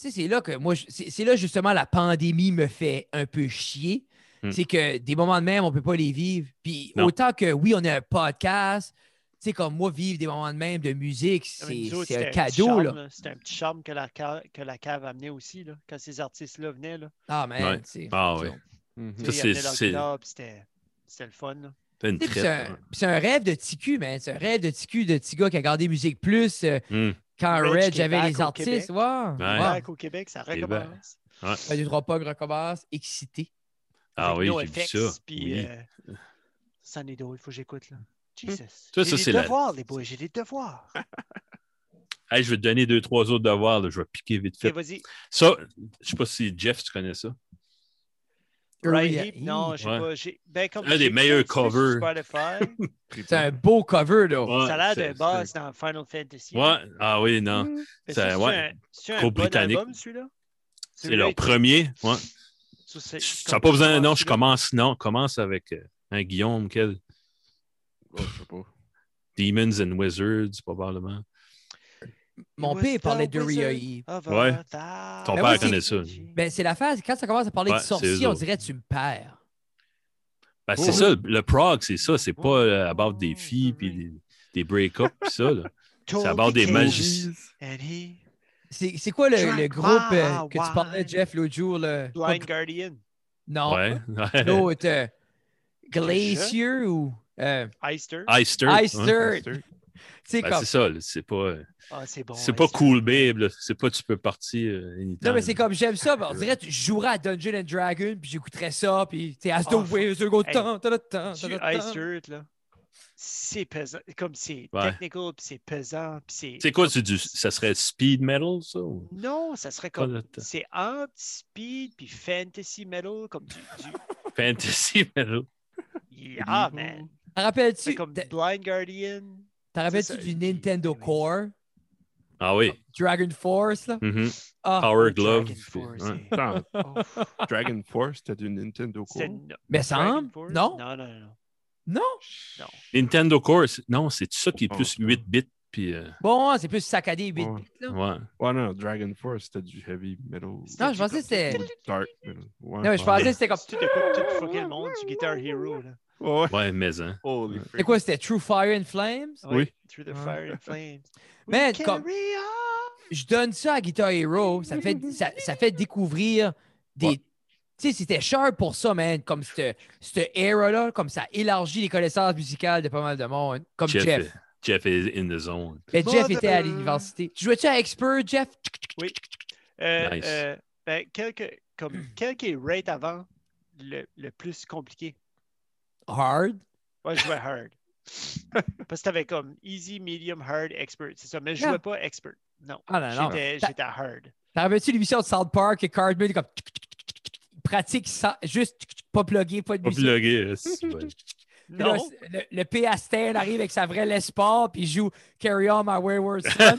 Tu sais, c'est là que moi, je- c'est c'est là justement la pandémie me fait un peu chier. Mm. C'est que des moments de même, on ne peut pas les vivre. Puis Non. autant que oui, on a un podcast, tu sais, comme moi, vivre des moments de même de musique, Ah, Mais c'est nous autres, c'est c'était un petit cadeau. charme, Là. là. C'était un petit charme que la, ca- que la cave amenait aussi, là, quand ces artistes-là venaient. Là. Ah, man, Ouais. c'est. Ah, ouais. Mhm. Tu sais, c'est- il amenait c'est- l'orgueil, puis C'était c'était le fun. là. T'as une Tu sais, puis C'est traite. un, puis c'est un rêve de TQ, man. C'est un rêve de TQ, de petit gars qui a gardé Musique Plus euh, ouais. Hum, quand Reg Red, Québec j'avais les au artistes. Québec. Wow. wow. Back au Québec, ça Et ben, recommence. Ben, deux, trois pogs recommence, excité. Ah Avec oui, No j'ai vu FX, ça. Puis, Oui. euh, c'en est d'autres, il faut que j'écoute. Hmm. là. Jesus. Ça, ça, j'ai c'est des la- devoirs, les boys, j'ai des devoirs. Hey, je vais te donner deux, trois autres devoirs. là. Je vais piquer vite Ok, fait. vas-y. Ça, je sais pas si Jeff, tu connais ça. Right Uriah Heep, Heep. non, je sais Ouais. pas. j'ai- Ben, comme Un des j'ai meilleurs posté sur covers. Spotify, C'est un beau cover, là. Ouais, ça a l'air d'un c'est- boss dans Final Fantasy. Ouais. Ah oui, non. Mm. Mais ça- c'est ouais. un- C'est un Gros bon britannique. album, celui-là? C'est leur premier. Ouais. Ça n'a pas besoin. Non, je commence. Non, commence avec euh, un Guillaume, quel Oh, je sais pas. Demons and Wizards, probablement. Mon père parlait d'Uriah Heep. Ouais. Ton père connaît ça. Ben, c'est la phase, quand ça commence à parler Ouais, de c'est sorcier, eux on autres. dirait tu me perds. Ben, Oh. c'est ça, le prog, c'est ça. C'est Oh. pas euh, about des filles Oh, puis oui. des, des break-ups puis ça. là. C'est à bord des magiciens. And he, C'est c'est quoi le, le Drake groupe euh, Bauer, que tu parlais, ouais. Jeff, l'autre jour? Là? Pas- Blind Guardian, Non, Ouais. l'autre. euh, Glacier ou euh, Eyster. Eyster. Eyster. Eyster. Tu sais, Ben, comme. c'est ça, là, c'est pas, euh, Ah, c'est bon. c'est pas Eyster. cool, babe. là. C'est pas tu peux partir. euh, anytime. Non, mais c'est comme j'aime ça. ben, On dirait que je jouerais à Dungeon and Dragon, puis j'écouterais ça, puis tu sais, As the Oh, Way, Zergo, hey, tan, tan, tan, Du tan, tan. Eyster, là. C'est pesant. Comme c'est Ouais. technical, puis c'est pesant, puis c'est. C'est quoi, c'est du, ça serait speed metal, ça? ou- Non, ça serait Pas comme. de temps. C'est anti-speed, puis fantasy metal, comme du. du... Fantasy metal. Yeah, ah, man. T'en C'est rappelles-tu comme euh, t'en- Blind Guardian. t'en rappelles-tu ça, du qui- Nintendo Core, Ah oui. Dragon Force, là? Mhm. Ah, Power Dragon Glove. Force, ouais. c'est- Attends, Oh, Dragon Force, c'était du Nintendo Core. c'est- no- Mais Dragon semble, Force? non? Non, non, non. Non. Nintendo Core, c'est- non, c'est ça qui est plus 8 bits. Puis, euh, Bon, c'est plus saccadé 8 Ouais. bits, là. ouais. Ouais, non, Dragon Force, c'était du heavy metal. Non, Non, je pensais que c'était. Dark metal. Ouais, Non, mais je Ouais. pensais que c'était comme. Si tu t'écoutes tout fucking le monde, tu Guitar Hero, là. Ouais. Ouais, mais, hein. Holy C'est quoi, c'était True Fire and Flames? Ouais, Oui. Oh, Through Ouais. the fire and flames. We Man, carry comme- on. Je donne ça à Guitar Hero. Ça fait, ça, ça fait découvrir des. Ouais. Tu sais, c'était cher pour ça, man. Comme cette, cette era-là, comme ça élargit les connaissances musicales de pas mal de monde. Comme Jeff. euh, Jeff est in the zone. Mais Jeff était à Mother. l'université. Tu jouais-tu à Expert, Jeff? Euh, Nice. euh, ben, quel, que- comme, quel qui est rate avant le, le plus compliqué? Hard. Moi, je jouais hard. Parce que t'avais comme easy, medium, hard, expert. C'est ça, mais je jouais Yeah. pas expert. Non. Ah non, non. J'étais T'as- j'étais hard. T'as rappelles-tu l'émission de South Park et Cartman est comme. Il pratique sans, juste pas plugué, pas de Pas euh, musique. plugué. c'est bon. Puis là, Non. le, le P. Astin arrive avec sa vraie Lesport, puis il joue Carry On My Wayward Son.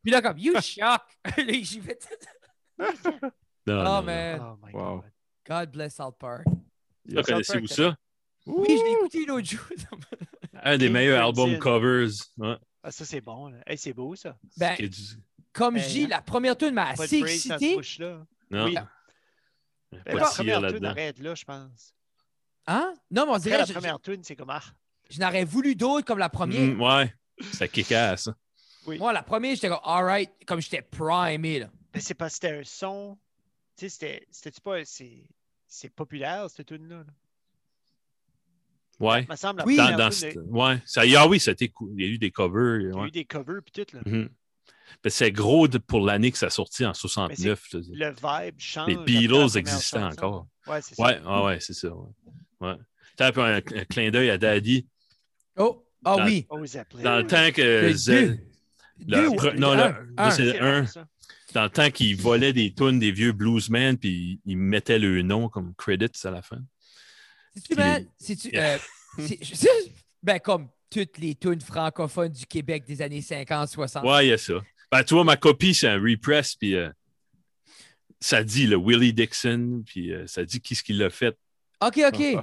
puis là, comme You shock! Là, j'y vais. Ah, Non, non, Oh, non. man. Oh my Wow. god. God bless South Park. Vous la connaissez-vous ça? Oui, je l'ai écouté l'autre jour. Un des King meilleurs Crimson. albums covers. ouais, Ah, ça, c'est bon. là. Hey, c'est beau, ça. ben, qui est du- comme Hey, je dis, hein. la première tune m'a Pas assez de praise dans cette excité. bouche-là. Non, Oui. Ben, la pas de tir première tune là-dedans. arrête là, je pense. Hein? Non, mais on Après, dirait la que je, première tune, c'est comme ah. je n'aurais voulu d'autres comme la première. Mm, ouais, ça kick-ass. hein. Moi, la première, j'étais comme Alright, comme j'étais primé. Là. Ben, c'est parce que c'était un son. Tu sais, c'était- c'était-tu pas. C'est c'est populaire, cette tune-là. là. Ouais. Il me semble, la Oui. Dans, première dans tune, cette- ouais. Ça, ah oui, c'était cool. il y a eu des covers. il y a ouais. eu des covers puis tout. Là. Mhm. Ben, c'est gros de- pour l'année que ça sortit en 69. je te dis. Le vibe change. Les après la première Beatles existaient chanson. encore. Ouais, c'est ça. Ouais, ah ouais, c'est ça. Ouais. Ouais. T'as un peu un, un clin d'œil à Daddy. Oh, ah Dans- oui. Oh, Zeppelin. Dans le temps Le que deux. Zed- le Deux ou- pre- non, le- un, là, un. c'est- C'est un. bon, ça. dans le temps qu'ils volaient des tunes des vieux bluesmen puis ils mettaient le nom comme credits à la fin. C'est-tu, man? C'est-tu. euh, c'est- je- c'est- ben, comme toutes les tunes francophones du Québec des années 50, 60. Ouais, il y a ça. Ben, tu vois, ma copie, c'est un repress, puis euh, ça dit le Willie Dixon, puis euh, ça dit qui ce qui l'a fait. OK, OK. Ouais.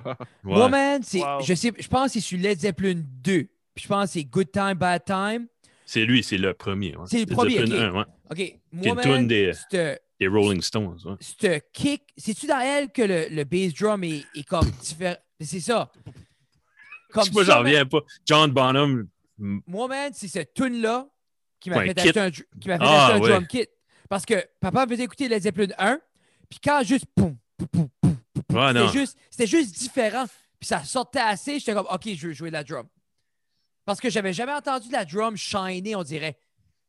Moi, man, c'est- Wow. je, sais, je pense que c'est sur Led Zeppelin 2. Puis je pense que c'est Good Time, Bad Time. C'est lui, c'est le premier. ouais. C'est le premier, Zeppelin ok. un, ouais. OK. Qui est Moi, une tune man, des, c'est des Rolling Stones. ouais. un kick. C'est-tu dans elle que le, le bass drum est, est comme différent? C'est ça. Comme ça, ben- Moi, j'en man. reviens pas. John Bonham, m- Moi, man, c'est ce tune-là qui m'a Ouais, fait kit. acheter un, dr- qui m'a fait Ah, acheter un ouais. drum kit. Parce que papa me faisait écouter Led Zeppelin 1, puis quand juste poum, poum, poum, poum, poum, Ouais, non. C'était juste, c'était juste différent. Puis ça sortait assez, j'étais comme, OK, je veux jouer de la drum. Parce que j'avais jamais entendu de la drum shiner, on dirait,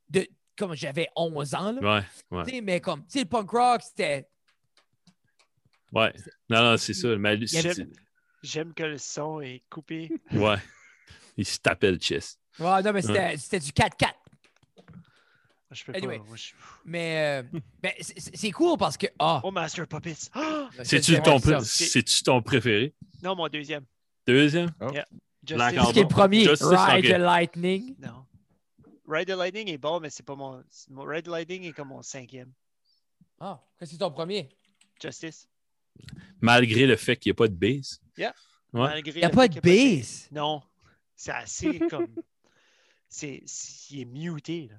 de, comme j'avais 11 ans. Là. Ouais, ouais. Tu sais, Mais comme, tu sais, le punk rock, c'était. ouais. Non, non, c'est ça. Mais lui, Il y a- c'est- J'aime que le son est coupé. ouais. Il se tapait le chest. Ouais, non, mais c'était, c'était du 4-4. Ah, Je peux Anyway. pas. moi, je- Mais euh, ben, c'est- c'est c'est cool parce que. Ah! Oh, Master Puppets. Ah! C'est-tu Ouais, ton, c'est pré- ça. c'est- c'est-tu ton préféré? Non, mon deuxième. Deuxième? Justice. Blackout. Ce qui est le premier, Justice, Ride ok. the Lightning. Non. Ride the Lightning est bon, mais c'est pas mon. c'est mon- Ride the Lightning est comme mon cinquième. Ah, que c'est ton premier? Justice. Malgré le fait qu'il n'y a pas de base. Ouais. Malgré Il n'y a le pas fait de qu'il y base. Non. C'est assez comme. C'est. c'est- Il est muté, là.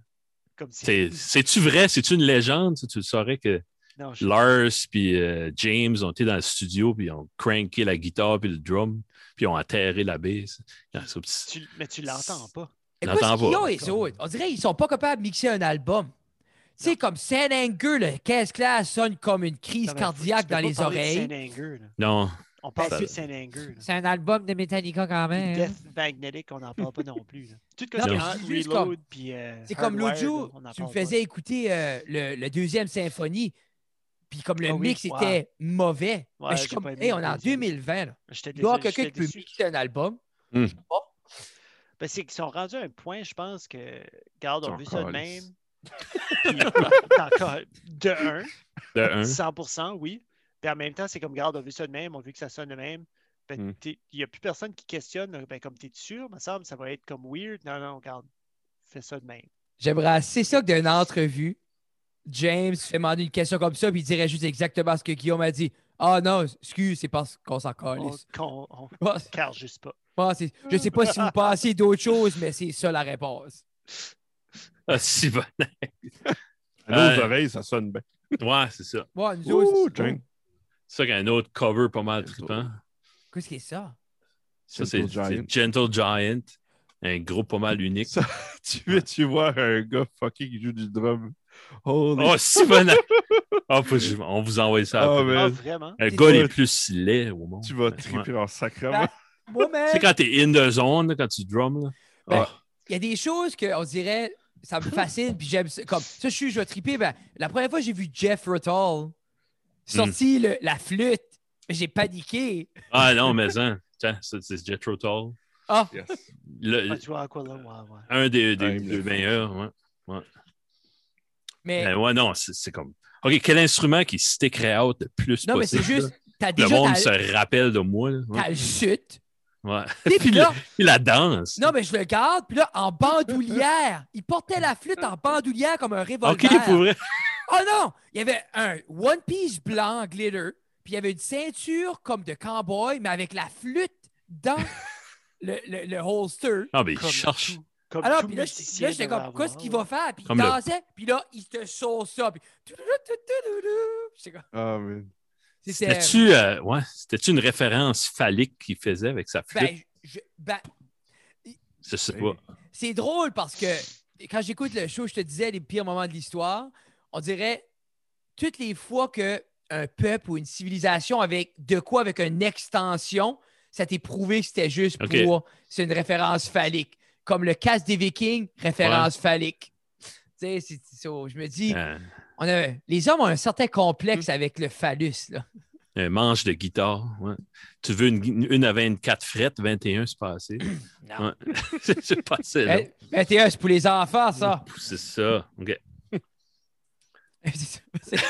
Comme si. C'est- C'est-tu vrai? C'est-tu une légende? Tu, tu le saurais que Non, je- Lars puis euh, James ont été dans le studio puis ils ont cranké la guitare puis le drum puis ils ont enterré la bass. Ah, ça, petit- tu- mais tu l'entends pas. Écoute, N'entends ce qu'ils pas. ont, les autres, on dirait qu'ils sont pas capables de mixer un album. Tu sais, comme Saint Anger, le 15 class sonne comme une Non, mais crise faut- tu cardiaque peux dans pas les parler de oreilles. Saint-Anger, là. Non. On parle Ben, de c'est- Saint-Anger. là. C'est un album de Metallica quand Puis même. hein. Death Magnetic, on n'en parle pas non plus. là. Tout ce Non, que mais Hunt c'est juste Reload, comme- puis. euh, C'est comme Hardwired, l'audio, là, on n'en tu me parle pas. faisais écouter euh, le, le deuxième symphonie, puis comme le Ah oui, mix wow. était mauvais. Ouais, mais je suis j'ai comme, pas aimé hey, le on est en deuxième. 2020. Là. J'étais Il doit y avoir désolé, quelqu'un qui j'étais peut déçu. mixer un album. Hmm. Je sais pas. Ben, c'est qu'ils sont rendus à un point, je pense, que. Garde, on T'en veut ça de même. calisse. Puis, t'en cal- de un, De un. 100%, oui. Puis en même temps, c'est comme, garde, on veut ça de même, on veut que ça sonne de même. Ben, Hmm. Mm. t'es- Il n'y a plus personne qui questionne, là, ben, comme t'es sûr, me semble, ça va être comme weird. Non, non, garde, fais ça de même. J'aimerais assez ça que d'une entrevue, James fait demander une question comme ça, puis il dirait juste exactement ce que Guillaume a dit. Ah non, excuse, c'est parce qu'on s'en On, calisse. qu'on- on Ah, cale juste pas. ah, c'est- je sais pas si vous pensez d'autres choses, mais c'est ça la réponse. Ah, si bon. À nos Euh, oreilles, ça sonne bien. Ouais, c'est ça. Ouais, nous Ouh, autres, Jane. C'est ça qu'il y a un autre cover pas mal Gentle. trippant. Qu'est-ce que c'est ça? Ça, c'est Gentle Giant. c'est Gentle Giant. Un groupe pas mal unique. Ça, tu veux tu voir un gars fucking qui joue du drum. Holy Oh, si bon. Ah, faut que je- on vous envoie ça. Ah, après. mais Ah, vraiment? Le C'est gars ça. les plus laid au monde. tu vas Ouais. triper en sacrement. Moi-même, Tu sais, quand t'es in the zone, là, quand tu drums, là. Ben, Ah, il y a des choses que on dirait, ça me fascine, puis j'aime ça. Comme ça, je suis, je vais triper. Ben, la première fois que j'ai vu Jeff Ruttall sortir Hmm. le- la flûte, j'ai paniqué. ah non, mais hein. Tiens, ça, c'est Jethro Tull. Ah, Yes. Le- Ah, tu vois, Aquila, ouais, ouais. un des, des, Ouais, il me des l'a fait. meilleurs, ouais. mais Ben ouais, non, c'est c'est comme. OK, quel instrument qui stick out le plus non, mais c'est possible? juste, là? t'as Le déjà monde t'as- se rappelle de moi. là. Ouais. t'as le chute. Ouais. Tu sais, Puis puis le- là, puis la danse. non, mais je le garde, puis là, en bandoulière, il portait la flûte en bandoulière comme un revolver. OK, pour vrai. Oh non! Il y avait un One Piece blanc glitter, puis il y avait une ceinture comme de cowboy, mais avec la flûte dans le, le, le holster. Non, mais il Comme cherche. tout- comme Alors, tout Ah puis là, je- musicien là, j'étais devrait comme, qu'est-ce avoir, qu'il ouais. va faire? Puis il Comme le- dansait, puis là, il te sauce ça. Puis. J'étais comme- Ah, mais C'était. C'était-tu euh, ouais, c'était-tu une référence phallique qu'il faisait avec sa flûte? Ben, je- ben, je sais pas. c'est drôle parce que quand j'écoute le show, je te disais les pires moments de l'histoire. On dirait toutes les fois que un peuple ou une civilisation avec de quoi avec une extension, ça t'est prouvé que c'était juste Ok. pour c'est une référence phallique. Comme le casse des Vikings, référence phallique. Tu sais, c'est- c'est- je me dis, Euh, On a- les hommes ont un certain complexe Mm. avec le phallus. Là. un manche de guitare. ouais. Tu veux une, une à 24 frettes, 21, c'est pas assez. Non. Ouais. c'est c'est pas assez. là. Eh, 21, c'est pour les enfants, ça. C'est ça. OK. C'est- c'est-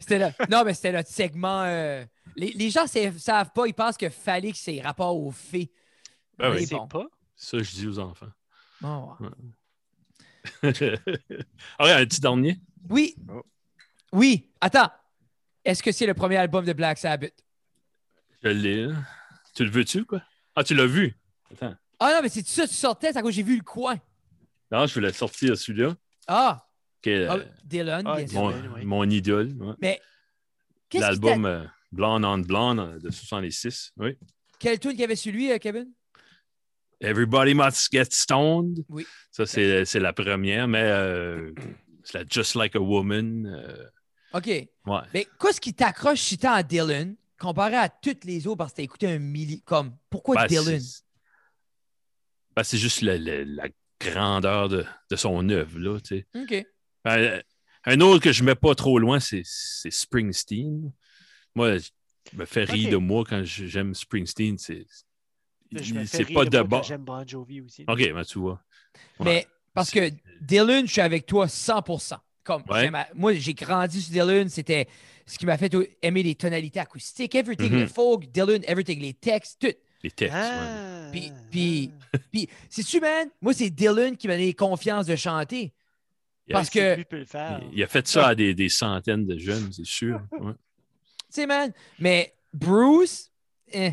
c'était le- non, mais c'était notre segment. euh, les, les gens ne savent pas, ils pensent que phallique, c'est rapport aux fées. Ben Mais oui. bon. pas. Ça, je dis aux enfants. Bon, Oh. ouais. Ah ouais, un petit dernier. Oui. Oh. Oui. Attends. Est-ce que c'est le premier album de Black Sabbath? Je l'ai. là. Tu le veux-tu, quoi? Ah, tu l'as vu? Attends. Ah non, mais c'est ça, tu sortais, c'est à cause que j'ai vu le coin. Non, je voulais sortir celui-là, Ah, qui est euh, Ah, Dylan, ah, bien sûr. bon. mon, Dylan, oui. mon idole. ouais. Qu'est-ce qui t'a- L'album euh, Blonde on Blonde euh, de 66. Oui. Quel tune qu'il y avait sur lui, euh, Kevin? Everybody Must Get Stoned. Oui. Ça, c'est c'est la première, mais euh, c'est la Just Like a Woman. euh, OK. ouais. Mais qu'est-ce qui t'accroche si t'es en Dylan? comparé à toutes les autres parce que t'as écouté un million. Comme, pourquoi Ben, Dylan? c'est- ben, c'est juste la, la- la grandeur de, de son œuvre. là, tu sais. OK. Ben, euh, un autre que je ne mets pas trop loin, c'est c'est Springsteen. Moi, je me fais rire Ok. de moi quand je- j'aime Springsteen. C'est Je me il- fais c'est rire pas de de moi quand bord. J'aime Bon Jovi aussi. OK, ben, tu vois. Ouais. Mais parce que Dylan, je suis avec toi 100%. Comme, Ouais. j'aime à- Moi, j'ai grandi sur Dylan. C'était ce qui m'a fait aimer les tonalités acoustiques, everything, Mhm. le folk, Dylan, everything, les textes, tout. les textes. ouais. Ah, Puis- puis- Puis, c'est-tu, man? Moi, c'est Dylan qui m'a donné confiance de chanter. Il a- parce si que- lui peut le faire. Il, il a fait ça à des, des centaines de jeunes, c'est sûr. ouais. Tu sais, man? Mais Bruce, eh.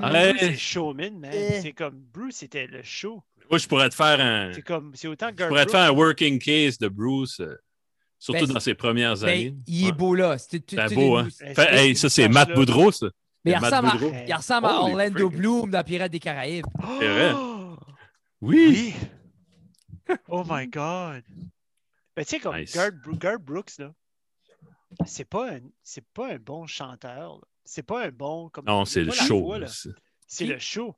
Ah, Ouais. Bruce, c'est showman, man. Eh. C'est comme Bruce, c'était le show. Moi, je pourrais te faire un, C'est comme, c'est autant que je Garth pourrais te Brooks, faire un working case de Bruce, euh, surtout Ben, dans ses premières Ben, années. il est Ouais. beau là. C'est tout- Ben, tout beau, une hein? mousse. Hey, Fait- c'est- hey, ça, c'est ce Matt personnage-là. Boudreau, ça. Mais il Matt ressemble, à, Boudreau. il ressemble à Holy Orlando frick. Bloom dans Pirates des Caraïbes. C'est vrai. Oh! Oui. oh my God. Ben, tu sais, comme Nice. Garth Bro- Garth Brooks, là, c'est pas, un, c'est pas un bon chanteur. là. C'est pas un bon. Comme, Non, il c'est a le pas la show. voix, là. là, c'est C'est le show.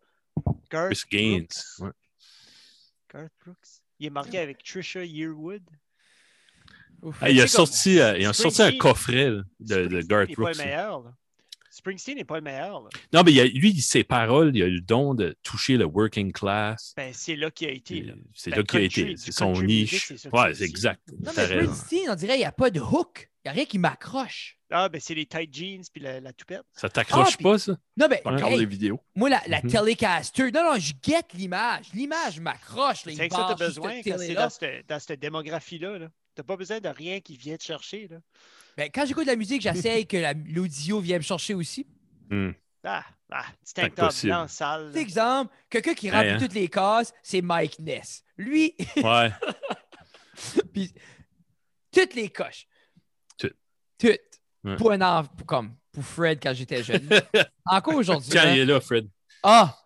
Garth Chris Gaines. Brooks. ouais. Garth Brooks. Il est marqué avec Trisha Yearwood. Ouf. Ah, il a C'est comme- sorti, euh, ils ont sorti un Springsteen- coffret là, de, de Springsteen Garth n'est Brooks. pas le là. meilleur. là. Springsteen n'est pas le meilleur. là. Non, mais il a- lui, ses paroles, il a eu le don de toucher le working class. Ben, c'est là qu'il a été. là. C'est Ben, là qu'il a country, été. du C'est son country music, niche. c'est ça que Ouais, c'est c'est aussi. exact. Non, T'as mais raison. Springsteen, on dirait qu'il n'y a pas de hook. Il n'y a rien qui m'accroche. Ah, ben, c'est les tight jeans puis la, la toupette. Ça Ah, t'accroche puis- pas, ça? Non, mais Encore hey, des vidéos. moi, la, la Mhm. Telecaster, non, non, je guette l'image. L'image m'accroche. C'est là, il avec ça que barre tu as sur besoin cette quand c'est télé-là. dans cette, dans cette démographie-là. Là. T'as pas besoin de rien qui vient te chercher. Là. Ben, quand j'écoute de la musique, j'essaye que la- l'audio vienne me chercher aussi. Ah, ah, petit Tant que tank top possible. blanc, sale. Par là. exemple, quelqu'un qui remplit hein. toutes les cases, c'est Mike Ness. Lui, Ouais. puis toutes les coches. Toutes. Toutes. Ouais. Pour un an, pour- comme pour Fred quand j'étais jeune. Encore aujourd'hui. Tiens, hein. il est là, Fred. Ah!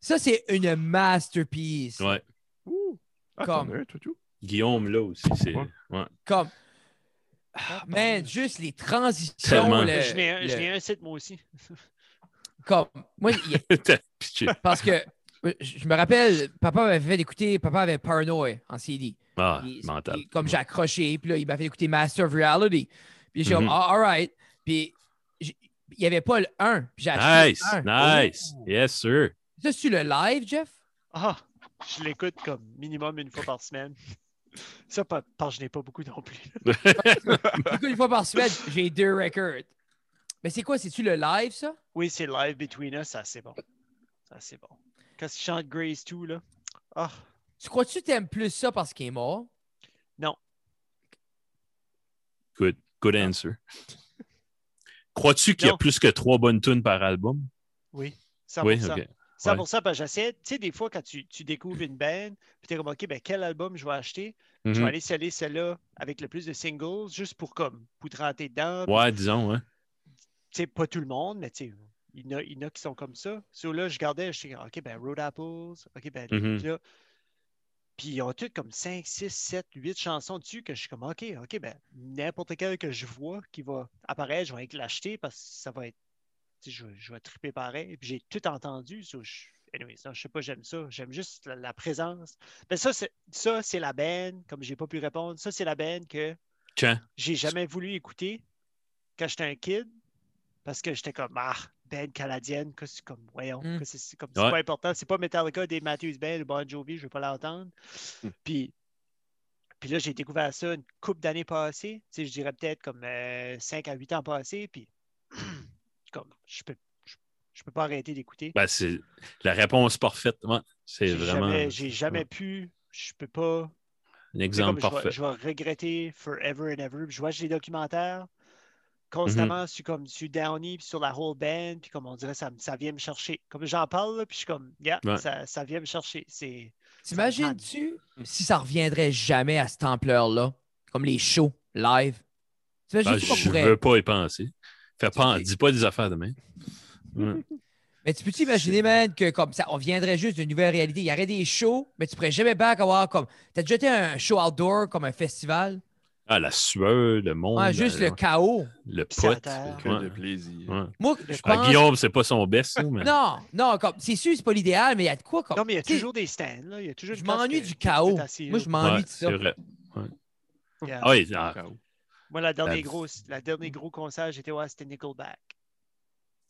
Ça, c'est une masterpiece. Ouais. Ouh. Ah, Comme. t'en as un, toi, tout. Guillaume, là aussi. C'est Ouais. ouais. Comme. Ah, man, juste les transitions. Tellement. le- je, n'ai un, je le- n'ai un site, moi aussi. comme, moi, il y a- T'as pitché. parce que euh, je je me rappelle, papa m'avait fait écouter, papa avait Paranoid en CD. Ah, Puis, mental. puis comme j'ai accroché, puis là, il m'a fait écouter Master of Reality. Puis j'ai comme, Mhm. ah, all right. Puis j'ai- il n'y avait pas le 1. puis J'ai acheté Nice, le un. nice. Yes, sir. Ça, c'est le live, Jeff? Ah, je l'écoute comme minimum une fois par semaine. Ça, pas, par- je n'ai pas beaucoup non plus. Écoute, une fois par semaine, j'ai deux records. Mais c'est quoi? C'est-tu le live, ça? Oui, c'est Live Between Us, ça c'est bon. Ça c'est bon. Quand tu chantes Grace 2, là. Ah, Tu crois-tu que t'aimes plus ça parce qu'il est mort? Good, good answer. Crois-tu qu'il y a Non. plus que trois bonnes tunes par album? oui. 100%. Oui, ok. 100%, parce que j'essaie, tu sais, des fois, quand tu, tu découvres une band, puis t'es comme, OK, ben, quel album je vais acheter? Je vais Mhm. aller sceller celle-là avec le plus de singles, juste pour, comme, poutranter dedans. puis, Ouais, disons, ouais. Tu sais, pas tout le monde, mais tu sais, il y en a, il y en a qui sont comme ça. So, là, je gardais, je sais, OK, ben, Road Apples, OK, ben, Mhm. Puis là, puis ils ont tous comme 5, 6, 7, 8 chansons dessus que je suis comme, OK, OK, ben, n'importe quelle que je vois qui va apparaître, je vais aller l'acheter parce que ça va être, tu sais, je, vais- je vais triper pareil. Puis j'ai tout entendu. so je, anyways, non, je sais pas, j'aime ça. J'aime juste la, la présence. Mais ça, c'est, ça, c'est la band, comme j'ai pas pu répondre, ça, c'est la band que Tiens. j'ai jamais voulu écouter quand j'étais un kid parce que j'étais comme, ah, band canadienne, que c'est comme, voyons, Mm. que c'est- c'est comme, c'est Hmm. Ouais. pas important, c'est pas Metallica des Matthews Band ou Bon Jovi, je veux pas l'entendre. Hmm. Mm. Puis, puis là, j'ai découvert ça une couple d'années passées, tu sais, je dirais peut-être comme 5 à 8 ans passés, puis comme, je peux, je, je peux pas arrêter d'écouter. Ben, c'est la réponse parfaite. Ouais, c'est J'ai vraiment jamais, j'ai jamais pu, je peux pas, un c'est comme, exemple je vais- parfait. Je vais, regretter forever and ever. Puis Je watch des documentaires constamment Mhm. sur comme sur Downey puis sur la whole band puis comme on dirait ça, me- ça vient me chercher. Comme j'en parle là, puis je suis comme yeah, Ouais. ça, ça vient me chercher. C'est T'imagines-tu si ça reviendrait jamais à cette ampleur-là? Comme les shows live? Ben, T'imagines-tu qu'on je pourrait- veux pas y penser. Fais pas, C'est- dis pas des affaires demain. Mais tu peux-tu imaginer, man, que comme ça, on viendrait juste d'une nouvelle réalité? Il y aurait des shows, mais tu pourrais jamais back avoir comme. T'as déjà été à un show outdoor, comme un festival? Ah, la sueur, le monde. Ouais, juste le chaos. le Puis ça pot. attend. Que de Ouais, plaisir. ouais. Moi, Je je Ah, pense. Guillaume, c'est pas son best. là, mais- Non, non, comme, c'est sûr, c'est pas l'idéal, mais il y a de quoi comme. Non, mais il y a tu sais, toujours des stands. Là. Il y a toujours Je une place m'ennuie que- du que chaos. c'est assis, Moi, là. je m'ennuie Ouais, de ça. C'est vrai. Yeah. Ah oui, ah, Chaos. Moi, la dernière La- grosse, la Mm. dernière gros concert, j'étais ouais, c'était Nickelback.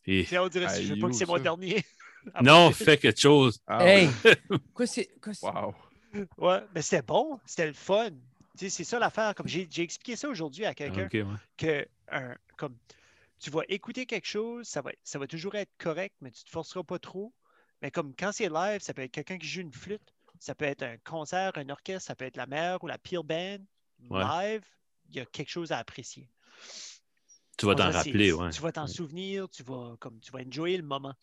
et- Puis là, on dirait, Ah, je il veux est pas où, que c'est mon ça? dernier. Ah, Non, bon, fais quelque chose. Ah Hey! ouais. Quoi, c'est. quoi c'est- Wow. Ouais, mais c'était bon, c'était le fun. Tu sais, c'est ça l'affaire. Comme j'ai j'ai expliqué ça aujourd'hui à Ah, quelqu'un, ok, ouais. que un- comme tu vas écouter quelque chose, ça va, ça va toujours être correct, mais tu te forceras pas trop. Mais comme quand c'est live, ça peut être quelqu'un qui joue une flûte, ça peut être un concert, un orchestre, ça peut être la mère ou la pire band. Ouais. Live, il y a quelque chose à apprécier. Tu vas On t'en dirait, c'est- rappeler, ouais. Tu vas t'en souvenir, tu vas comme tu vas enjoyer le moment.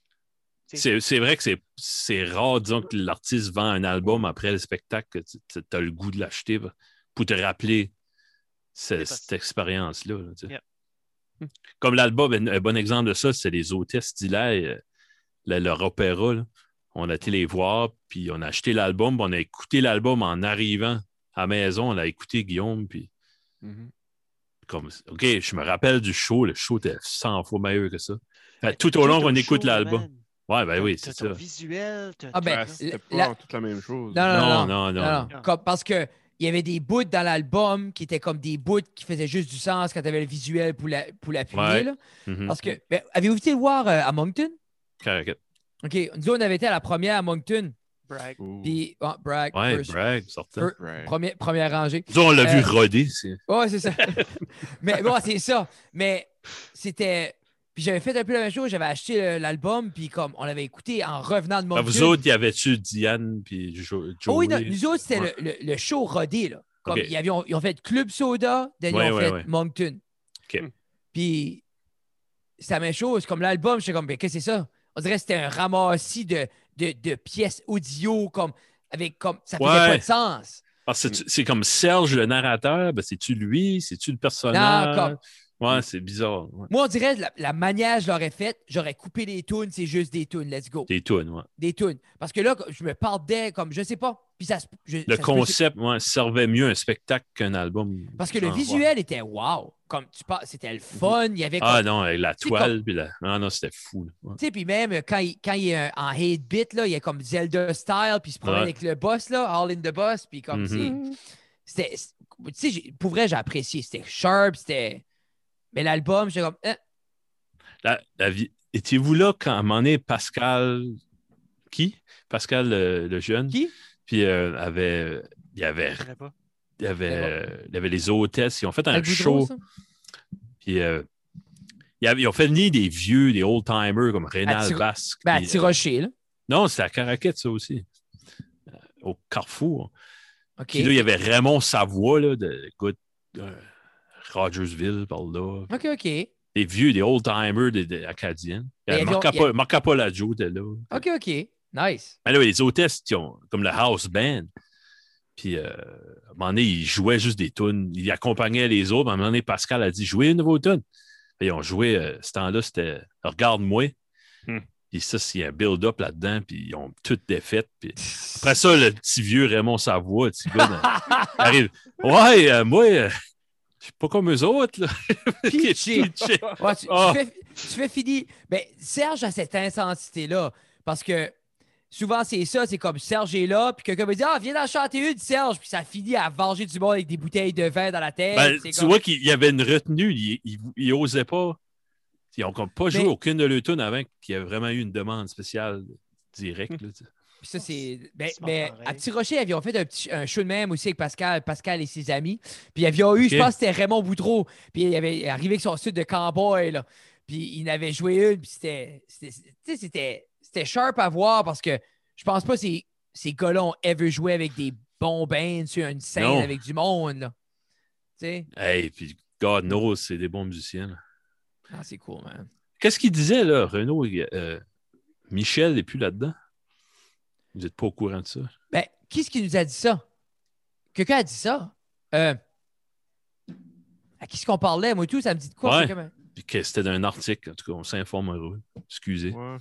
C'est c'est vrai que c'est- c'est rare, disons, que l'artiste vend un album après le spectacle, que tu as le goût de l'acheter pa- pour te rappeler C'est ce- cette possible. expérience-là. là, tu sais. Yep. Comme l'album, un, un bon exemple de ça, c'est les hôtesses d'Hilaire, euh, le- leur opéra. là. On a été les voir, puis on a acheté l'album, puis on a écouté l'album en arrivant à la maison. On l'a écouté, Guillaume, puis Mhm. comme, OK, je me rappelle du show. Le show était 100 fois meilleur que ça. Fait, Mais Ben, tout t'as au long, ton on écoute Ben, show, l'album. man. Ouais, ben oui, T'as c'est ton ça. visuel. t'as Ah, ben, tout, Ah, là. C'était pas la- toute la même chose. Ah, Non, non, Non, non, non. Non, non. Non. Comme- parce que il y avait des bouts dans l'album qui étaient comme des bouts qui faisaient juste du sens quand tu avais le visuel pour la- pour l'appuyer. Ouais. là. Mhm. Parce que, ben, avez-vous été le voir euh, à Moncton? Correct. OK, nous, on avait été à la première à Moncton. Brag. Oh, Puis, oh, brag, Ouais, first- brag, sortant. first- right. premier- première rangée. Nous, on l'a Euh, vu roder. c'est- Ouais, c'est ça. Mais bon, c'est ça. Mais c'était. Puis j'avais fait un peu la même chose. J'avais acheté euh, l'album, puis comme on l'avait écouté en revenant de Ah, Moncton. vous autres, y avait-tu Diane puis Jo- Oh oui, non, Joey? nous autres, c'était Ouais. le, le- le show rodé. Là. Comme Ok. ils, avaient- ils ont fait Club Soda, then Ouais, ils ont ouais, fait ouais. Moncton. Ok. Puis c'est la même chose. Comme l'album, j'étais comme, ben, qu'est-ce que c'est ça? On dirait que c'était un ramassis de, de, de pièces audio, comme, avec, comme, ça faisait Ouais. pas de sens. Parce que c'est- c'est comme Serge, le narrateur. Ben, c'est-tu lui? C'est-tu le personnage? Non, Ouais, c'est bizarre. ouais. Moi, on dirait la, la manière que je l'aurais faite, j'aurais coupé les tunes, c'est juste des tunes, let's go. Des tunes, ouais. Des tunes. Parce que là, je me perdais, comme, je sais pas. Puis ça, se- je- Le ça se peut- concept Ah, ouais, servait mieux un spectacle qu'un album. Parce que le Genre, visuel ouais. était wow. Comme tu parles, c'était le fun. Il y avait comme- Mhm. Ah non, avec la C'est toile. Puis la... Non, non, c'était fou. là. Ouais. Tu sais, puis même euh, quand il, quand il est euh, en 8 bit, là, il est comme Zelda style, puis il se promène Ouais. Mhm. avec le boss, là, All in the Boss, puis comme c'est- c'était- c'est- Tu sais, j'ai- pour vrai, j'ai apprécié. C'était sharp, c'était. Mais l'album, j'étais comme. eh, La- la vie- Étiez-vous là quand à un moment donné, Pascal. Qui? Pascal euh, le jeune. Qui? Puis euh, avait. Il avait Je connais pas. il y avait, Mais euh, il y avait les hôtesses, ils ont fait un Al Boudreau, show. ça? Puis, euh, ils, avaient- ils ont fait venir des vieux, des old-timers comme À Rénal Tiro- Basque. Ben, à puis, euh, Tirocher, là. non, c'est à Caraquette, ça aussi. Euh, Au Carrefour. OK. Puis là, il y avait Raymond Savoie, là, de écoute, euh, Rogersville, par là. OK, OK. Des vieux, des old-timers des, des acadiennes. Mais ils ont- Marc il y a- Capa- Marc Capolaggio était là. OK, OK. Nice. Mais Ben là, les hôtesses, qui ont, comme le house band. Puis, euh, à un moment donné, ils jouaient juste des tunes. Ils accompagnaient les autres. À un moment donné, Pascal a dit Jouez une nouvelle tune. Ils ont joué, euh, ce temps-là, c'était Regarde-moi. Hmm. Puis ça, c'est un build-up là-dedans. Puis ils ont toutes défaites. Puis après ça, le petit vieux Raymond Savoie, le petit gars, dans- il arrive Ouais, euh, moi, euh, je suis pas comme eux autres. Là. Pitché. Pitché. Ouais, tu, tu Ah. fais, tu fais finir. Ben, Serge a cette intensité-là. Parce que souvent, c'est ça, c'est comme Serge est là, puis quelqu'un me dit Ah, viens en chanter une, Serge. Puis ça finit à venger du monde avec des bouteilles de vin dans la tête. Ben, Eh, C'est tu comme- vois qu'il y avait une retenue, ils il, osaient pas. Ils n'ont pas joué Mais- aucune de leurs tunes avant qu'il y ait vraiment eu une demande spéciale directe. là, tu sais. Puis ça, c'est. ben, C'est pas mais pareil. à Petit Rocher, ils avaient fait un, petit, un show de même aussi avec Pascal, Pascal et ses amis. Puis ils avaient eu, je Ok. pense, que c'était Raymond Boudreau. Puis il avait arrivé avec son sud de cowboy, là. Puis il en avait joué une, puis c'était. c'était- Tu sais, c'était c'était sharp à voir parce que je pense pas que ces, ces gars-là ont ever joué avec des bons bands sur une scène Non. avec du monde, là. Tu sais? Hey, puis God knows, c'est des bons musiciens. là. Ah, c'est cool, man. Qu'est-ce qu'il disait, là, Renaud il- euh, Michel n'est plus là-dedans. Vous n'êtes pas au courant de ça. Ben, qui est-ce qui nous a dit ça? Quelqu'un a dit ça? Euh, à qui est-ce qu'on parlait? Moi, tout, ça me dit de quoi? Ouais. c'est comme un- Puis que c'était d'un article, en tout cas, on s'informera. Excusez. Ouais.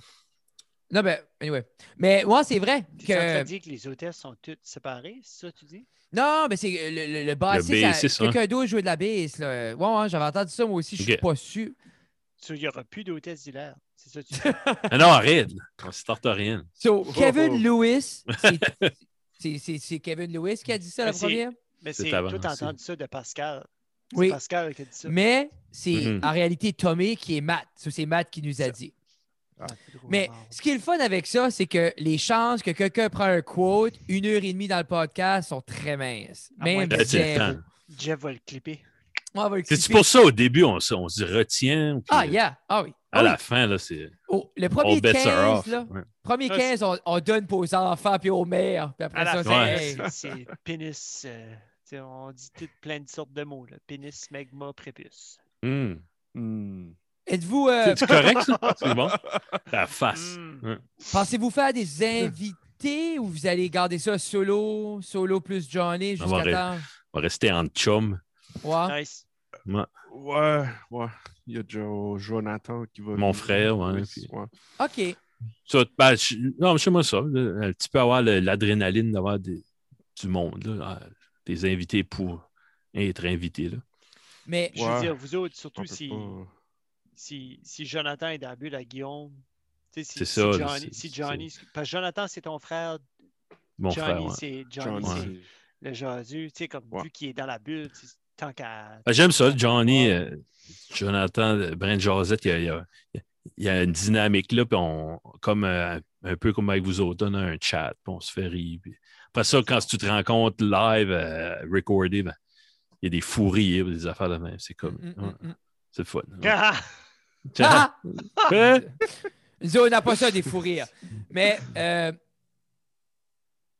Non, ben, anyway. Mais moi, c'est vrai Tu es en train que. de dire que les hôtesses sont toutes séparées, c'est ça que tu dis? Non, mais c'est euh, le, le, le bassiste. Le à- bassiste, hein. Quelqu'un d'autre jouait de la bass. là. Ouais, ouais, j'avais entendu ça moi aussi. Je suis Ok. pas sûr. Ça, Il n'y aura plus d'hôtesses d'hilaire. C'est ça que tu dis? Ah non, arrête. On s'y tarte rien. So, Kevin oh. Lewis, c'est- c'est- c'est c'est Kevin Lewis qui a dit ça la Mais c'est- première, Mais C'est c'est toi, avancé. t'as entendu ça de Pascal. C'est Oui. Pascal qui a dit ça. mais c'est Mhm. en réalité Tommy qui est Matt. So, c'est Matt qui nous a dit. Ah, c'est drôle, Mais marrant. ce qui est le fun avec ça, c'est que les chances que quelqu'un prenne un quote une heure et demie dans le podcast sont très minces. À moins Même que- Là, c'est le zéro. temps. Jeff va le clipper. On va le C'est-tu clipper. pour ça, au début, on, se- on se retient. puis Ah, yeah. Ah oui. À Ah la oui. fin, là, c'est. Oh, le All premier bets are 15, off. là, Ouais. premier Ouais, 15 on, on donne pour aux enfants puis aux mères. Puis après À la Ah, ça, fin, c'est. c'est- c'est pénis. euh, tu sais, on dit toutes plein de sortes de mots. là. Pénis, magma, prépuce. Hmm. Hmm. Êtes-vous. euh, C'est c'est correct, ça? C'est bon? La face. Hmm. Mm. Ouais. Pensez-vous faire des invités ou vous allez garder ça solo, solo plus Johnny On va jusqu'à temps? On va rester en chum. Ouais. Nice. Ouais, ouais. Il y a Jo- Jonathan qui va. Mon frère, ouais, puis- ouais. OK. Ça, ben, je- non, chez moi, ça. là, tu peux avoir le- l'adrénaline d'avoir des- du monde, là, ah, des invités pour être invité. Là. Mais Je veux Ouais. dire, vous autres, On surtout peut si, pas- si, si Jonathan est dans la bulle à Guillaume. tu sais, Si, C'est si ça, là, Johnny, c'est- si Johnny- Parce que Jonathan, c'est ton frère. Mon Johnny, frère. ouais. c'est Johnny, Johnny, c'est le jasu. Tu sais, comme Ouais. vu qu'il est dans la bulle, tu sais, tant qu'à. Ben, J'aime ça, Johnny, Ouais. euh, Jonathan, euh, Brent Josette, il y a, il y a- il y a une dynamique là, puis on, comme, euh, un peu comme avec vous autres, on a un chat, puis on se fait rire. puis- Après ça, quand tu te rencontres live, euh, recordé, ben, il y a des fous rires, des affaires de même. C'est comme, Mm, mm, ouais, mm, mm. c'est le fun. euh. Ah! Ah! Hein? Nous, on n'a pas ça des fous rires. Mais euh,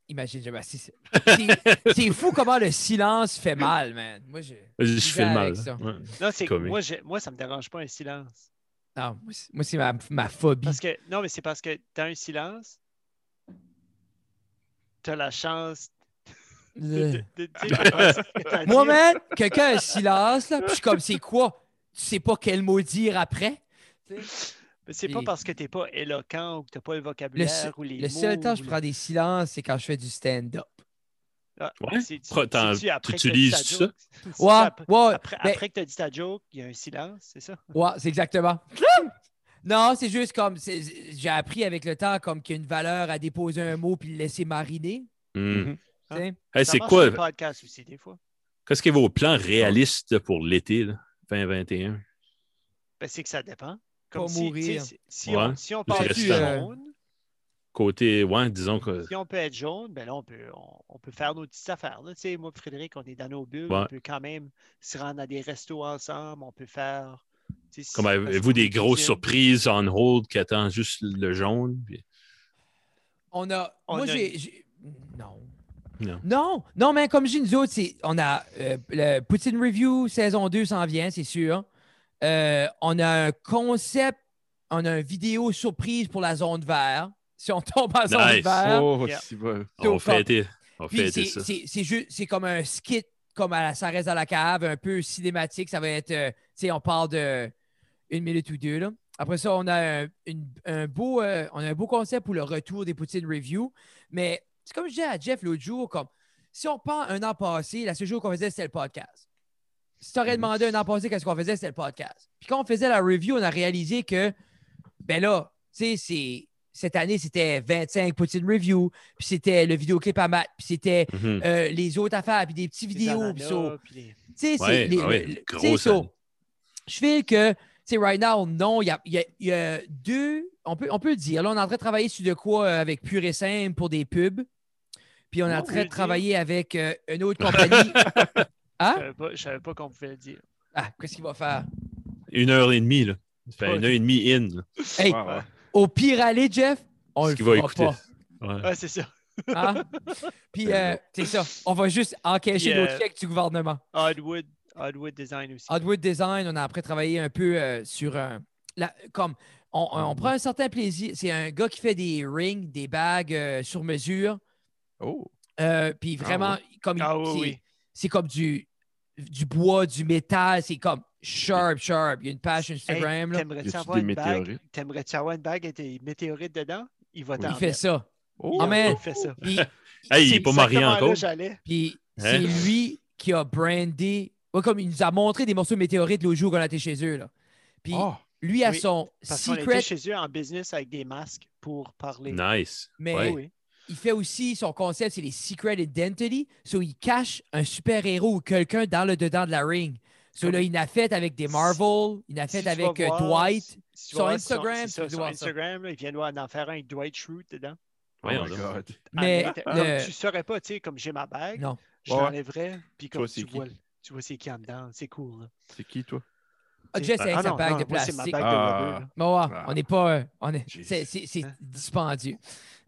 imagine, je m'assis. C'est- C'est fou comment le silence fait mal, man. Moi, je. Je fais le mal. Avec ça. là. Ouais. Non, c'est Comique. moi, j'ai- moi, ça me dérange pas un silence. Non, moi, c'est- moi, c'est ma, ma phobie. Parce que, non, mais c'est parce que dans un silence, t'as la chance de- Euh. de- de- tu sais, de penser ce que t'as Moi, dit. man, quelqu'un a un silence, là, puis je suis comme, c'est quoi? Tu sais pas quel mot dire après? Mais c'est pas Et- parce que t'es pas éloquent ou que t'as pas le vocabulaire ou les Le mots. seul temps ou que je le- prends des silences, c'est quand je fais du stand-up. Ah, Ouais? c'est- Pro- t'en- c'est-tu après que t'as dit t'utilises ta ça? joke? C'est-tu Ouais, après- ouais, Après, ben- après que t'as dit ta joke, il y a un silence, c'est ça? ouais, c'est exactement. non, c'est juste comme, c'est- j'ai appris avec le temps comme qu'il y a une valeur à déposer un mot puis le laisser mariner. Mm. Hein? tu sais. Hey, Ça c'est marche quoi? sur les podcasts aussi, des fois. Qu'est-ce que vos plans réalistes pour l'été là, 2021? Ben, c'est que ça dépend. Comme Pas si, tu sais, mourir. Si, si Ouais. on, si on peut Juste être rester. jaune, Côté, ouais, disons que. si on peut être jaune, ben là, on peut, on, on peut faire nos petites affaires. Là. Tu sais, Moi, Frédéric, on est dans nos bulles. Ouais. On peut quand même se rendre à des restos ensemble. On peut faire. tu sais, si- Comme avez-vous parce des qu'on grosses cuisine. surprises on hold qui attendent juste le jaune? puis- On a. On moi, a- j'ai- j'ai. Non. Non. Non, non, mais comme j'ai nous autres, c'est- on a euh, le Poutine Review saison 2 s'en vient, c'est sûr. Euh, on a un concept, on a une vidéo surprise pour la zone verte. Si on tombe en zone Nice. verte, Oh, Yeah. si bon. On Donc, fait on Puis c'est- fêter ça. c'est- c'est juste- c'est comme un skit, comme à la ça reste à la cave, un peu cinématique. Ça va être, euh, tu sais, on parle de une minute ou deux. Là. Après ça, on a un, une- un beau, euh, on a un beau concept pour le retour des Poutine Review. Mais c'est comme je disais à Jeff l'autre jour, comme si on prend un an passé, la seule chose qu'on faisait, c'était le podcast. Si tu Mm-hmm. aurais demandé un an passé qu'est-ce qu'on faisait, c'était le podcast. Puis quand on faisait la review, on a réalisé que, ben là, tu sais, c'est- cette année, c'était 25 Poutine Review, puis c'était le vidéoclip à Matt, puis c'était Mhm. euh, les autres affaires, puis des petites Les vidéos. ananas, puis so- puis les- tu sais, c'est Ouais, ah les- ouais, le- le- grosse tu sais, so, année. je fais que, tu sais, right now, non, il y a, il y a- il y a deux, on peut, on peut le dire, là, on est en train de travailler sur de quoi euh, avec Pure et Simple pour des pubs, puis on est Non, en on peut train le de dire. travailler avec euh, une autre compagnie. hein? Je savais pas- je savais pas qu'on pouvait le dire. Ah, qu'est-ce qu'il va faire? Une heure et demie, là. Ça fait Ouais. une heure et demie in. là. Ouais, Hey, Ah, ouais. au pire aller, Jeff, on Ce le qu'il va fera écouter. pas. Ouais. Ah, c'est ça. Hein? Puis, euh, c'est ça, on va juste encaisser Puis, nos euh, chèques du gouvernement. Hardwood, Hardwood Design aussi. Hardwood Design, on a après travaillé un peu euh, sur un. la- comme on, on- Ah. on prend un certain plaisir. C'est un gars qui fait des rings, des bagues euh, sur mesure. Oh. euh, Puis Ah vraiment, comme il- Ah oui, c'est, oui. c'est comme du, du bois, du métal. C'est comme sharp, sharp. Il y a une page Instagram. là. T'aimerais-tu Y a-tu avoir des une bague? météorites? T'aimerais-tu avoir une bague avec des météorites dedans? il va Oui. t'en Il fait mettre. ça. Oh, Ah, mais- Il fait ça. Puis, Hey, il C'est n'est pas marié exactement là encore. que j'allais. puis Hein? c'est lui qui a brandé. ouais, comme il nous a montré des morceaux de météorites le jour qu'on a été chez eux. Là. Puis ah, lui a Oui, son Parce qu'on était secret. chez eux en business avec des masques pour parler. Nice. Mais Ouais. Oui. il fait aussi son concept, c'est les Secret Identity. So, il cache un super-héros ou quelqu'un dans le dedans de la ring. So, Comme- là, il a fait avec des Marvel, il a Si fait tu avec vas euh, voir- Dwight. si tu sur vas voir Instagram, c'est ça, tu sur dois voir ça. Instagram, là, il vient d'en faire un avec Dwight Schrute dedans. oh Voyons my donc. God. Mais Ah, le- comme tu saurais pas, tu sais, comme j'ai ma bague, Non. je Ouais. l'enlèverais, puis comme vois tu c'est qui. vois, tu vois c'est qui en dedans, c'est cool. là. C'est qui, toi? Ah, Jess, avec Ah sa non, bague non, de moi, c'est ma plastique. bague de Ah. rubber, là. Mais ouais, Ah. on n'est pas. euh, on est- Jeez. c'est, c'est- c'est Hein? dispendieux.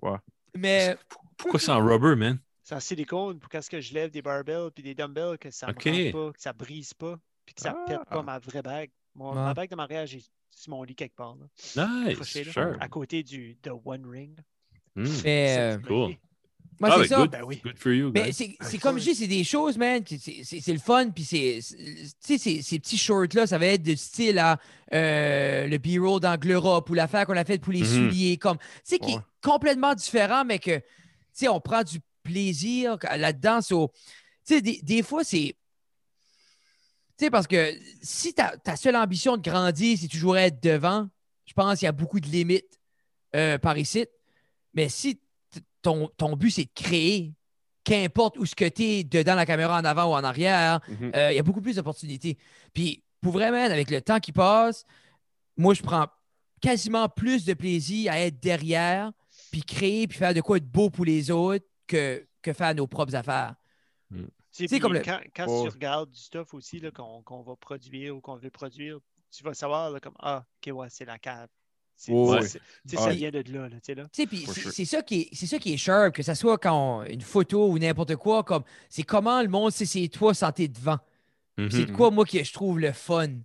Ouais. Mais Pourquoi c'est en rubber, man? C'est en silicone pour quand ce que je lève des barbells puis des dumbbells, que ça ne Ok. pas, que ça brise pas, puis que ça ne pète Ah. pas ma vraie bague. Mon- Ouais. Ma bague de mariage est sur mon lit quelque part, là, Nice. accrochée, là, Sure. à côté du de One Ring. Hmm. mais, Ça, euh, tu peux cool. lier. moi, Ah, c'est ben, ça. good, ben oui. good for you, Mais guys. c'est, c'est Ouais. comme je dis, c'est des choses, man. qui- C'est, c'est- c'est le fun. Puis c'est, c'est- tu sais, ces, ces petits shorts-là, ça va être de style à euh, le B-roll dans Glorop ou l'affaire qu'on a faite pour les Mhm. souliers. Comme, tu sais, qui Ouais. est complètement différent, mais que, tu sais, on prend du plaisir là-dedans. So, tu sais, des, des fois, c'est. Tu sais, parce que si ta, ta seule ambition de grandir, c'est toujours être devant, je pense qu'il y a beaucoup de limites euh, par ici. Mais si t- ton, ton but, c'est de créer, qu'importe où ce que tu es, dedans la caméra en avant ou en arrière, Mhm. euh, il y a beaucoup plus d'opportunités. Puis, pour vraiment, avec le temps qui passe, moi, je prends quasiment plus de plaisir à être derrière, puis créer, puis faire de quoi être beau pour les autres que, que faire nos propres affaires. Tu sais, C'est puis comme le- Quand, quand Ouais. tu regardes du stuff aussi là, qu'on qu'on va produire ou qu'on veut produire, tu vas savoir là, comme Ah, ok, ouais, c'est la cave. C'est- Ouais. c'est- tu sais, Ah. Ça vient de là, là, tu sais, là. Tu sais, puis For c'est sure. c'est ça qui est, c'est ça qui est sharp, que ça soit quand une photo ou n'importe quoi, comme c'est comment le monde sait c'est toi sans t'es devant. Puis C'est Mhm. de quoi, moi, que je trouve le fun. Tu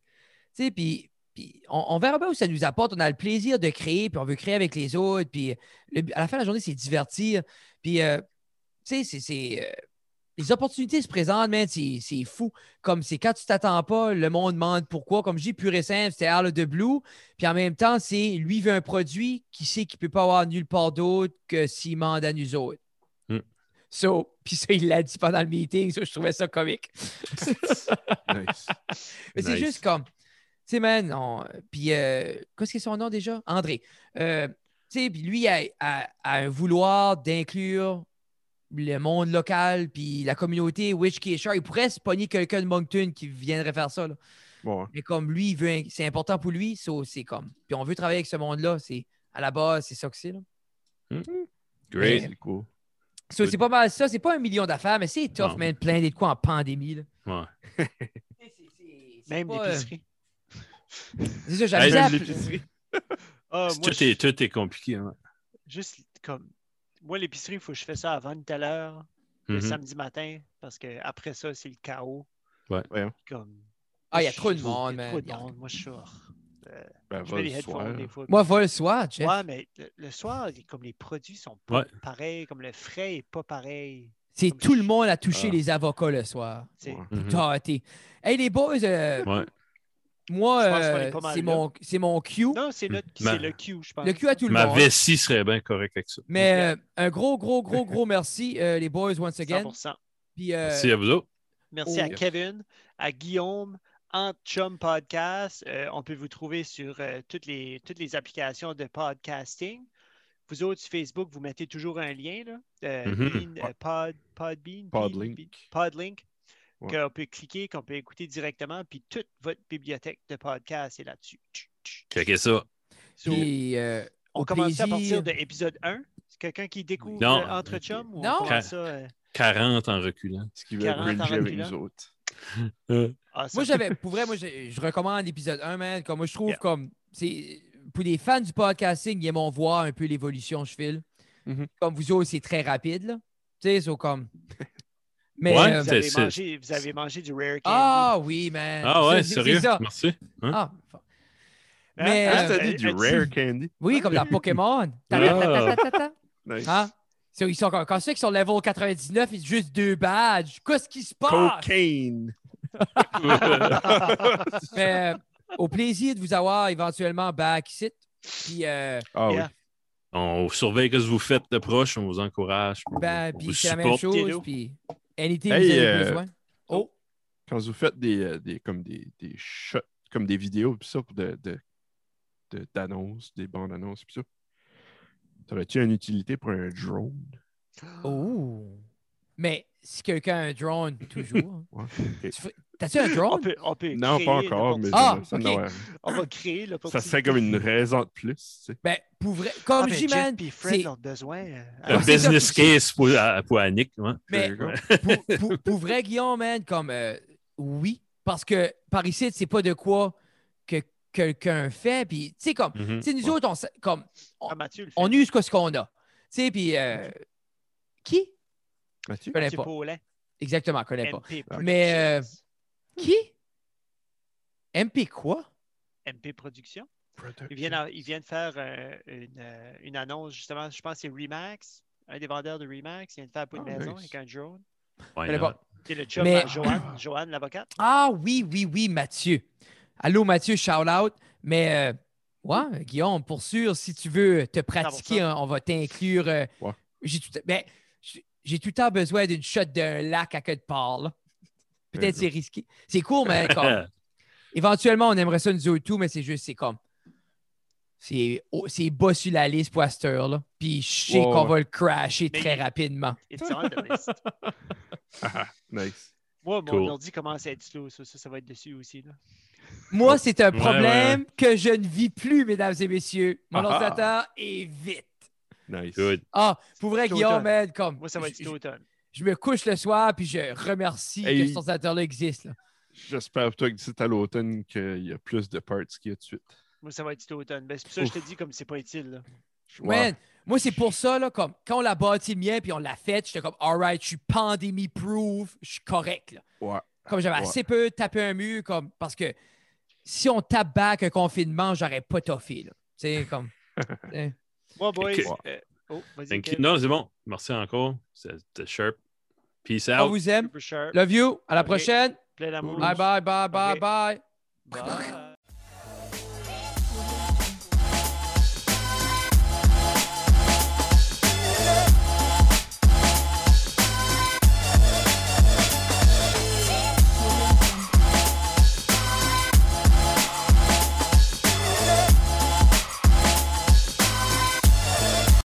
sais, puis puis on, on verra bien où ça nous apporte. On a le plaisir de créer, puis on veut créer avec les autres. Puis le but- à la fin de la journée, c'est divertir. Puis, euh, tu sais, c'est- c'est. euh, les opportunités se présentent, man, c'est c'est fou. Comme c'est quand tu t'attends pas, le monde demande pourquoi. Comme je dis, pur et simple, c'était Arle de Blue. Puis en même temps, c'est lui veut un produit qui sait qu'il peut pas avoir nulle part d'autre que s'il mande à nous autres. Hmm. So, puis ça, il l'a dit pendant le meeting. so je trouvais ça comique. Mm-hmm. Nice. Mais c'est Nice. juste comme, tu sais, man, on- puis, euh, qu'est-ce que son nom déjà? André. Euh, tu sais, puis lui a, a- a un vouloir d'inclure le monde local, puis la communauté Witch qui est chère. Il pourrait se pogner quelqu'un de Moncton qui viendrait faire ça, là. Bon, hein. Mais comme lui, il veut, un- c'est important pour lui, so, c'est comme. Puis on veut travailler avec ce monde-là, c'est à la base, c'est ça que c'est, là. Great. c'est cool. So, Good. c'est pas mal ça, c'est pas un million d'affaires, mais c'est tough, Non. man, plein d'être quoi en pandémie, là. Ouais. C'est- c'est- c'est- c'est Même pas, euh, l'épicerie. C'est ça, Hey, j'avais même appelé- Ah, moi, Tout je- est, tout est compliqué. hein. juste comme moi, l'épicerie, il faut que je fasse ça avant une telle heure, le Mhm. samedi matin, parce que après ça, c'est le chaos. Ouais. Ouais. Comme, Ah, il y a je- trop de je- monde, il y a man. trop de Il y a- monde. Moi, je suis hors. Ben, Je va mets le les headphones soir. des fois. Moi, va le soir, Jeff. Ouais, mais le, le soir, il- comme les produits sont pas Ouais. pareils, comme le frais est pas pareil. C'est Comme tout le je- monde a touché Ah. les avocats le soir. tu sais. Ouais. Mhm. Tâté. Hey, les boys, euh, Ouais. moi, Je pense qu'on est euh, pas mal c'est là. mon, c'est mon cue. Non, c'est Hmm. notre- Ma- Ben, c'est le Q, je pense. Le cue à tout le Ma monde. vessie serait bien correcte avec ça. Mais euh, un gros, gros, gros, gros merci, euh, les boys, once again. 100%. Puis, euh, Merci hein. à vous autres. Merci Oh. à Kevin, à Guillaume, en Chum Podcast. Euh, on peut vous trouver sur euh, toutes, les, toutes les applications de podcasting. Vous autres, sur Facebook, vous mettez toujours un lien, là, euh, Mhm. Bean, euh, pod, Podbean, Mm-hmm. Podlink. Bean- Podlink, Ouais. qu'on peut cliquer, qu'on peut écouter directement, puis toute votre bibliothèque de podcasts est là-dessus. Tch, tch, tch. Checkez ça. So, puis, euh, on au commence ça à plaisir. partir de l'épisode 1. C'est quelqu'un qui découvre Non. euh, Entre Chum ou Non. on commence ça, euh, 40 en reculant. Ce qui veut 40 en bridger avec reculant. nous autres. ah, ça- Moi, j'avais, pour vrai, moi, je, je recommande l'épisode 1, man. Comme moi, je trouve Yeah. comme, c'est, pour les fans du podcasting, ils aiment voir un peu l'évolution, je file. Mhm. Comme vous autres, c'est très rapide, là. Tu sais, c'est comme. Mais, Ouais, euh, vous, avez C'est- mangé, vous avez mangé du rare candy. Ah oui, man. Ah ouais, C'est- c'est- sérieux? C'est ça. Merci. Hein? Ah, fa- Hein? Mais, Ah, Hein, euh, t'as dit euh, du euh, rare candy. oui, comme dans Pokémon. Ta- Ah. ta- ta- ta- ta- ta- Nice. ta. Hein? C'est- Ils sont comme quand ceux qui sont level 99, ils ont juste deux badges. Qu'est-ce qui se passe? Cocaine. Ben, Mais, euh, au plaisir de vous avoir éventuellement back ici. Puis, euh, Ah oui. Yeah. On surveille ce que vous faites de proche, on vous encourage. on Ben, vous- on vous puis c'est la même supporte. chose. Hello. Puis, anything Hey, vous avez euh, besoin. Oh, Quand vous faites des, euh, des, comme des, des shots, comme des vidéos, pis ça, pour de, de, de- d'annonces, des bandes annonces, pis ça, t'aurais-tu une utilité pour un drone? oh. Mais si quelqu'un a un drone, toujours. Ouais, ok. Tu fais- T'as-tu un drone? On peut, on peut Non, créer pas encore, mais l'opportunité. Ah, ça, ok. n'aurait- on va créer l'opportunité. ça serait comme une raison de plus. tu sais. Ben, pour vrai, Ah, comme mais j'ai Jeff man, puis c'est- Ah, Fred ont besoin. euh, Ah, Un alors- c'est ça. business case pour, à- pour Annick. ouais. Mais- There you go. pour, pour- pour vrai, Guillaume, man, comme euh, oui, parce que par ici, c'est pas de quoi que quelqu'un fait. Puis, tu sais, comme, Mhm. tu sais, nous autres, on, s- comme, Ah, Mathieu le fait. on use quoi ce qu'on a. Tu sais, puis, euh, qui? Mathieu? Je connais Mathieu pas. Paulin, Exactement, je connais pas. MP Mais, euh, Productions. Qui? MP quoi? MP Productions. Ils viennent, à- ils viennent faire euh, une, euh, une annonce, justement, je pense que c'est Remax, un des vendeurs de Remax, il vient de faire pour une Ah, maison nice. avec un drone. Why Je connais not? pas. C'est le chum Mais- à Joanne, Joanne l'avocate. Ah oui, oui, oui, Mathieu. Allô, Mathieu, shout out. Mais, euh, ouais, Guillaume, pour sûr, si tu veux te pratiquer, on, on va t'inclure. euh, Ouais. J'ai tout, ben, j'ai- j'ai tout le temps besoin d'une shot d'un lac à quelque part. là. Peut-être c'est risqué. C'est court, mais Ah, comme, éventuellement, on aimerait ça nous autres tout, mais c'est juste, c'est comme. C'est oh, c'est bas sur la liste pour à cette heure, là. Puis je sais Ouais, qu'on ouais. va le crasher Mais- très rapidement. It's on the list. Nice. Moi, mon Cool. ordi commence à être slow, ça, ça, ça va être dessus aussi. Là. Moi, c'est un Ouais, problème que je ne vis plus, mesdames et messieurs. Mon Ah, ah. ordinateur est vite. Nice. Good. Ah, pour vrai, Tout Guillaume, automne. man, comme. Moi, ça va être je, cet automne. je me couche le soir, puis je remercie que Hey. cet ordinateur-là existe. là. J'espère pour toi que d'ici à l'automne qu'il y a plus de parts qu'il y a de suite. Moi, ça va être cet automne. Ben, c'est pour ça que je te dis comme c'est pas utile. là. Man, moi, c'est pour ça, là, comme, quand on l'a bâti le mien, puis on l'a fait, j'étais comme, alright, je suis pandémie-proof, je suis correct, là. Ouais. Comme j'avais Ouais. assez peu tapé un mur, comme, parce que si on tape back un confinement, j'aurais pas toffé, là. Tu sais, comme. Moi, boys. Ok. euh, oh, vas-y. Thank you. Kev. Non, c'est bon. Merci encore. C'était sharp. Peace On out. vous aime. Super sharp. Love you. À la Ok. prochaine. Plein d'amour. Bye, bye, bye, bye, Ok. bye. Bye.